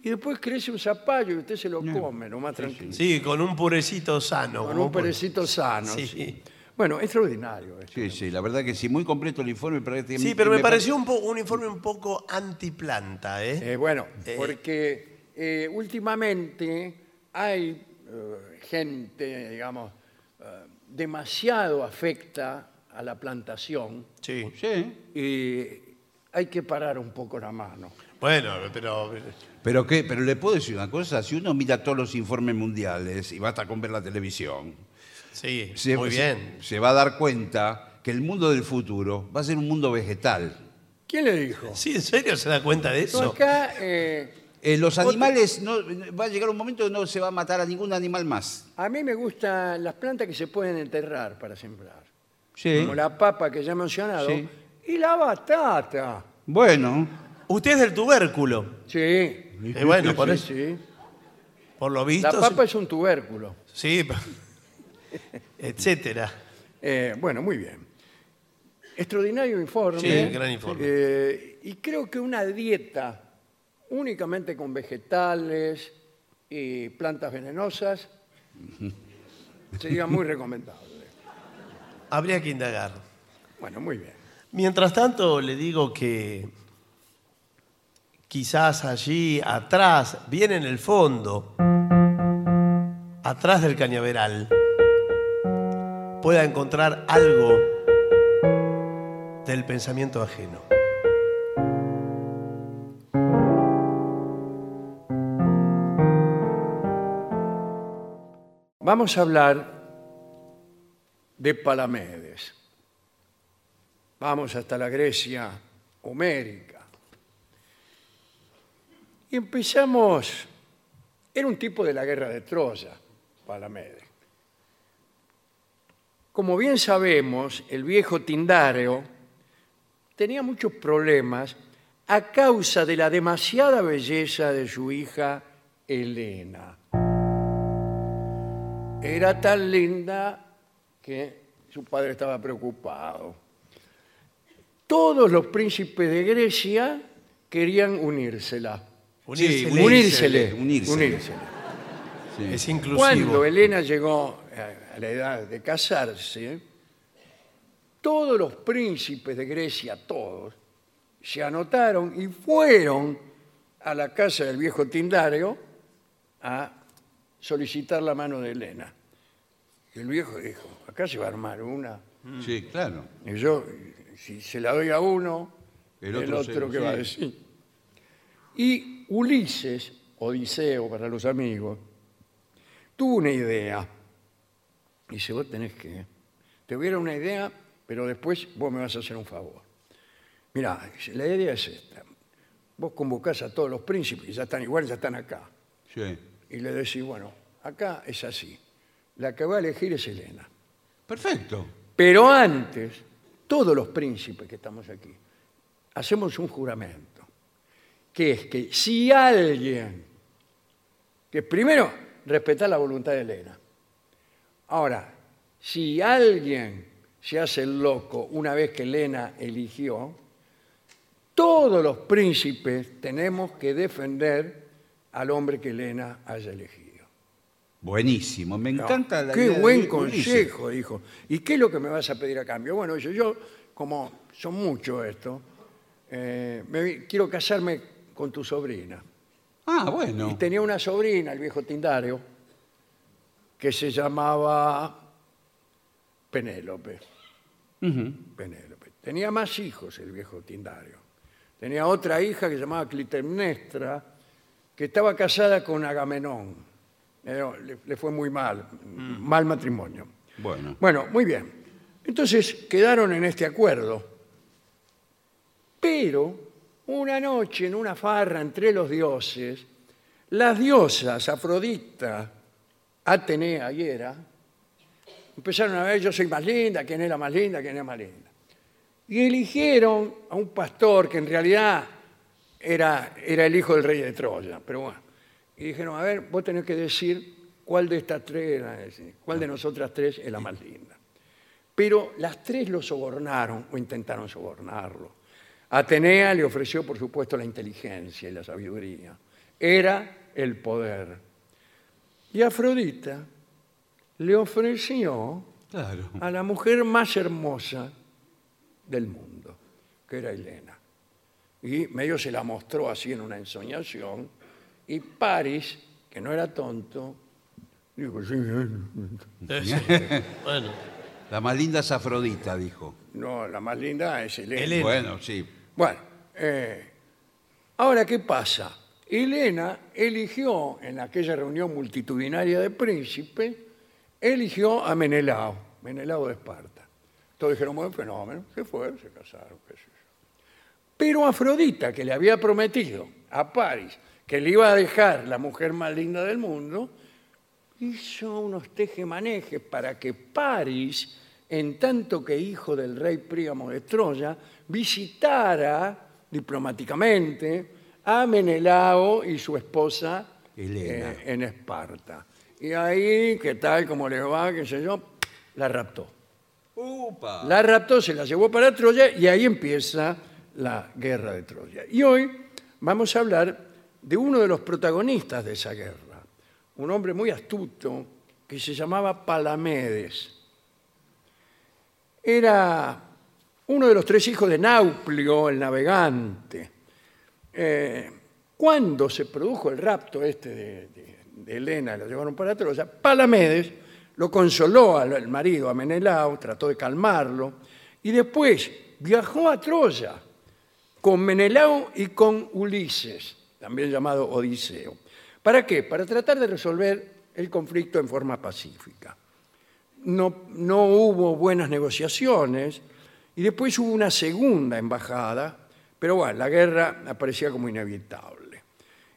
[SPEAKER 1] Y después crece un zapallo y usted se lo come, lo más tranquilo.
[SPEAKER 2] Sí, con un purecito sano.
[SPEAKER 1] Con
[SPEAKER 2] como
[SPEAKER 1] un perecito sano.
[SPEAKER 2] Sí.
[SPEAKER 1] sí. Bueno, extraordinario. esto.
[SPEAKER 3] Sí, sí, la verdad que sí, muy completo el informe. este prácticamente-
[SPEAKER 2] Sí, pero me
[SPEAKER 3] pare-
[SPEAKER 2] pareció un, po- un informe un poco antiplanta, ¿eh?
[SPEAKER 1] Eh, bueno,
[SPEAKER 2] Eh.
[SPEAKER 1] porque eh, últimamente hay eh, gente, digamos, eh, demasiado afecta a la plantación
[SPEAKER 2] Sí.
[SPEAKER 3] Sí.
[SPEAKER 1] y hay que parar un poco la mano.
[SPEAKER 2] Bueno, pero
[SPEAKER 3] Pero, qué? pero le puedo decir una cosa, si uno mira todos los informes mundiales y basta con ver la televisión,
[SPEAKER 2] sí,
[SPEAKER 3] se-
[SPEAKER 2] muy
[SPEAKER 3] se-
[SPEAKER 2] bien.
[SPEAKER 3] se va a dar cuenta que el mundo del futuro va a ser un mundo vegetal.
[SPEAKER 1] ¿Quién le dijo?
[SPEAKER 2] Sí, ¿en serio se da cuenta de
[SPEAKER 1] No,
[SPEAKER 2] eso?
[SPEAKER 1] acá, eh,
[SPEAKER 3] Eh, los animales, no, va a llegar un momento que no se va a matar a ningún animal más.
[SPEAKER 1] a mí me gustan las plantas que se pueden enterrar para sembrar,
[SPEAKER 3] Sí.
[SPEAKER 1] como la papa que ya he mencionado,
[SPEAKER 3] Sí.
[SPEAKER 1] y la batata.
[SPEAKER 3] Bueno,
[SPEAKER 2] Usted es del tubérculo.
[SPEAKER 1] Sí,
[SPEAKER 2] Y bueno, por,
[SPEAKER 1] sí,
[SPEAKER 2] eso-
[SPEAKER 1] sí.
[SPEAKER 2] por lo
[SPEAKER 1] La
[SPEAKER 2] visto.
[SPEAKER 1] papa es un tubérculo.
[SPEAKER 2] Sí, etcétera.
[SPEAKER 1] Eh, bueno, muy bien. Extraordinario informe.
[SPEAKER 2] Sí, gran informe.
[SPEAKER 1] Eh, y creo que una dieta únicamente con vegetales y plantas venenosas sería muy recomendable.
[SPEAKER 2] Habría que indagar.
[SPEAKER 1] Bueno, muy bien.
[SPEAKER 2] Mientras tanto, le digo que quizás allí atrás, bien en el fondo, atrás del cañaveral, pueda encontrar algo del pensamiento ajeno.
[SPEAKER 1] Vamos a hablar de Palamedes. Vamos hasta la Grecia homérica. Y empezamos, era un tipo de la guerra de Troya, Palamedes. Como bien sabemos, el viejo Tindáreo tenía muchos problemas a causa de la demasiada belleza de su hija Helena era tan linda que su padre estaba preocupado. Todos los príncipes de Grecia querían unírsela.
[SPEAKER 2] Unírsele.
[SPEAKER 3] Sí,
[SPEAKER 1] Unírsele.
[SPEAKER 3] unírsele, unírsele. sí.
[SPEAKER 2] Es inclusivo.
[SPEAKER 1] Cuando Elena llegó eh, a la edad de casarse, todos los príncipes de Grecia, todos, se anotaron y fueron a la casa del viejo Tindario a solicitar la mano de Elena. Y el viejo dijo, acá se va a armar una.
[SPEAKER 3] Sí, claro.
[SPEAKER 1] Y yo, si se la doy a uno, el
[SPEAKER 3] El
[SPEAKER 1] otro,
[SPEAKER 3] otro se-
[SPEAKER 1] ¿qué va a
[SPEAKER 3] sí.
[SPEAKER 1] decir? Y Ulises, Odiseo para los amigos, tuvo una idea. Dice, vos tenés que... Te hubiera una idea, pero después vos me vas a hacer un favor. Mirá, dice, la idea es esta. Vos convocás a todos los príncipes, ya están igual, ya están acá.
[SPEAKER 3] Sí.
[SPEAKER 1] Y le decís, bueno, acá es así. La que va a elegir es Elena.
[SPEAKER 3] Perfecto.
[SPEAKER 1] Pero antes, todos los príncipes que estamos aquí, hacemos un juramento. que es que si alguien, que primero respeta la voluntad de Elena, ahora, si alguien se hace el loco una vez que Elena eligió, todos los príncipes tenemos que defender al hombre que Elena haya elegido.
[SPEAKER 3] Buenísimo, me encanta la
[SPEAKER 1] Qué
[SPEAKER 3] idea de
[SPEAKER 1] buen
[SPEAKER 3] Ulises.
[SPEAKER 1] consejo, dijo. ¿Y qué es lo que me vas a pedir a cambio? Bueno, yo, yo como son muchos esto, eh, me- quiero casarme con tu sobrina.
[SPEAKER 3] Ah,
[SPEAKER 1] Y
[SPEAKER 3] bueno.
[SPEAKER 1] tenía una sobrina, el viejo Tindario, que se llamaba Penélope.
[SPEAKER 3] Ujú.
[SPEAKER 1] Penélope. Tenía más hijos el viejo Tindario. Tenía otra hija que se llamaba Clitemnestra, que estaba casada con Agamenón. Pero le, le fue muy mal,
[SPEAKER 3] Mm.
[SPEAKER 1] mal matrimonio.
[SPEAKER 3] Bueno.
[SPEAKER 1] Bueno, muy bien. Entonces quedaron en este acuerdo. Pero una noche en una farra entre los dioses, las diosas Afrodita, Atenea y Hera, empezaron a ver yo soy más linda, quién es la más linda, quién es más linda. Y eligieron a un pastor que en realidad era, era el hijo del rey de Troya, pero bueno. Y dijeron, a ver, vos tenés que decir cuál de estas tres, era ese, cuál de nosotras tres es la más linda. Pero las tres lo sobornaron o intentaron sobornarlo. Atenea le ofreció, por supuesto, la inteligencia y la sabiduría. Era el poder. Y Afrodita le ofreció
[SPEAKER 3] Claro.
[SPEAKER 1] a la mujer más hermosa del mundo, que era Elena. Y medio se la mostró así en una ensoñación. Y Paris, que no era tonto, dijo, sí, eh,
[SPEAKER 2] bueno,
[SPEAKER 3] La más linda es Afrodita, dijo.
[SPEAKER 1] no, la más linda es Elena.
[SPEAKER 2] Elena.
[SPEAKER 3] Bueno, sí.
[SPEAKER 1] Bueno, eh, ahora, ¿qué pasa? Elena eligió, en aquella reunión multitudinaria de príncipes, eligió a Menelao, Menelao de Esparta. Todos dijeron, buen fenómeno, se fue, se casaron, qué sé yo. Pero Afrodita, que le había prometido a París que le iba a dejar la mujer más linda del mundo, hizo unos tejemanejes para que París, en tanto que hijo del rey Príamo de Troya, visitara diplomáticamente a Menelao y su esposa
[SPEAKER 3] Helena.
[SPEAKER 1] eh, en Esparta. Y ahí, ¿qué tal? ¿Cómo le va? ¿Qué sé yo? La raptó.
[SPEAKER 3] ¡Upa!
[SPEAKER 1] La raptó, se la llevó para Troya y ahí empieza la guerra de Troya. Y hoy vamos a hablar de uno de los protagonistas de esa guerra, un hombre muy astuto que se llamaba Palamedes. Era uno de los tres hijos de Nauplio, el navegante. Eh, cuando se produjo el rapto este de, de- de Helena, lo llevaron para Troya, Palamedes lo consoló al, al marido, a Menelao, trató de calmarlo, y después viajó a Troya con Menelao y con Ulises, también llamado Odiseo. ¿Para qué? Para tratar de resolver el conflicto en forma pacífica no, no hubo buenas negociaciones y después hubo una segunda embajada, pero bueno, la guerra aparecía como inevitable.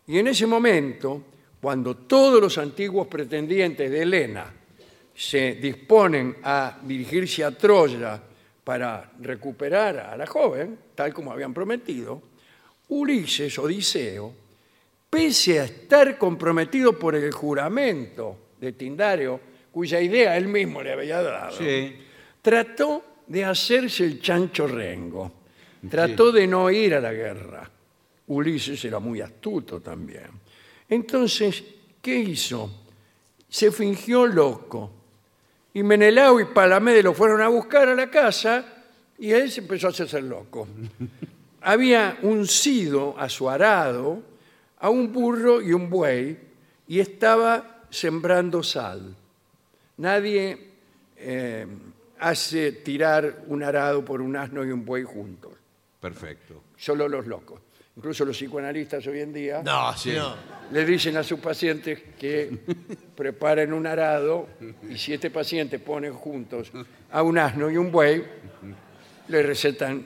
[SPEAKER 1] Y en ese momento, cuando todos los antiguos pretendientes de Helena se disponen a dirigirse a Troya para recuperar a la joven, tal como habían prometido, Ulises, Odiseo, pese a estar comprometido por el juramento de Tindario, cuya idea él mismo le había dado,
[SPEAKER 3] Sí.
[SPEAKER 1] trató de hacerse el chancho rengo, trató de no ir a la guerra. Ulises era muy astuto también. Entonces, ¿qué hizo? Se fingió loco. Y Menelao y Palamede lo fueron a buscar a la casa y él se empezó a hacerse el loco había uncido a su arado a un burro y un buey y estaba sembrando sal. Nadie eh, hace tirar un arado por un asno y un buey juntos,
[SPEAKER 3] Perfecto.
[SPEAKER 1] solo los locos. Incluso los psicoanalistas hoy en día
[SPEAKER 2] no, sí. no.
[SPEAKER 1] le dicen a sus pacientes que preparen un arado y si este paciente pone juntos a un asno y un buey, le recetan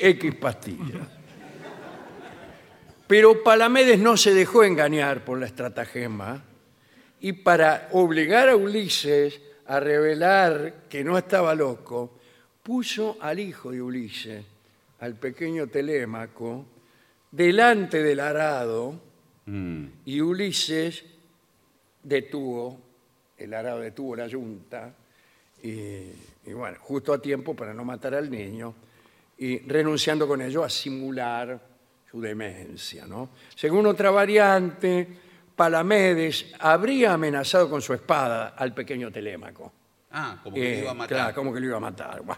[SPEAKER 1] X pastillas. Pero Palamedes no se dejó engañar por la estratagema y para obligar a Ulises a revelar que no estaba loco, puso al hijo de Ulises, al pequeño Telémaco, delante del arado y Ulises detuvo, el arado detuvo la yunta y, y bueno, justo a tiempo para no matar al niño y renunciando con ello a simular su demencia, ¿no? Según otra variante, Palamedes habría amenazado con su espada al pequeño Telémaco.
[SPEAKER 3] Ah, como
[SPEAKER 1] Eh,
[SPEAKER 3] que iba a matar.
[SPEAKER 1] Claro, como que lo iba a matar. Buah.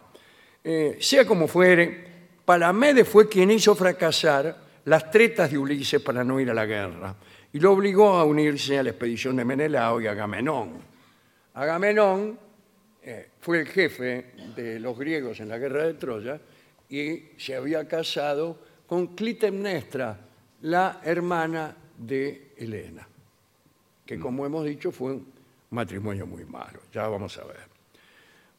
[SPEAKER 1] Eh, sea como fuere, Palamedes fue quien hizo fracasar las tretas de Ulises para no ir a la guerra y lo obligó a unirse a la expedición de Menelao y Agamenón. Agamenón eh, fue el jefe de los griegos en la guerra de Troya y se había casado con Clitemnestra, la hermana de Helena que como hemos dicho fue un matrimonio muy malo. Ya vamos a ver.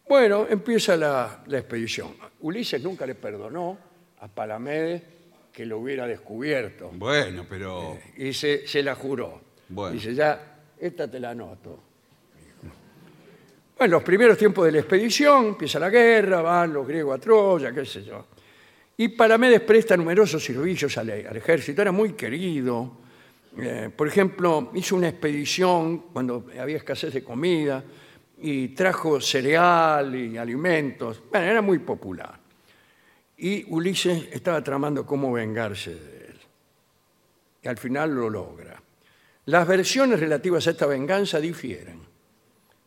[SPEAKER 1] Bueno, empieza la, la expedición. Ulises nunca le perdonó a Palamedes que lo hubiera descubierto
[SPEAKER 3] Bueno, pero.
[SPEAKER 1] y se, se la juró.
[SPEAKER 3] Bueno.
[SPEAKER 1] Dice, ya, esta te la anoto. Bueno, los primeros tiempos de la expedición, empieza la guerra, van los griegos a Troya, qué sé yo. Y Palamedes presta numerosos servicios al, al ejército, era muy querido. Eh, por ejemplo, hizo una expedición cuando había escasez de comida y trajo cereal y alimentos. Bueno, era muy popular. Y Ulises estaba tramando cómo vengarse de él y al final lo logra. Las versiones relativas a esta venganza difieren,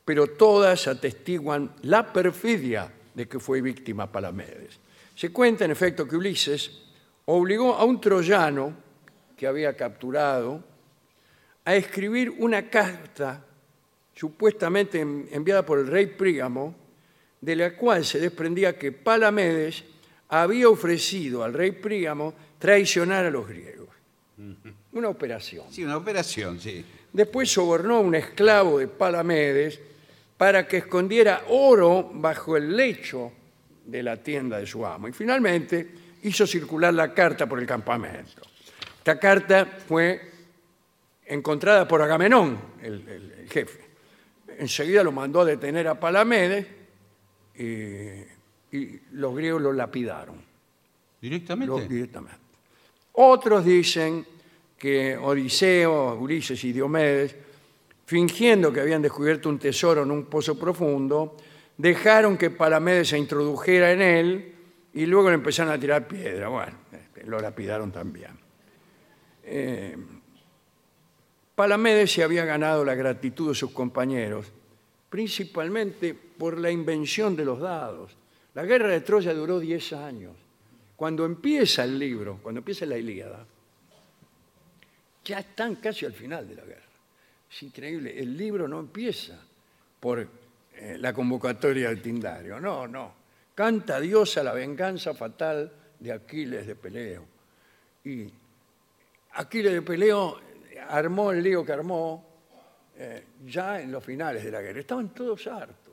[SPEAKER 1] pero todas atestiguan la perfidia de que fue víctima Palamedes. Se cuenta, en efecto, que Ulises obligó a un troyano que había capturado a escribir una carta supuestamente en- enviada por el rey Príamo, de la cual se desprendía que Palamedes había ofrecido al rey Príamo traicionar a los griegos. Una operación.
[SPEAKER 3] Sí, una operación, sí.
[SPEAKER 1] Después sobornó a un esclavo de Palamedes para que escondiera oro bajo el lecho de la tienda de su amo. Y finalmente hizo circular la carta por el campamento. Esta carta fue encontrada por Agamenón, el, el- el jefe. Enseguida lo mandó a detener a Palamedes eh, y los griegos lo lapidaron. Lo-
[SPEAKER 3] Directamente.
[SPEAKER 1] directamente. Otros dicen que Odiseo, Ulises y Diomedes, fingiendo que habían descubierto un tesoro en un pozo profundo, dejaron que Palamedes se introdujera en él y luego le empezaron a tirar piedra. Bueno, este, lo lapidaron también. Eh, Palamedes se había ganado la gratitud de sus compañeros, principalmente por la invención de los dados. La guerra de Troya duró 10 años. Cuando empieza el libro, cuando empieza la Ilíada, ya están casi al final de la guerra. Es increíble, el libro no empieza por eh, la convocatoria del Tindario, no, no. Canta Diosa la venganza fatal de Aquiles de Peleo. Y Aquiles de Peleo armó el lío que armó eh, ya en los finales de la guerra. Estaban todos hartos.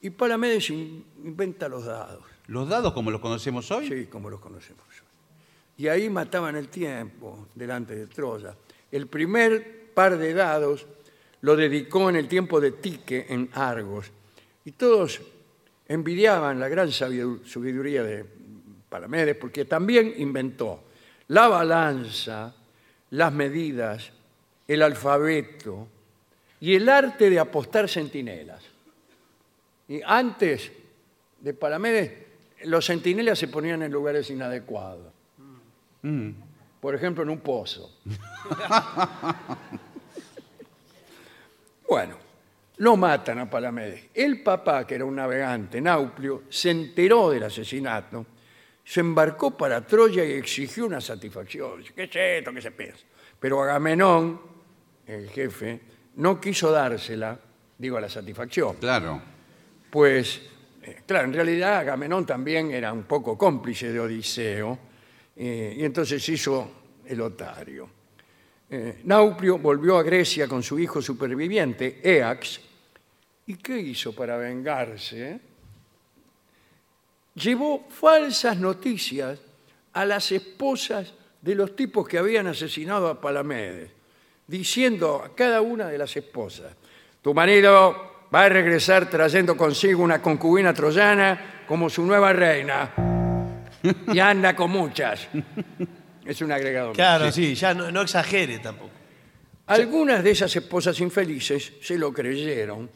[SPEAKER 1] Y Palamedes in- inventa los dados,
[SPEAKER 3] Los dados como los conocemos hoy.
[SPEAKER 1] sí, como los conocemos hoy. Y ahí mataban el tiempo delante de Troya. El primer par de dados lo dedicó en el tiempo de Tique en Argos. Y todos envidiaban la gran sabidu- sabiduría de Palamedes porque también inventó la balanza, las medidas, el alfabeto y el arte de apostar centinelas. Y antes de Palamedes, los centinelas se ponían en lugares inadecuados. Por ejemplo, en un pozo. bueno, lo matan a Palamedes. El papá, que era un navegante, Nauplio, se enteró del asesinato, se embarcó para Troya y exigió una satisfacción. Dice, ¿Qué es esto? ¿Qué se piensa? Pero Agamenón, el jefe, no quiso dársela, digo, la satisfacción.
[SPEAKER 3] Claro.
[SPEAKER 1] Pues, eh, claro, en realidad Agamenón también era un poco cómplice de Odiseo, eh, y entonces hizo el otario. Eh, Nauplio volvió a Grecia con su hijo superviviente, Eax, y ¿qué hizo para vengarse? Llevó falsas noticias a las esposas de los tipos que habían asesinado a Palamedes, diciendo a cada una de las esposas, tu marido va a regresar trayendo consigo una concubina troyana como su nueva reina. y anda con muchas. Es un agregado. más.
[SPEAKER 2] Claro, sí, ya no, no exagere tampoco.
[SPEAKER 1] Algunas de esas esposas infelices se lo creyeron,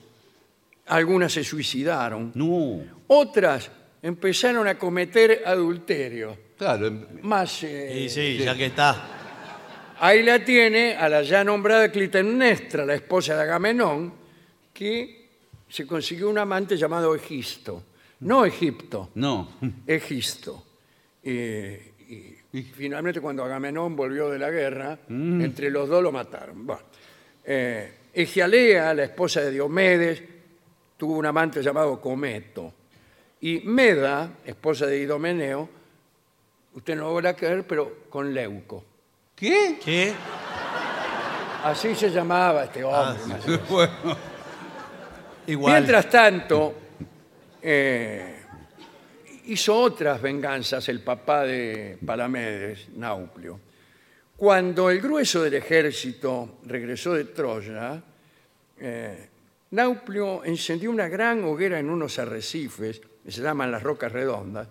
[SPEAKER 1] algunas se suicidaron,
[SPEAKER 3] No.
[SPEAKER 1] otras empezaron a cometer adulterio.
[SPEAKER 3] Claro. em-
[SPEAKER 1] Más, eh,
[SPEAKER 2] Sí, sí, ya que está.
[SPEAKER 1] ahí la tiene a la ya nombrada Clitemnestra, la esposa de Agamenón, que se consiguió un amante llamado Egisto. No Egipto,
[SPEAKER 3] No.
[SPEAKER 1] Egisto. Eh, y finalmente cuando Agamenón volvió de la guerra, entre los dos lo mataron. Bueno, eh, Egialea, la esposa de Diomedes, tuvo un amante llamado Cometo. Y Meda, esposa de Idomeneo, usted no lo va a creer, pero con Leuco.
[SPEAKER 3] ¿Qué?
[SPEAKER 2] ¿Qué?
[SPEAKER 1] Así se llamaba este hombre.
[SPEAKER 3] Ah, Bueno.
[SPEAKER 2] Igual.
[SPEAKER 1] Mientras tanto, eh, hizo otras venganzas el papá de Palamedes, Nauplio. Cuando el grueso del ejército regresó de Troya, eh, Nauplio encendió una gran hoguera en unos arrecifes, que se llaman las rocas redondas.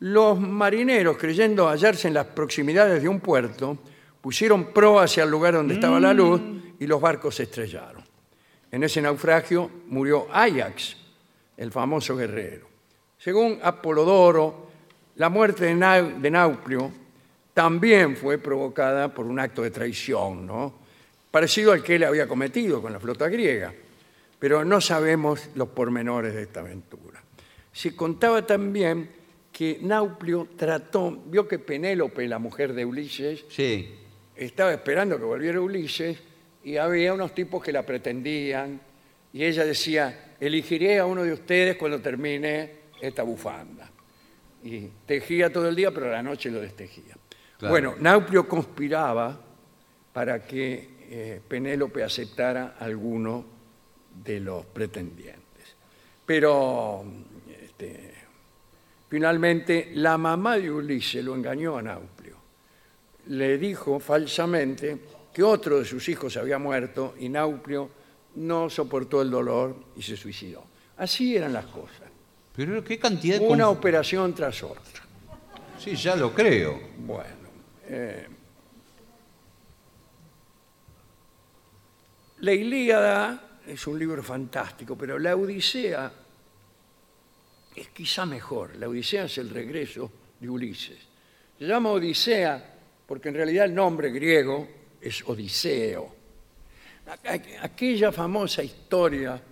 [SPEAKER 1] Los marineros, creyendo hallarse en las proximidades de un puerto, pusieron proa hacia el lugar donde estaba la luz y los barcos se estrellaron. En ese naufragio murió Ajax, el famoso guerrero. Según Apolodoro, la muerte de, Nau- de Nauplio también fue provocada por un acto de traición, ¿no? parecido al que él había cometido con la flota griega. Pero no sabemos los pormenores de esta aventura. Se contaba también que Nauplio trató, vio que Penélope, la mujer de Ulises,
[SPEAKER 3] Sí.
[SPEAKER 1] estaba esperando que volviera Ulises y había unos tipos que la pretendían y ella decía, elegiré a uno de ustedes cuando termine esta bufanda. Y tejía todo el día, pero a la noche lo destejía.
[SPEAKER 3] Claro.
[SPEAKER 1] Bueno, Nauplio conspiraba para que eh, Penélope aceptara alguno de los pretendientes. Pero este, finalmente la mamá de Ulises lo engañó a Nauplio le dijo falsamente que otro de sus hijos había muerto y Nauplio no soportó el dolor y se suicidó. Así eran las cosas.
[SPEAKER 3] Pero qué cantidad de...
[SPEAKER 1] Una
[SPEAKER 3] conf-
[SPEAKER 1] operación tras otra.
[SPEAKER 3] Sí, ya lo creo.
[SPEAKER 1] Bueno. eh, la Ilíada es un libro fantástico, pero la Odisea es quizá mejor. La Odisea es el regreso de Ulises. Se llama Odisea porque en realidad el nombre griego es Odiseo. Aqu- Aquella famosa historia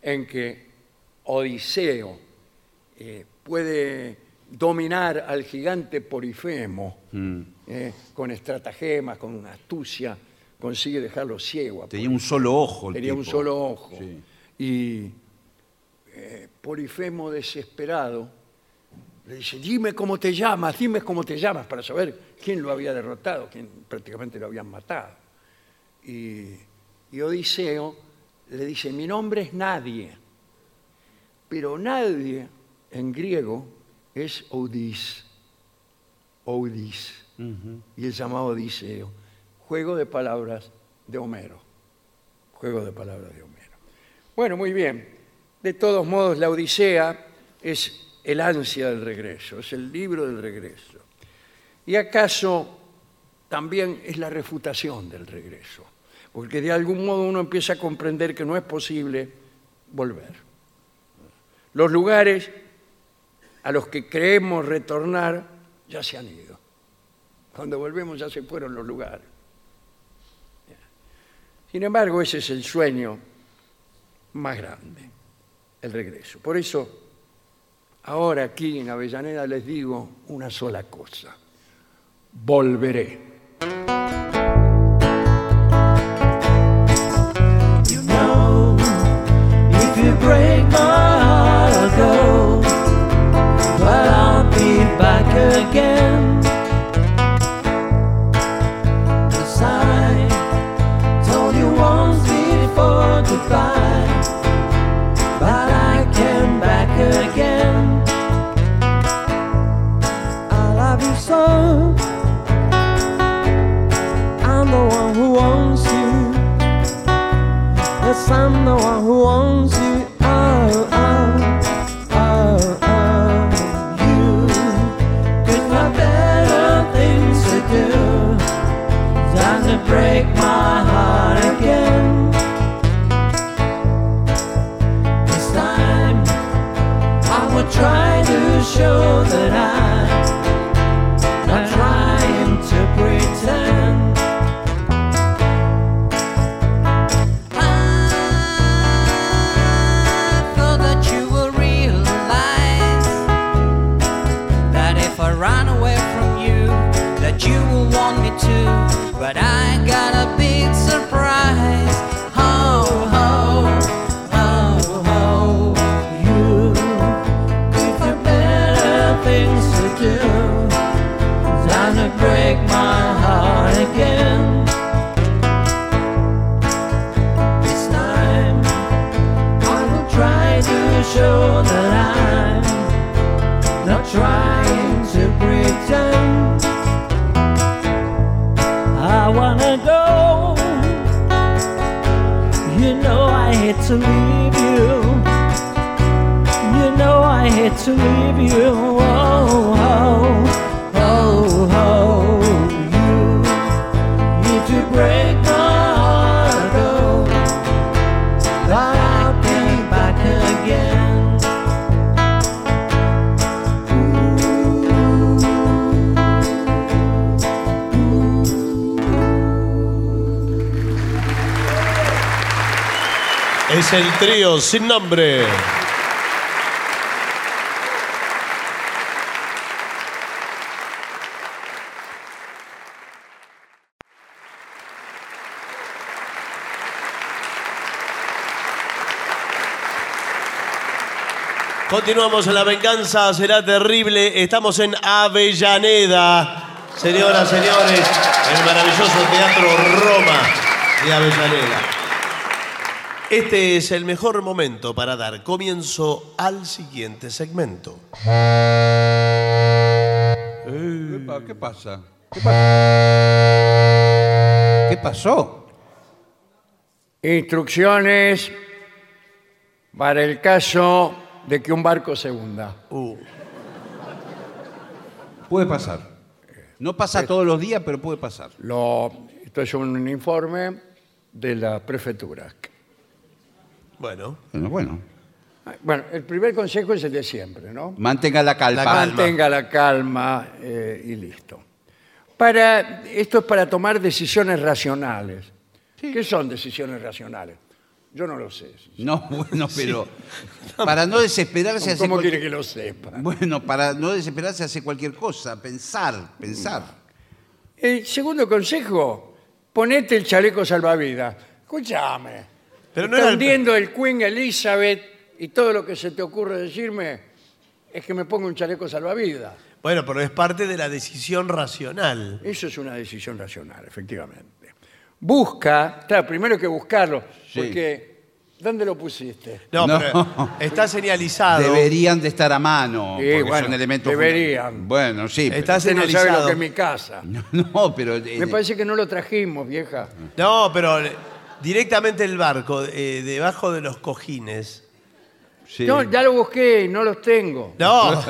[SPEAKER 1] en que Odiseo eh, puede dominar al gigante Polifemo
[SPEAKER 2] Mm.
[SPEAKER 1] eh, con estratagemas, con astucia, consigue dejarlo ciego. a
[SPEAKER 3] Tenía un solo ojo. el
[SPEAKER 1] Tenía un
[SPEAKER 3] tipo.
[SPEAKER 1] solo ojo.
[SPEAKER 3] Sí.
[SPEAKER 1] Y eh, Polifemo desesperado le dice, dime cómo te llamas, dime cómo te llamas para saber quién lo había derrotado, quién prácticamente lo habían matado. Y, y Odiseo le dice, mi nombre es nadie, pero nadie en griego es Odis. Odis. Y es llamado Odiseo. Juego de palabras de Homero. Juego de palabras de Homero. Bueno, muy bien. De todos modos, la Odisea es el ansia del regreso, es el libro del regreso. Y acaso también es la refutación del regreso, porque de algún modo uno empieza a comprender que no es posible volver. Los lugares a los que creemos retornar ya se han ido. Cuando volvemos ya se fueron los lugares. Sin embargo, ese es el sueño más grande, el regreso. Por eso, ahora aquí en Avellaneda les digo una sola cosa, volveré.
[SPEAKER 4] You know, if you break my heart, I'll go. But I'll be back again. Cause I told you once before goodbye. But I came back again. I love you so. I'm the one who wants you. Yes, I'm the one who owns you. Oh, oh, oh, oh. You hate to leave you. You know I hate to leave you. Oh, oh, oh, oh, you. If you break my heart, oh, I'll be back again.
[SPEAKER 2] Es el trío sin nombre. Continuamos en la venganza, será terrible. Estamos en Avellaneda. Señoras, señores, el maravilloso Teatro Roma de Avellaneda. Este es el mejor momento para dar comienzo al siguiente segmento.
[SPEAKER 3] Epa, ¿Qué pasa? ¿Qué pasa? ¿Qué pasó?
[SPEAKER 1] Instrucciones para el caso de que un barco se hunda.
[SPEAKER 2] Uh,
[SPEAKER 3] Puede pasar. No pasa todos los días, pero puede pasar.
[SPEAKER 1] Lo- esto es un informe de la prefectura.
[SPEAKER 2] bueno,
[SPEAKER 3] Bueno, bueno.
[SPEAKER 1] Bueno, el primer consejo es el de siempre, ¿no?
[SPEAKER 3] Mantenga la calma.
[SPEAKER 1] Mantenga la calma eh, y listo. Para, esto es para tomar decisiones racionales. ¿Qué son decisiones racionales? Yo no lo sé.
[SPEAKER 3] No, bueno, pero para no desesperarse hace
[SPEAKER 1] ¿Cómo
[SPEAKER 3] cualquier-
[SPEAKER 1] quiere que lo sepa?
[SPEAKER 3] Bueno, para no desesperarse hace cualquier cosa, pensar, pensar.
[SPEAKER 1] El segundo consejo, ponete el chaleco salvavidas. Escúchame.
[SPEAKER 2] Pero no
[SPEAKER 1] está
[SPEAKER 2] era el-
[SPEAKER 1] hundiendo el Queen Elizabeth y todo lo que se te ocurre decirme es que me ponga un chaleco salvavidas.
[SPEAKER 2] bueno, pero es parte de la decisión racional.
[SPEAKER 1] Eso es una decisión racional, efectivamente. Busca, claro, primero hay que buscarlo,
[SPEAKER 3] Sí.
[SPEAKER 1] porque ¿dónde lo pusiste?
[SPEAKER 2] No,
[SPEAKER 3] No.
[SPEAKER 2] pero está señalizado.
[SPEAKER 3] Deberían de estar a mano,
[SPEAKER 1] Sí,
[SPEAKER 3] porque
[SPEAKER 1] bueno,
[SPEAKER 3] son elementos
[SPEAKER 1] deberían.
[SPEAKER 3] funda- Bueno, sí. pero-
[SPEAKER 2] Estás-
[SPEAKER 1] Usted no sabe lo
[SPEAKER 2] señalizado.
[SPEAKER 1] que es mi casa.
[SPEAKER 3] No, pero eh,
[SPEAKER 1] Me parece que no lo trajimos, vieja.
[SPEAKER 2] No, pero directamente el barco, eh, debajo de los cojines.
[SPEAKER 3] sí.
[SPEAKER 1] No, ya lo busqué y no los tengo.
[SPEAKER 2] No,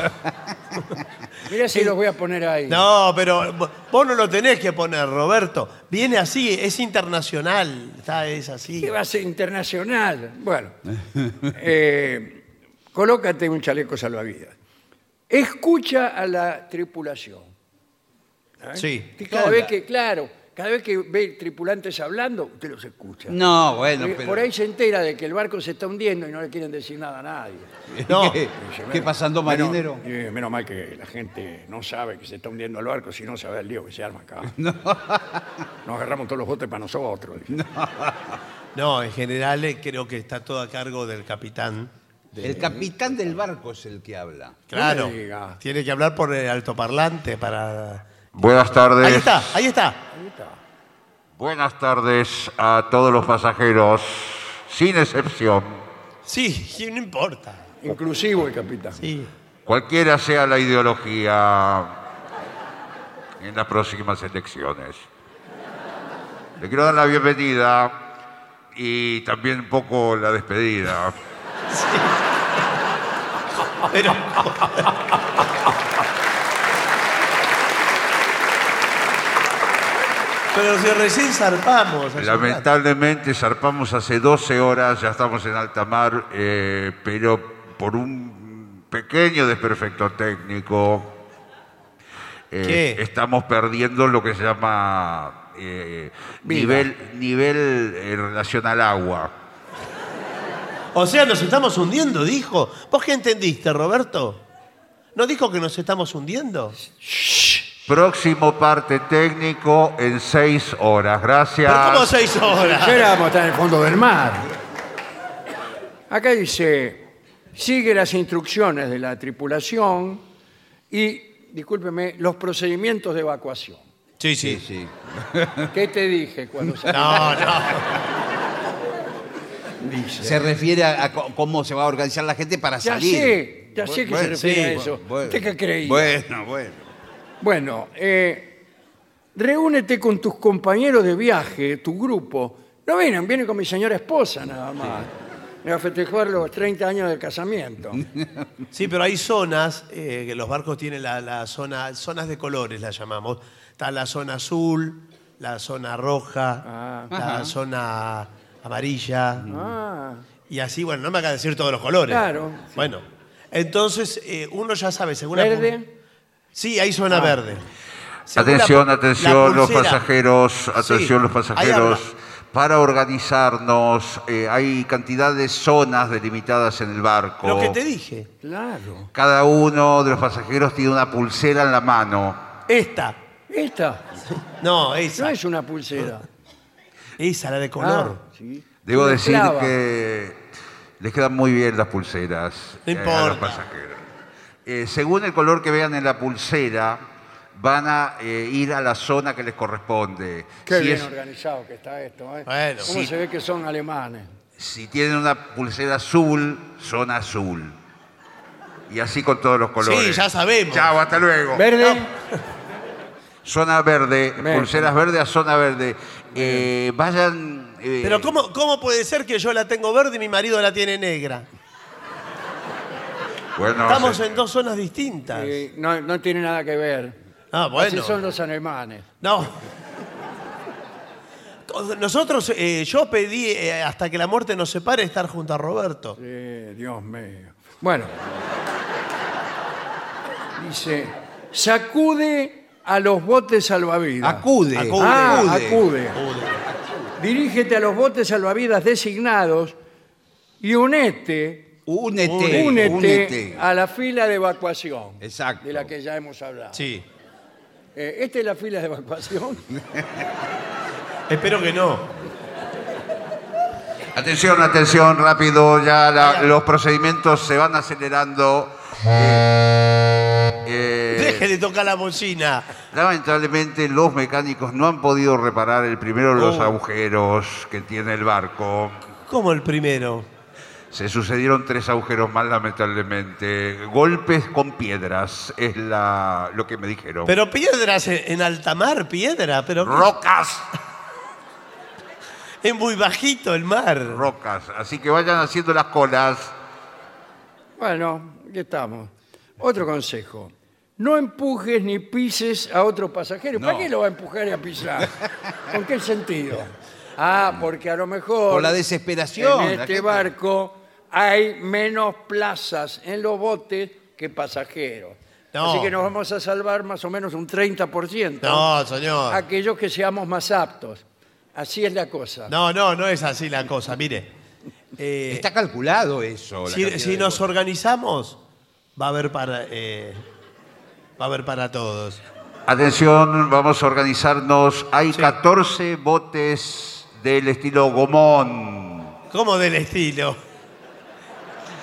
[SPEAKER 1] Mira si los voy a poner ahí.
[SPEAKER 2] no, pero vo- vos no lo tenés que poner, Roberto. Viene así, es internacional. Está, es así.
[SPEAKER 1] ¿Qué va a ser internacional? Bueno, eh, colócate un chaleco salvavidas. Escucha a la tripulación. ¿eh?
[SPEAKER 2] Sí.
[SPEAKER 1] Y Cada vez que, claro, cada vez que ve tripulantes hablando, usted los escucha.
[SPEAKER 3] No, bueno,
[SPEAKER 1] Porque
[SPEAKER 3] pero.
[SPEAKER 1] Por ahí se entera de que el barco se está hundiendo y no le quieren decir nada a nadie.
[SPEAKER 2] No.
[SPEAKER 3] ¿Qué,
[SPEAKER 1] Dice,
[SPEAKER 3] qué
[SPEAKER 1] bueno,
[SPEAKER 3] pasando,
[SPEAKER 1] menos-
[SPEAKER 3] marinero?
[SPEAKER 1] eh, menos mal que la gente no sabe que se está hundiendo el barco, si no sabe el lío que se arma acá. Nos agarramos todos los botes para nosotros. dice.
[SPEAKER 2] No, en general eh, creo que está todo a cargo del capitán.
[SPEAKER 3] El capitán del barco es el que habla.
[SPEAKER 2] Claro.
[SPEAKER 1] me diga.
[SPEAKER 2] Tiene que hablar por el altoparlante para.
[SPEAKER 5] Buenas tardes.
[SPEAKER 2] Ahí está, ahí está.
[SPEAKER 1] Ahí está.
[SPEAKER 5] Buenas tardes a todos los pasajeros, sin excepción.
[SPEAKER 2] Sí, y no importa.
[SPEAKER 1] Inclusivo el capitán.
[SPEAKER 2] Sí.
[SPEAKER 5] Cualquiera sea la ideología en las próximas elecciones. Le quiero dar la bienvenida y también un poco la despedida.
[SPEAKER 2] Pero, pero si recién zarpamos. hace un rato.
[SPEAKER 5] Lamentablemente zarpamos hace 12 horas, ya estamos en alta mar, eh, pero por un pequeño desperfecto técnico eh,
[SPEAKER 2] ¿Qué?
[SPEAKER 5] estamos perdiendo lo que se llama eh, nivel, nivel eh, en relación al agua.
[SPEAKER 2] O sea, nos estamos hundiendo, dijo. ¿Vos qué entendiste, Roberto? ¿No dijo que nos estamos hundiendo?
[SPEAKER 5] Próximo parte técnico en 6 horas. Gracias.
[SPEAKER 2] ¿Pero cómo seis
[SPEAKER 1] Ya
[SPEAKER 2] horas?
[SPEAKER 1] éramos estar en el fondo del mar. Acá dice, sigue las instrucciones de la tripulación y, discúlpeme, los procedimientos de evacuación.
[SPEAKER 2] Sí,
[SPEAKER 3] Sí,
[SPEAKER 2] sí.
[SPEAKER 3] sí.
[SPEAKER 1] ¿Qué te dije cuando salí?
[SPEAKER 2] No, no.
[SPEAKER 3] Se refiere a, a co- cómo se va a organizar la gente para
[SPEAKER 1] Ya
[SPEAKER 3] salir.
[SPEAKER 1] sé, ya sé que se refiere a eso. ¿Usted qué creía?
[SPEAKER 3] Bueno, bueno.
[SPEAKER 1] Bueno, eh, reúnete con tus compañeros de viaje, tu grupo. No vienen, vienen con mi señora esposa nada más. a festejar los 30 años de casamiento.
[SPEAKER 2] Sí, pero hay zonas, eh, que los barcos tienen la, la zona, zonas de colores las llamamos. Está la zona azul, la zona roja,
[SPEAKER 1] Ah.
[SPEAKER 2] la zona amarilla.
[SPEAKER 1] Ah,
[SPEAKER 2] Y así, bueno, no me hagas decir todos los colores.
[SPEAKER 1] Claro, sí.
[SPEAKER 2] Bueno, entonces eh, uno ya sabe, según la pu-
[SPEAKER 1] verde. Ah.
[SPEAKER 2] Sí, hay zona verde. Según la
[SPEAKER 5] Atención,
[SPEAKER 2] pu-
[SPEAKER 5] atención
[SPEAKER 2] la
[SPEAKER 5] los
[SPEAKER 2] pulsera.
[SPEAKER 5] pasajeros,
[SPEAKER 2] Sí,
[SPEAKER 5] atención los
[SPEAKER 2] ahí
[SPEAKER 5] pasajeros.
[SPEAKER 2] habla.
[SPEAKER 5] Para organizarnos, eh, hay cantidad de zonas delimitadas en el barco.
[SPEAKER 2] Lo que te dije,
[SPEAKER 1] Claro.
[SPEAKER 5] Cada uno de los pasajeros tiene una pulsera en la mano.
[SPEAKER 2] esta.
[SPEAKER 1] Esta
[SPEAKER 2] No,
[SPEAKER 1] no
[SPEAKER 2] esa.
[SPEAKER 1] es una pulsera.
[SPEAKER 2] Esa, la de color.
[SPEAKER 1] Ah, sí.
[SPEAKER 5] Debo
[SPEAKER 1] Una
[SPEAKER 5] decir
[SPEAKER 1] clava.
[SPEAKER 5] que les quedan muy bien las pulseras
[SPEAKER 2] No
[SPEAKER 5] eh, a los
[SPEAKER 2] importa.
[SPEAKER 5] pasajeros. Eh, según el color que vean en la pulsera, van a eh, ir a la zona que les corresponde.
[SPEAKER 1] Qué
[SPEAKER 5] si,
[SPEAKER 1] bien
[SPEAKER 5] es-
[SPEAKER 1] organizado que está esto. ¿eh?
[SPEAKER 2] Bueno,
[SPEAKER 1] ¿Cómo
[SPEAKER 2] sí.
[SPEAKER 1] se ve que son alemanes?
[SPEAKER 5] si tienen una pulsera azul, zona azul. Y así con todos los colores.
[SPEAKER 2] Sí, ya sabemos.
[SPEAKER 5] Chao, hasta luego.
[SPEAKER 1] ¿Verde?
[SPEAKER 5] Zona verde,
[SPEAKER 1] Verde.
[SPEAKER 5] pulseras verdes a zona verde. Eh, vayan. eh,
[SPEAKER 2] Pero ¿cómo, ¿cómo puede ser que yo la tengo verde y mi marido la tiene negra?
[SPEAKER 5] bueno,
[SPEAKER 2] Estamos
[SPEAKER 5] se-
[SPEAKER 2] en dos zonas distintas.
[SPEAKER 1] Eh, no, no tiene nada que ver.
[SPEAKER 2] Ah,
[SPEAKER 1] Así
[SPEAKER 2] bueno.
[SPEAKER 1] son los alemanes.
[SPEAKER 2] No. Todos- Nosotros, eh, yo pedí eh, hasta que la muerte nos separe estar junto a Roberto.
[SPEAKER 1] Eh, Dios mío. Bueno. Dice, sacude a los botes salvavidas.
[SPEAKER 3] Acude.
[SPEAKER 2] Acude.
[SPEAKER 1] Ah,
[SPEAKER 3] acude.
[SPEAKER 1] acude. Dirígete a los botes salvavidas designados y unete,
[SPEAKER 3] Únete.
[SPEAKER 1] únete,
[SPEAKER 3] únete.
[SPEAKER 1] a la fila de evacuación.
[SPEAKER 3] Exacto.
[SPEAKER 1] De la que ya hemos hablado.
[SPEAKER 2] Sí.
[SPEAKER 1] Eh, ¿Esta es la fila de evacuación?
[SPEAKER 2] Espero que no.
[SPEAKER 5] Atención, atención, rápido, ya la- los procedimientos se van acelerando. Eh, eh,
[SPEAKER 2] Deje de tocar la bocina.
[SPEAKER 5] lamentablemente los mecánicos no han podido reparar el primero de los
[SPEAKER 2] Oh.
[SPEAKER 5] agujeros que tiene el barco.
[SPEAKER 2] ¿Cómo el primero?
[SPEAKER 5] Se sucedieron tres agujeros más, lamentablemente. Golpes con piedras, es la, lo que me dijeron.
[SPEAKER 2] Pero piedras en, en alta mar, piedra, pero
[SPEAKER 5] Rocas,
[SPEAKER 2] es muy bajito el mar.
[SPEAKER 5] rocas. Así que vayan haciendo las colas.
[SPEAKER 1] Bueno, ya estamos. Otro consejo. No empujes ni pises a otro pasajero. ¿Para
[SPEAKER 3] No.
[SPEAKER 1] qué lo va a empujar y a pisar? ¿Con qué sentido? Ah, porque a lo mejor...
[SPEAKER 3] Por la desesperación.
[SPEAKER 1] En
[SPEAKER 3] la
[SPEAKER 1] este
[SPEAKER 3] gente-
[SPEAKER 1] barco hay menos plazas en los botes que pasajeros.
[SPEAKER 2] No.
[SPEAKER 1] Así que nos vamos a salvar más o menos un 30%
[SPEAKER 2] No, señor.
[SPEAKER 1] aquellos que seamos más aptos. Así es la cosa.
[SPEAKER 2] No, no, no es así la cosa. Mire, Eh,
[SPEAKER 3] Está calculado eso. la
[SPEAKER 2] si,
[SPEAKER 3] cantidad
[SPEAKER 2] si
[SPEAKER 3] de
[SPEAKER 2] nos organizamos, va a haber para, eh, va a haber para todos.
[SPEAKER 5] Atención, vamos a organizarnos. Hay 14 botes del estilo gomón.
[SPEAKER 2] ¿Cómo del estilo?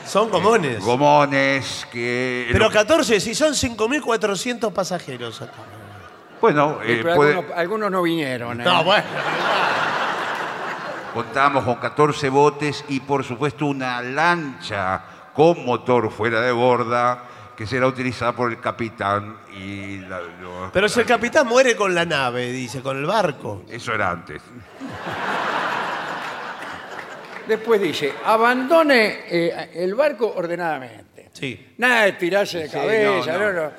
[SPEAKER 2] Son comunes.
[SPEAKER 5] Gomones que...
[SPEAKER 2] Pero 14, si son 5.400 pasajeros acá.
[SPEAKER 5] bueno, eh,
[SPEAKER 1] Pero
[SPEAKER 5] puede-
[SPEAKER 1] algunos, algunos no vinieron. ¿eh?
[SPEAKER 2] No, bueno.
[SPEAKER 5] contamos con 14 botes y por supuesto una lancha con motor fuera de borda que será utilizada por el capitán y la- los-
[SPEAKER 2] Pero si el capitán muere con la nave, dice, con el barco.
[SPEAKER 5] Eso era antes.
[SPEAKER 1] Después dice, abandone eh, el barco ordenadamente.
[SPEAKER 2] Sí.
[SPEAKER 1] Nada de tirarse de
[SPEAKER 3] Sí,
[SPEAKER 1] cabeza,
[SPEAKER 3] no,
[SPEAKER 1] no,
[SPEAKER 3] no.
[SPEAKER 1] no.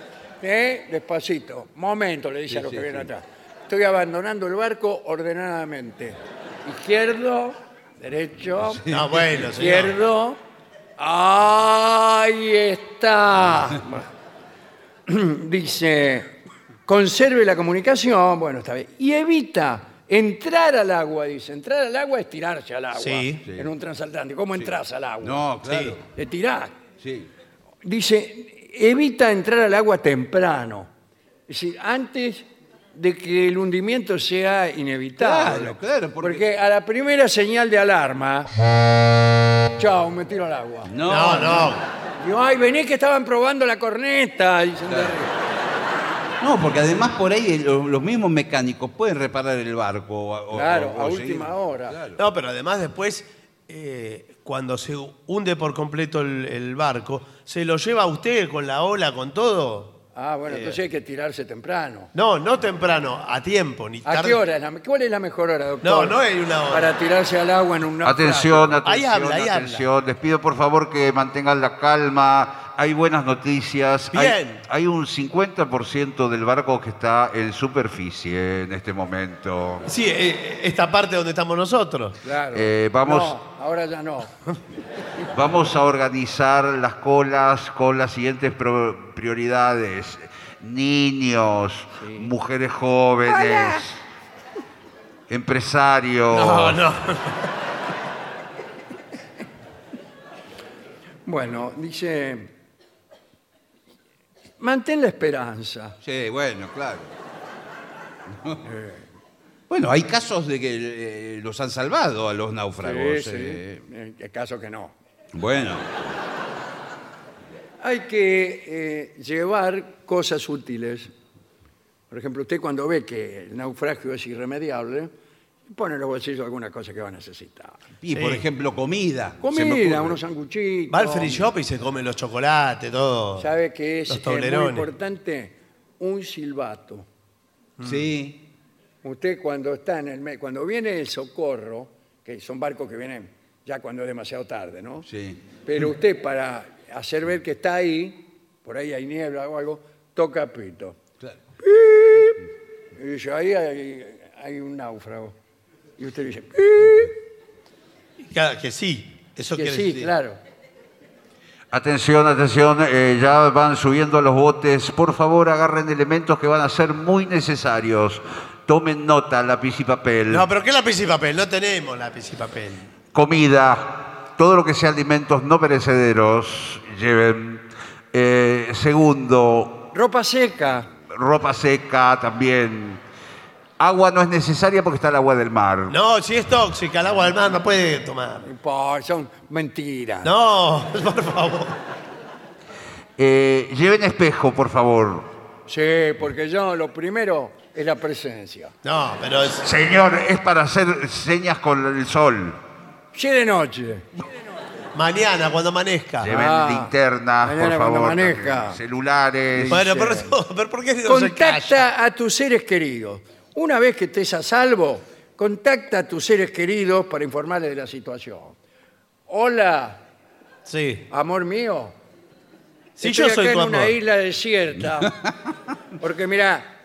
[SPEAKER 1] ¿Eh? Despacito, momento, le dice a los que vienen atrás. Estoy abandonando el barco ordenadamente. Izquierdo, derecho,
[SPEAKER 2] No, bueno, señor.
[SPEAKER 1] izquierdo. Ahí está. Dice, conserve la comunicación, bueno, está bien. Y evita entrar al agua, dice. Entrar al agua es tirarse al agua.
[SPEAKER 2] Sí. Sí.
[SPEAKER 1] En un transatlántico. ¿Cómo entras al agua?
[SPEAKER 3] No, claro.
[SPEAKER 1] Te tirás
[SPEAKER 3] Sí.
[SPEAKER 1] dice, evita entrar al agua temprano. Es decir, antes de que el hundimiento sea inevitable.
[SPEAKER 3] Claro, claro, porque-
[SPEAKER 1] a la primera señal de alarma, chao, me tiro al agua.
[SPEAKER 2] No,
[SPEAKER 3] No, no.
[SPEAKER 2] no.
[SPEAKER 1] Digo, ay, vení que estaban probando la corneta. dicen de arriba.
[SPEAKER 3] No, porque además por ahí lo- los mismos mecánicos pueden reparar el barco. o- o-
[SPEAKER 1] Claro,
[SPEAKER 3] o-
[SPEAKER 1] a
[SPEAKER 3] o
[SPEAKER 1] última
[SPEAKER 3] seguir.
[SPEAKER 1] hora.
[SPEAKER 2] No, pero además después, eh, cuando se hunde por completo el, el barco, ¿se lo lleva a usted con la ola, con todo?
[SPEAKER 1] Ah,
[SPEAKER 3] Eh.
[SPEAKER 1] bueno, entonces hay que tirarse temprano.
[SPEAKER 2] No, no temprano, a tiempo, ni
[SPEAKER 1] ¿A
[SPEAKER 2] tarde.
[SPEAKER 1] qué hora? es la- ¿Cuál es la mejor hora, doctor?
[SPEAKER 2] No, no hay una hora.
[SPEAKER 1] Para tirarse al agua en un naufragio?
[SPEAKER 5] Atención, atención,
[SPEAKER 2] Ahí habla, ahí
[SPEAKER 5] atención. Les pido por favor que mantengan la calma. Hay buenas noticias. Hay-
[SPEAKER 2] Bien.
[SPEAKER 5] Hay, un 50% del barco que está en superficie en este momento.
[SPEAKER 2] Sí, eh, esta parte donde estamos nosotros.
[SPEAKER 1] Claro.
[SPEAKER 5] Eh, vamos-
[SPEAKER 1] No, ahora ya no.
[SPEAKER 5] Vamos a organizar las colas con las siguientes pro- prioridades. Niños, mujeres jóvenes, empresarios.
[SPEAKER 2] No, no.
[SPEAKER 1] Bueno, dice... Mantén la esperanza.
[SPEAKER 3] Sí, bueno, claro.
[SPEAKER 1] Eh.
[SPEAKER 3] Bueno, hay casos de que eh, los han salvado a los náufragos.
[SPEAKER 1] Sí, sí.
[SPEAKER 3] eh.
[SPEAKER 1] En el caso que no.
[SPEAKER 3] Bueno,
[SPEAKER 1] Hay que eh, llevar cosas útiles. Por ejemplo, usted cuando ve que el naufragio es irremediable, pone en los bolsillos alguna cosa que va a necesitar.
[SPEAKER 3] y por ejemplo, comida. se me ocurre.
[SPEAKER 1] Comida, unos sanguchitos.
[SPEAKER 2] Va al free shop y se come los chocolates, todo.
[SPEAKER 1] Sabe que es
[SPEAKER 2] Los
[SPEAKER 1] eh, muy
[SPEAKER 2] Toblerones.
[SPEAKER 1] importante un silbato.
[SPEAKER 3] Sí.
[SPEAKER 1] Usted cuando está en el me- cuando viene el socorro, que son barcos que vienen ya cuando es demasiado tarde, ¿no?
[SPEAKER 3] Sí.
[SPEAKER 1] Pero usted para hacer ver que está ahí, por ahí hay niebla o algo, toca pito.
[SPEAKER 3] Claro.
[SPEAKER 1] Pip. Y dice, ahí hay, hay un náufrago. Y usted dice, "Pip".
[SPEAKER 2] Claro que sí. Eso
[SPEAKER 1] que
[SPEAKER 2] quiere
[SPEAKER 1] sí,
[SPEAKER 2] decir.
[SPEAKER 1] claro.
[SPEAKER 5] Atención, atención, eh, ya van subiendo los botes. Por favor, agarren elementos que van a ser muy necesarios. Tomen nota, lápiz y papel.
[SPEAKER 2] No, pero ¿qué lápiz y papel? No tenemos lápiz y papel.
[SPEAKER 5] Comida, todo lo que sea alimentos no perecederos, lleven. Eh, segundo,
[SPEAKER 1] Ropa seca.
[SPEAKER 5] ropa seca también. Agua no es necesaria porque está el agua del mar.
[SPEAKER 2] No, si es tóxica, el agua del mar no puede tomar.
[SPEAKER 1] Po, Son mentiras.
[SPEAKER 2] No, por favor.
[SPEAKER 5] Eh, lleven espejo, por favor.
[SPEAKER 1] Sí, porque yo lo primero es la presencia.
[SPEAKER 2] No, pero es-
[SPEAKER 5] Señor, es para hacer señas con el sol.
[SPEAKER 1] Sí de noche.
[SPEAKER 2] mañana, cuando amanezca.
[SPEAKER 5] Lleven
[SPEAKER 1] Ah,
[SPEAKER 5] linternas,
[SPEAKER 1] mañana
[SPEAKER 5] por
[SPEAKER 1] cuando
[SPEAKER 5] favor.
[SPEAKER 1] maneja.
[SPEAKER 5] Celulares.
[SPEAKER 2] Bueno, pero, no, pero ¿por qué no se calla?
[SPEAKER 1] Contacta a tus seres queridos. Una vez que estés a salvo, contacta a tus seres queridos para informarles de la situación. Hola,
[SPEAKER 2] Sí.
[SPEAKER 1] amor mío.
[SPEAKER 2] Si
[SPEAKER 1] Estoy
[SPEAKER 2] yo soy
[SPEAKER 1] acá
[SPEAKER 2] tu
[SPEAKER 1] en una
[SPEAKER 2] amor.
[SPEAKER 1] isla desierta. Porque mira,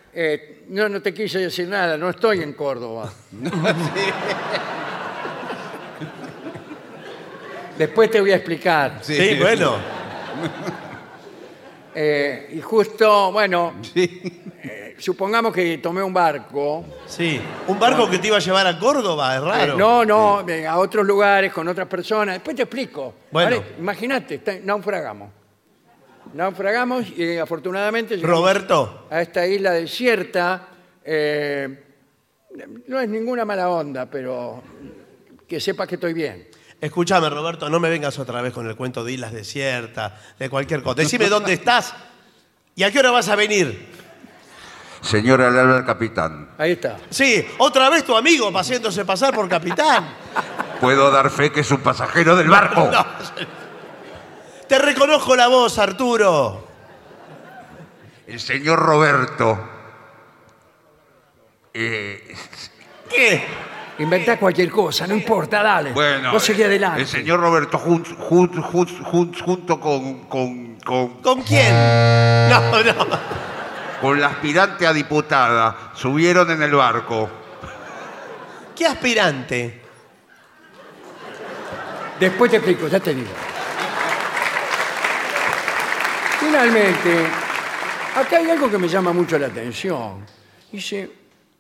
[SPEAKER 1] no, no te quise decir nada, no estoy en Córdoba. Después te voy a explicar.
[SPEAKER 2] Sí, bueno.
[SPEAKER 1] Eh, y justo, bueno,
[SPEAKER 3] Sí.
[SPEAKER 1] eh, supongamos que tomé un barco.
[SPEAKER 2] Sí. Un barco que te iba a llevar a Córdoba, es raro.
[SPEAKER 1] No, no, eh, a otros lugares, con otras personas. Después te explico.
[SPEAKER 2] Bueno.
[SPEAKER 1] Ahora, Imagínate, está- naufragamos. Naufragamos y afortunadamente llegamos
[SPEAKER 2] Roberto.
[SPEAKER 1] a esta isla desierta. eh, no es ninguna mala onda, pero que sepas que estoy bien.
[SPEAKER 2] Escúchame, Roberto, no me vengas otra vez con el cuento de islas desiertas, de cualquier cosa. Decime dónde estás y a qué hora vas a venir.
[SPEAKER 5] Señor, al habla el capitán.
[SPEAKER 1] Ahí está.
[SPEAKER 2] Sí, otra vez tu amigo haciéndose pasar por capitán.
[SPEAKER 5] Puedo dar fe que es un pasajero del barco.
[SPEAKER 2] No. Te reconozco la voz, Arturo.
[SPEAKER 5] El señor Roberto. Eh,
[SPEAKER 2] ¿Qué?
[SPEAKER 1] Inventá cualquier cosa, no importa, dale.
[SPEAKER 5] bueno. eh,
[SPEAKER 1] Vos seguí adelante.
[SPEAKER 5] El señor Roberto jun- jun- jun- jun- junto con, con, con,
[SPEAKER 2] ¿Con quién? No, no.
[SPEAKER 5] con la aspirante a diputada subieron en el barco.
[SPEAKER 2] ¿Qué aspirante?
[SPEAKER 1] Después te explico, ya te digo. Finalmente, acá hay algo que me llama mucho la atención. Dice,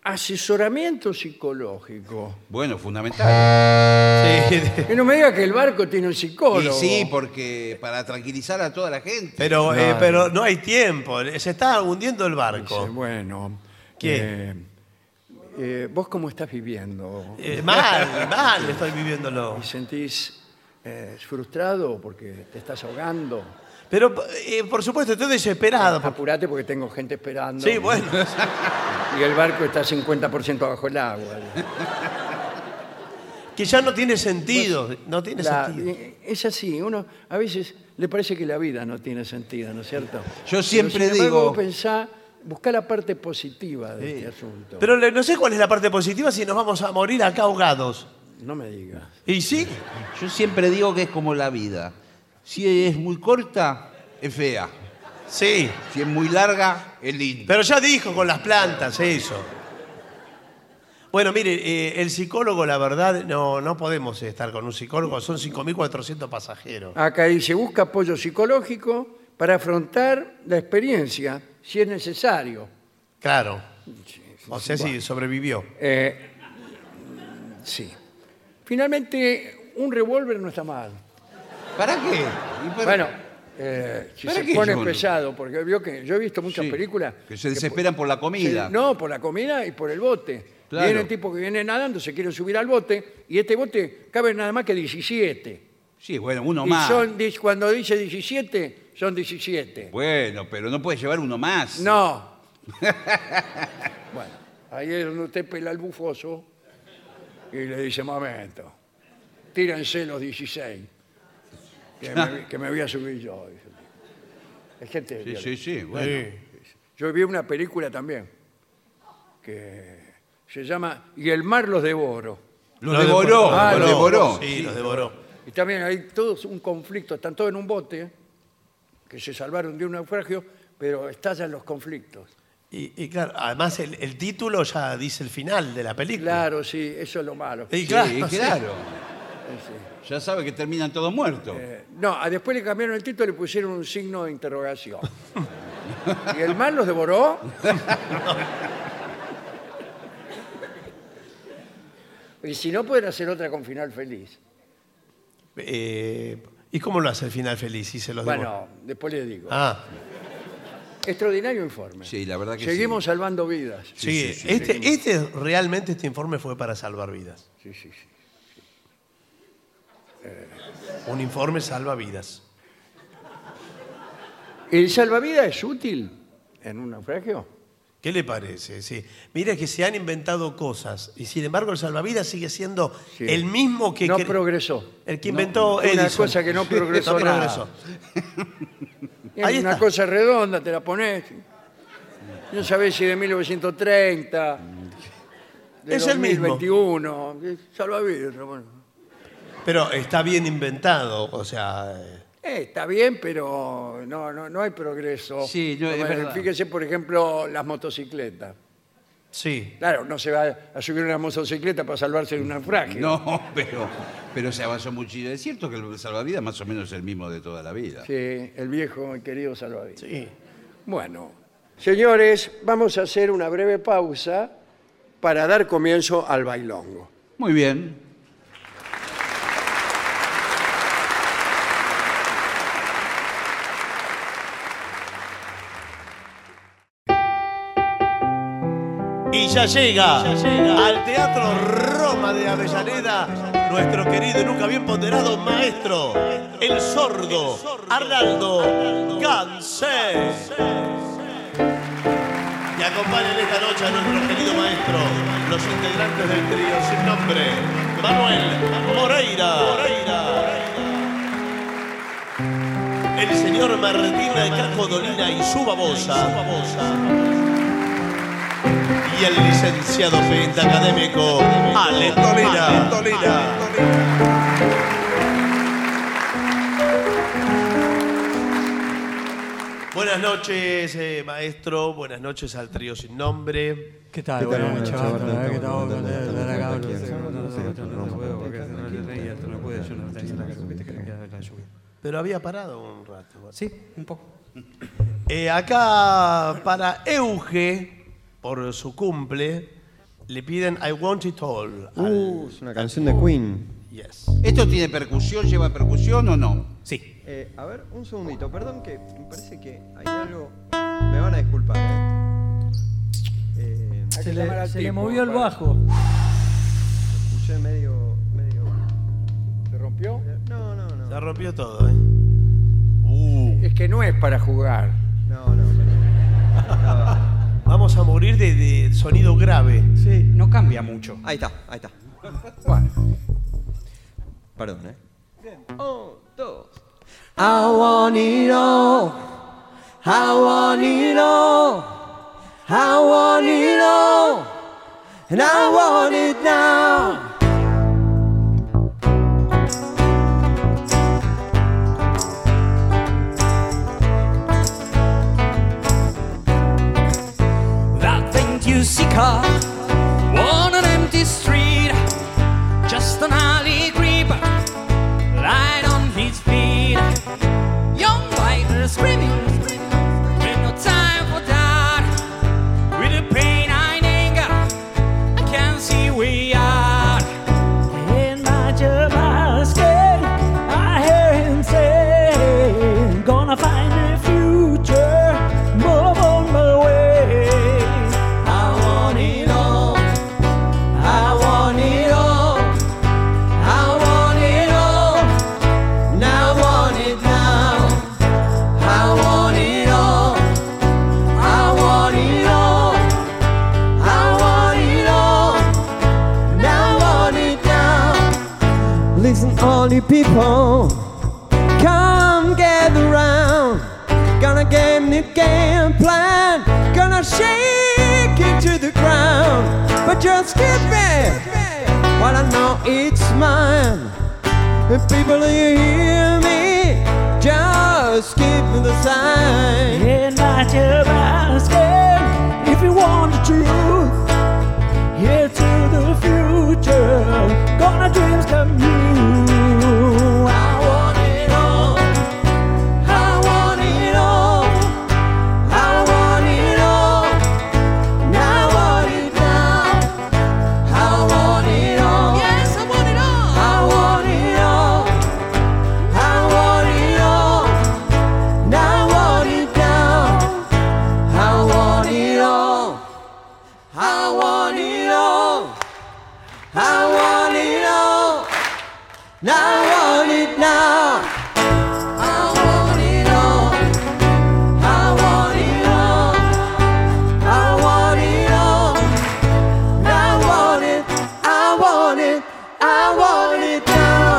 [SPEAKER 1] asesoramiento psicológico.
[SPEAKER 3] Bueno, fundamental.
[SPEAKER 2] Sí.
[SPEAKER 1] Que no me diga que el barco tiene un
[SPEAKER 3] Y
[SPEAKER 1] psicólogo.
[SPEAKER 3] sí, porque para tranquilizar a toda la gente.
[SPEAKER 2] Pero, eh, pero no hay tiempo. Se está hundiendo el
[SPEAKER 1] Dice,
[SPEAKER 2] barco.
[SPEAKER 1] bueno,
[SPEAKER 2] ¿Qué?
[SPEAKER 1] eh, eh, ¿Vos cómo estás viviendo?
[SPEAKER 2] Eh, mal, mal estoy viviéndolo.
[SPEAKER 1] ¿Te sentís eh, frustrado porque te estás ahogando?
[SPEAKER 2] Pero, eh, por supuesto, estoy desesperado. por-
[SPEAKER 1] Apurate porque tengo gente esperando.
[SPEAKER 2] Sí, bueno.
[SPEAKER 1] Y el barco está 50% bajo el agua.
[SPEAKER 2] que ya no tiene sentido. No tiene
[SPEAKER 1] La-
[SPEAKER 2] sentido.
[SPEAKER 1] eh, es así, uno a veces le parece que la vida no tiene sentido, ¿no es cierto?
[SPEAKER 3] Yo siempre
[SPEAKER 1] Pero, sin embargo,
[SPEAKER 3] digo-
[SPEAKER 1] vos pensá, buscá la parte positiva de este asunto.
[SPEAKER 2] Pero le- no sé cuál es la parte positiva si nos vamos a morir acá ahogados.
[SPEAKER 1] No me digas.
[SPEAKER 2] ¿Y sí?
[SPEAKER 3] Yo siempre digo que es como la vida. Si es muy corta, es fea.
[SPEAKER 2] Sí.
[SPEAKER 3] Si es muy larga, es linda.
[SPEAKER 2] Pero ya dijo con las plantas eso. Bueno, mire, eh, el psicólogo, la verdad, no, no podemos estar con un psicólogo, son 5.400 pasajeros.
[SPEAKER 1] Acá dice, busca apoyo psicológico para afrontar la experiencia, si es necesario.
[SPEAKER 2] Claro. O sea, sí, sobrevivió.
[SPEAKER 1] Eh, sí. Finalmente, un revólver no está mal.
[SPEAKER 3] ¿Para qué? ¿Y para-
[SPEAKER 1] Bueno, eh, si
[SPEAKER 3] ¿Para
[SPEAKER 1] se
[SPEAKER 3] qué
[SPEAKER 1] pone
[SPEAKER 3] yo no?
[SPEAKER 1] pesado, porque vio que yo he visto muchas
[SPEAKER 3] Sí,
[SPEAKER 1] películas
[SPEAKER 3] Que se desesperan por la comida.
[SPEAKER 1] Sí, No, por la comida y por el bote.
[SPEAKER 3] Claro.
[SPEAKER 1] Viene el tipo que viene nadando, se quiere subir al bote, y este bote cabe nada más que 17.
[SPEAKER 3] Sí, bueno, uno
[SPEAKER 1] y
[SPEAKER 3] más.
[SPEAKER 1] son, di- cuando dice 17, son 17.
[SPEAKER 3] Bueno, pero no puedes llevar uno más.
[SPEAKER 1] No. bueno, ahí es donde usted pela al bufoso y le dice, momento, tírense los 16, que me, que me voy a subir yo. dice. Es gente
[SPEAKER 3] Sí,
[SPEAKER 1] violenta.
[SPEAKER 3] sí, sí. Bueno.
[SPEAKER 1] Yo vi una película también que se llama Y el mar los devoró.
[SPEAKER 3] Lo, devoró,
[SPEAKER 1] Ah,
[SPEAKER 3] lo
[SPEAKER 1] lo
[SPEAKER 3] devoró.
[SPEAKER 2] Sí, los devoró.
[SPEAKER 1] Y también hay todo un conflicto, están todos en un bote que se salvaron de un naufragio, pero estallan los conflictos.
[SPEAKER 2] Y, y claro, además el, el título ya dice el final de la película.
[SPEAKER 1] Claro, sí, eso es lo malo.
[SPEAKER 2] Y
[SPEAKER 3] Sí,
[SPEAKER 2] claro, sí.
[SPEAKER 3] claro.
[SPEAKER 1] Sí.
[SPEAKER 3] Ya sabe que terminan todos muertos.
[SPEAKER 1] Eh, No, a- después le cambiaron el título y le pusieron un signo de interrogación. ¿Y el mar los devoró? y si no, pueden hacer otra con final feliz.
[SPEAKER 2] Eh, ¿Y cómo lo hace el final feliz? Si se los devoró?
[SPEAKER 1] Bueno, después les digo.
[SPEAKER 2] Ah,
[SPEAKER 1] Extraordinario informe.
[SPEAKER 3] Sí, la verdad que sí.
[SPEAKER 1] Seguimos salvando vidas.
[SPEAKER 2] sí, este, este realmente este informe fue para salvar vidas.
[SPEAKER 1] Sí, sí, sí.
[SPEAKER 2] Un informe salva vidas.
[SPEAKER 1] ¿El salvavidas es útil en un naufragio?
[SPEAKER 2] ¿Qué le parece? Sí. Mira que se han inventado cosas y sin embargo el salvavidas sigue siendo
[SPEAKER 1] Sí.
[SPEAKER 2] el mismo que
[SPEAKER 1] No
[SPEAKER 2] cre-
[SPEAKER 1] progresó.
[SPEAKER 2] el que inventó
[SPEAKER 1] Una
[SPEAKER 2] Edison.
[SPEAKER 1] cosa que no progresó
[SPEAKER 2] No
[SPEAKER 1] nada.
[SPEAKER 2] progresó.
[SPEAKER 1] Es
[SPEAKER 2] Ahí
[SPEAKER 1] una
[SPEAKER 2] está.
[SPEAKER 1] cosa redonda, te la pones. No sabés si de 1930, de
[SPEAKER 2] Es el mismo.
[SPEAKER 1] 2021. es Salvavidas. bueno.
[SPEAKER 2] Pero está bien inventado, o sea, eh,
[SPEAKER 1] Eh, está bien, pero no, no, no hay progreso.
[SPEAKER 3] Sí, no, es
[SPEAKER 1] Bueno,
[SPEAKER 3] verdad.
[SPEAKER 1] Fíjese, por ejemplo, las motocicletas.
[SPEAKER 2] sí.
[SPEAKER 1] Claro, no se va a subir una motocicleta para salvarse de un naufragio.
[SPEAKER 3] No, pero, pero se avanzó muchísimo. Es cierto que el salvavidas más o menos es el mismo de toda la vida.
[SPEAKER 1] Sí, el viejo y querido salvavidas.
[SPEAKER 2] sí.
[SPEAKER 1] Bueno, señores, vamos a hacer una breve pausa para dar comienzo al bailongo.
[SPEAKER 3] Muy bien.
[SPEAKER 2] Y ya llega, al Teatro Roma de Avellaneda nuestro querido y nunca bien ponderado maestro, el sordo, Arnaldo Ganser. Y acompañen esta noche a nuestro querido maestro, los integrantes del trío sin nombre, Manuel Moreira. El señor Martín Caco Dolina y su babosa y el licenciado pentacadémico Ale Tolina. Buenas noches, eh, maestro. Buenas noches al trío sin nombre.
[SPEAKER 4] ¿Qué tal? Buenas noches, Bartolomé, ¿qué tal? Buenas noches, Bartolomé, ¿qué tal?
[SPEAKER 2] Pero había parado un rato.
[SPEAKER 6] Sí, un poco.
[SPEAKER 2] Eh, acá para Euge, por su cumple, le piden I Want It All.
[SPEAKER 6] Uh, es una canción de Queen.
[SPEAKER 2] Yes.
[SPEAKER 3] ¿Esto tiene percusión? ¿Lleva percusión o no?
[SPEAKER 6] Sí. Eh, a ver, un segundito. Perdón que me parece que hay algo. Me van a disculpar, ¿eh? Eh,
[SPEAKER 1] Hay
[SPEAKER 4] Se
[SPEAKER 1] que llamar
[SPEAKER 4] le,
[SPEAKER 1] al
[SPEAKER 4] se le
[SPEAKER 1] tipo,
[SPEAKER 4] movió el
[SPEAKER 1] para-
[SPEAKER 4] bajo.
[SPEAKER 6] escuché medio. medio. eh,
[SPEAKER 1] ¿Se rompió?
[SPEAKER 6] No, no, no.
[SPEAKER 2] Se rompió todo, ¿eh? Uh,
[SPEAKER 1] Es que no es para jugar.
[SPEAKER 6] No, no, pero- estaba-
[SPEAKER 2] vamos a morir de- de sonido grave.
[SPEAKER 6] No cambia mucho. Ahí está, ahí está.
[SPEAKER 1] Bueno,
[SPEAKER 6] Perdón, ¿eh?
[SPEAKER 4] I want it all. I want it all. I want it all. And I want it now. That thing you seek her, on an empty street, just an alley creeper light on his feet. Young fighter screaming, with no time for that. With the pain and anger, I can't see way out. In my basket, I hear him say, Gonna find a future, move on my way. I want it all, I want it all. I want it all. And I want it now. I want it all. I want it all. I want it all. And I want it now. Listen, all you people, come gather round. Gonna game the game plan. Gonna shake it to the ground. But just give me. Well, I know it's mine. If people you hear me, just give me the sign. In my basket, if you want the truth, here to the future, gonna dreams come true. I want it all. I want it all. I want it all. And I want it now. I want it all. Yes, I want it all. I want it all. I want it all. And I want it now. I want it all. I want it all. I want it all. And I want it now. I want it all. I want it all. I want it all. I want it, I want it, I want it now.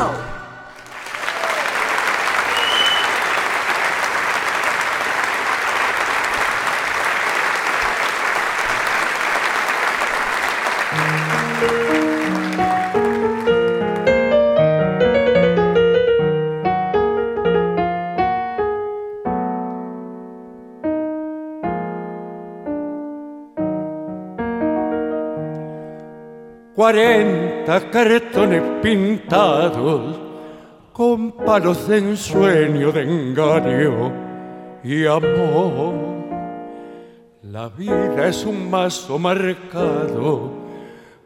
[SPEAKER 7] Cuarenta cartones pintados con palos de ensueño, de engaño y amor. La vida es un mazo marcado,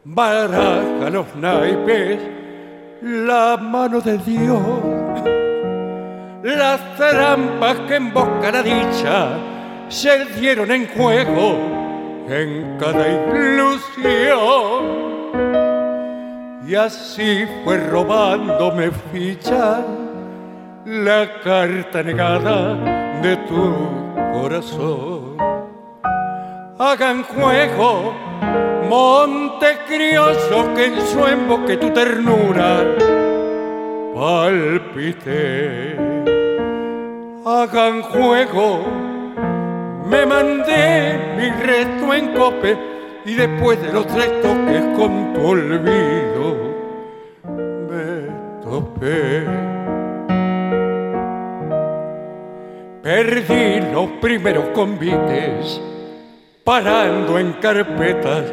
[SPEAKER 7] baraja los naipes, la mano de Dios. Las trampas que emboscan la dicha se dieron en juego en cada ilusión. Y así fue robándome ficha la carta negada de tu corazón. Hagan juego, monte crioso, que en su emboque tu ternura palpité. Hagan juego, me mandé mi resto en cope y después de los tres toques con tu olvido me topé. Perdí los primeros convites parando en carpetas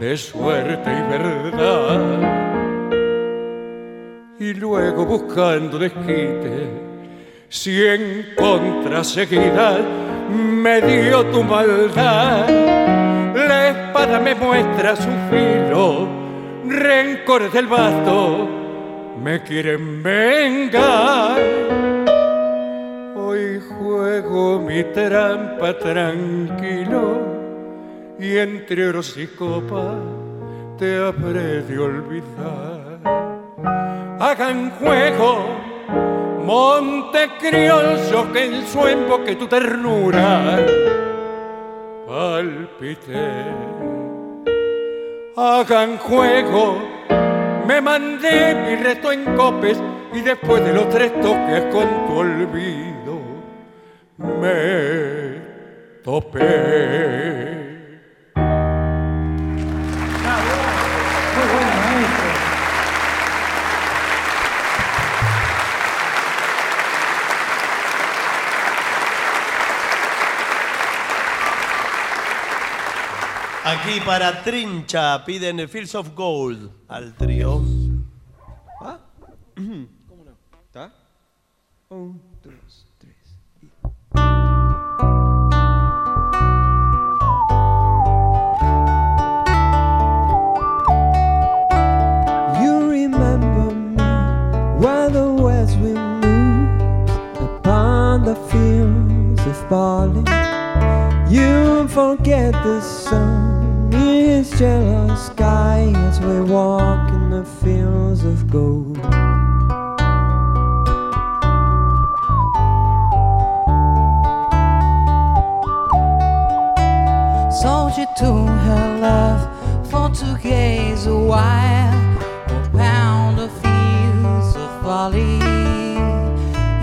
[SPEAKER 7] de suerte y verdad. Y luego buscando desquite cien contras seguidas me dio tu maldad. La espada me muestra su filo, rencores del vasto me quieren vengar. Hoy juego mi trampa tranquilo y entre oros y copas te habré de olvidar hagan juego. Monte criollo que en su emboque tu ternura palpite. Hagan juego, Me mandé mi resto en copes y después de los tres toques con tu olvido me topé.
[SPEAKER 8] Muy bueno, maestro.
[SPEAKER 2] Aquí para Trincha piden Fields of Gold al trío.
[SPEAKER 6] ¿Ah? no? ¿Está? Un, dos, tres. You remember me while the west wind moves upon the fields of barley. You forget the sun in his jealous sky as we walk in the fields of gold.
[SPEAKER 4] So she took her love for to gaze a while around the fields of folly.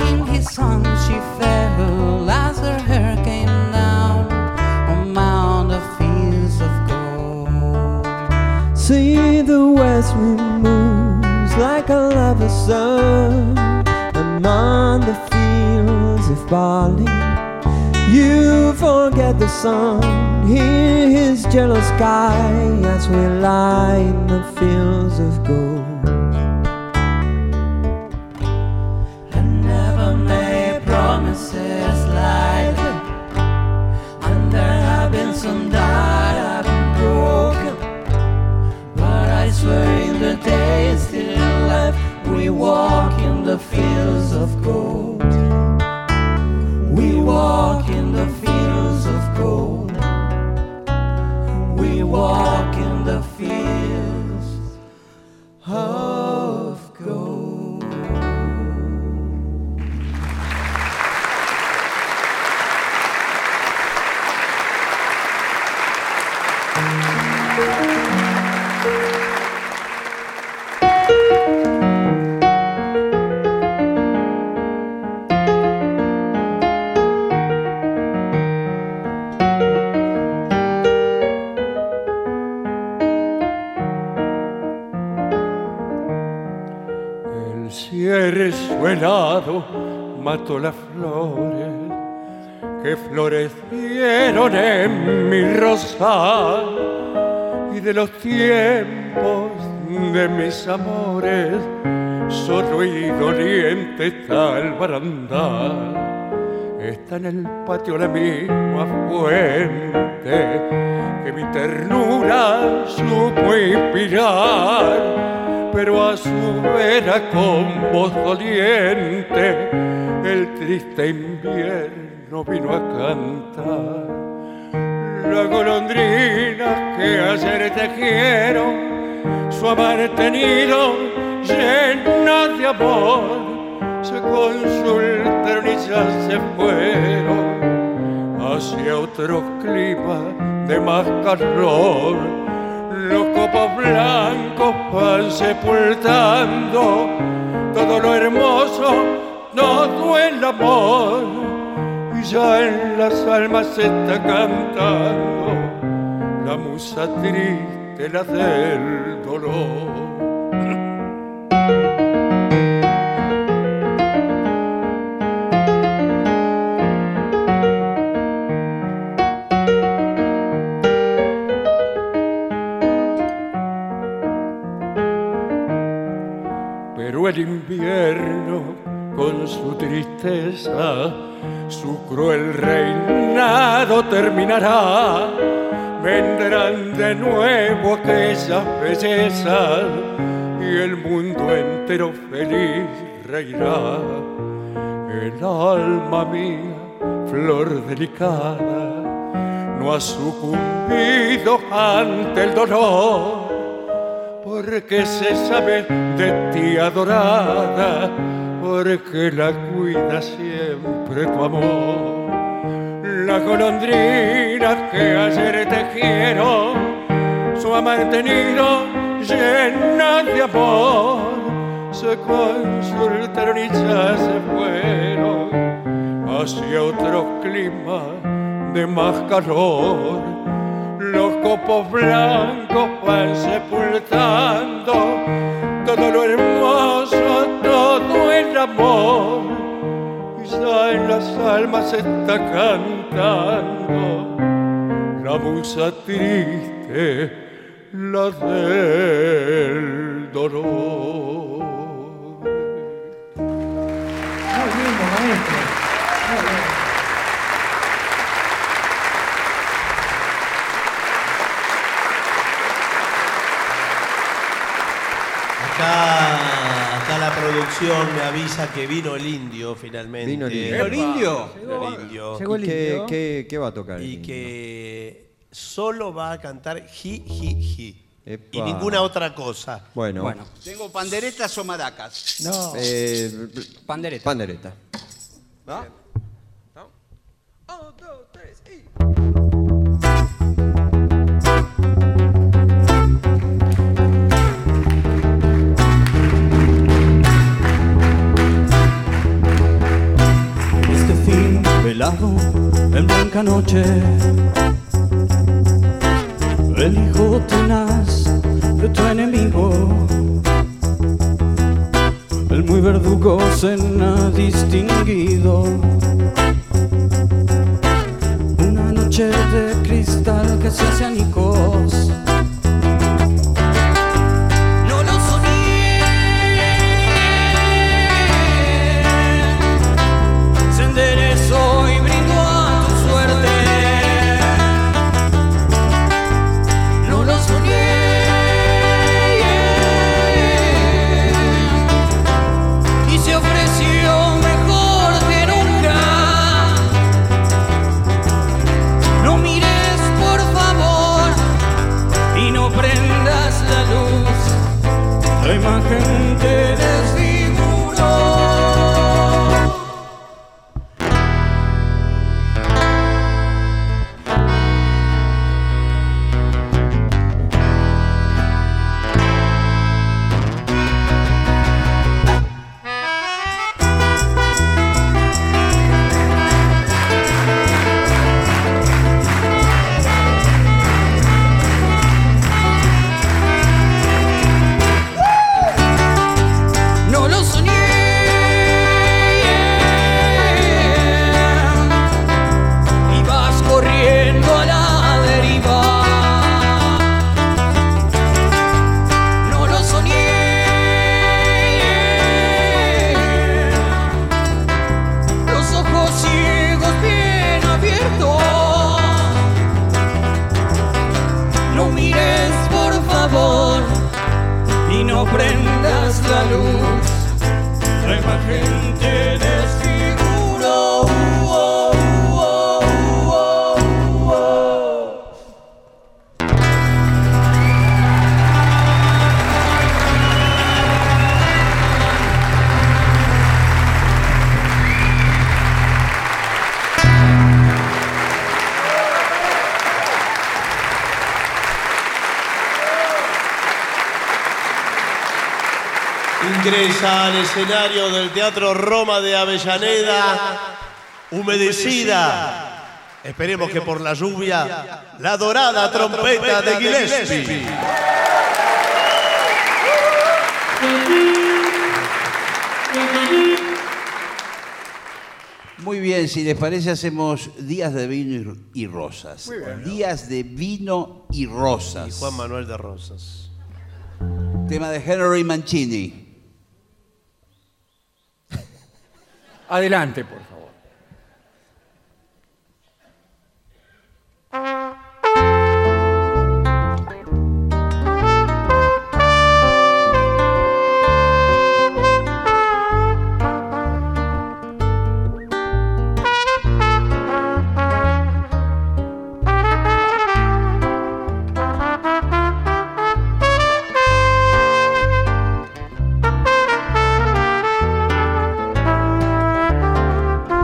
[SPEAKER 4] In his song she fell as her hair came down among the fields of gold.
[SPEAKER 6] See the west wind moves like a lover's song among the fields of barley. You forget the sun, hear his jealous sky as we lie in the fields of gold.
[SPEAKER 4] I never made promises lightly. And there have been some that have been broken. But I swear in the day is still alive, we walk in the fields of gold. We walk in the fields of gold. We walk in the fields of gold.
[SPEAKER 7] El cierzo helado mató las flores que florecieron en mi rosal y de los tiempos de mis amores solo y doliente está el barandal. Está en el patio la misma fuente que mi ternura supo inspirar, pero a su vera con voz doliente el triste invierno vino a cantar. La golondrina que ayer tejieron su haber tenido llena de amor se consultaron y ya se fueron hacia otro clima de más calor. Los copos blancos van sepultando todo lo hermoso, todo el amor. Y ya en las almas se está cantando la musa triste, la del dolor. Pero el invierno, con su tristeza, su cruel reinado terminará. Vendrán de nuevo aquellas bellezas y el mundo entero feliz reirá. El alma mía, flor delicada, no ha sucumbido ante el dolor porque se sabe de ti adorada, porque la cuida siempre tu amor. La golondrina que ayer tejieron, su amar tenido llena de amor, se consultaron y ya se fueron hacia otro clima de más calor. Los copos blancos van sepultando todo lo hermoso, todo el amor. Ya en las almas está cantando la musa triste, la del dolor.
[SPEAKER 4] Muy lindo, maestro. Muy bien.
[SPEAKER 2] Acá, acá la producción me avisa que vino el indio finalmente.
[SPEAKER 6] Vino el indio.
[SPEAKER 3] ¿Pero indio?
[SPEAKER 2] Vino el indio.
[SPEAKER 4] Llegó el
[SPEAKER 6] ¿Y qué,
[SPEAKER 4] indio.
[SPEAKER 6] qué- qué va a tocar? el
[SPEAKER 2] Y
[SPEAKER 6] indio?
[SPEAKER 2] que solo va a cantar ji, ji, ji. Y
[SPEAKER 6] Epa.
[SPEAKER 2] ninguna otra cosa.
[SPEAKER 6] Bueno,
[SPEAKER 9] Bueno,
[SPEAKER 3] Tengo panderetas o maracas.
[SPEAKER 4] No.
[SPEAKER 6] eh,
[SPEAKER 9] pandereta.
[SPEAKER 6] pandereta.
[SPEAKER 9] este fin velado en blanca noche. El hijo tenaz de tu enemigo, el muy verdugo cena distinguido. Una noche de cristal que se hace anicos. No lo soñé se enderezó y brindó a tu suerte. No lo soñé y se ofreció mejor que nunca. No mires por favor y no prendas la luz. La imagen te desfiguró. no lo soñé. Y vas corriendo a la deriva. No lo soñé. Los ojos ciegos bien abiertos. No mires, por favor y no prendas la luz. La imagen te desfiguró. Uh, uh.
[SPEAKER 2] Ingresa al escenario del Teatro Roma de Avellaneda, humedecida. Esperemos que por la lluvia, la dorada trompeta de Gillespie.
[SPEAKER 3] Muy bien, si les parece hacemos días de vino y y rosas. Días de vino y
[SPEAKER 2] Y
[SPEAKER 3] rosas.
[SPEAKER 2] Juan Manuel de Rosas.
[SPEAKER 3] Tema de Henry Mancini.
[SPEAKER 1] Adelante, por favor.
[SPEAKER 10] Thank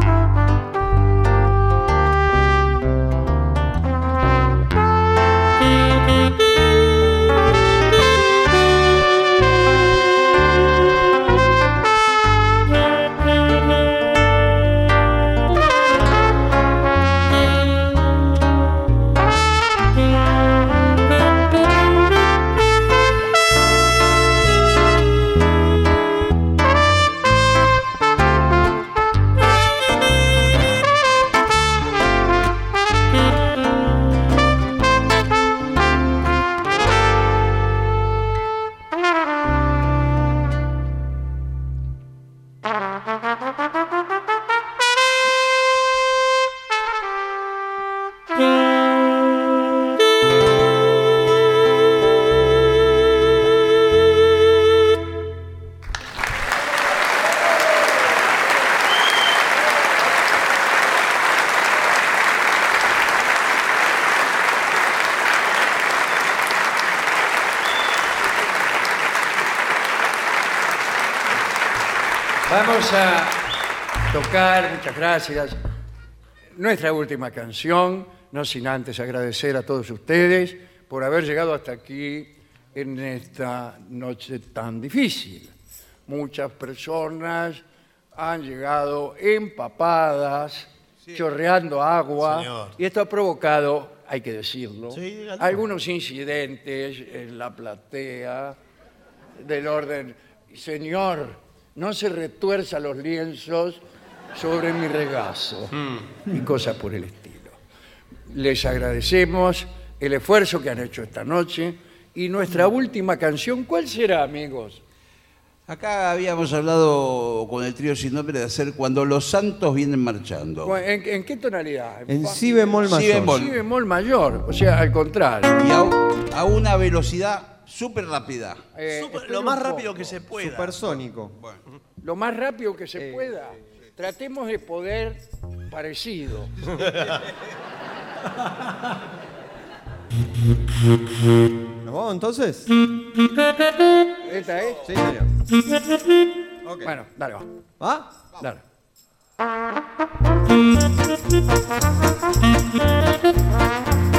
[SPEAKER 1] Vamos a tocar, muchas gracias, nuestra última canción, no sin antes agradecer a todos ustedes por haber llegado hasta aquí en esta noche tan difícil. Muchas personas han llegado empapadas, chorreando agua,
[SPEAKER 2] Señor.
[SPEAKER 1] y esto ha provocado, hay que decirlo,
[SPEAKER 2] Sí, dígalo.
[SPEAKER 1] algunos incidentes en la platea del orden, señor, no se retuerza los lienzos sobre mi regazo y cosas por el estilo. Les agradecemos el esfuerzo que han hecho esta noche y nuestra última canción, ¿cuál será, amigos?
[SPEAKER 3] Acá habíamos hablado con el trío sin nombre de hacer cuando los santos vienen marchando.
[SPEAKER 1] Cu- ¿En, en qué tonalidad?
[SPEAKER 6] En si bemol
[SPEAKER 3] Si
[SPEAKER 6] mayor.
[SPEAKER 3] bemol.
[SPEAKER 1] Si bemol mayor, o sea, al contrario.
[SPEAKER 3] Y a, a una velocidad súper rápida.
[SPEAKER 1] Eh,
[SPEAKER 2] Super-
[SPEAKER 1] espere
[SPEAKER 2] lo
[SPEAKER 1] un
[SPEAKER 2] más rápido
[SPEAKER 1] poco.
[SPEAKER 2] que se pueda.
[SPEAKER 6] Supersónico.
[SPEAKER 1] Lo más rápido que
[SPEAKER 6] Eh,
[SPEAKER 1] se pueda. Tratemos de poder parecido.
[SPEAKER 6] ¿Nos vamos entonces?
[SPEAKER 1] ¿Esta es?
[SPEAKER 6] Sí, señor. Ok.
[SPEAKER 1] Bueno, dale, va.
[SPEAKER 6] ¿Va?
[SPEAKER 1] Dale.
[SPEAKER 11] Thank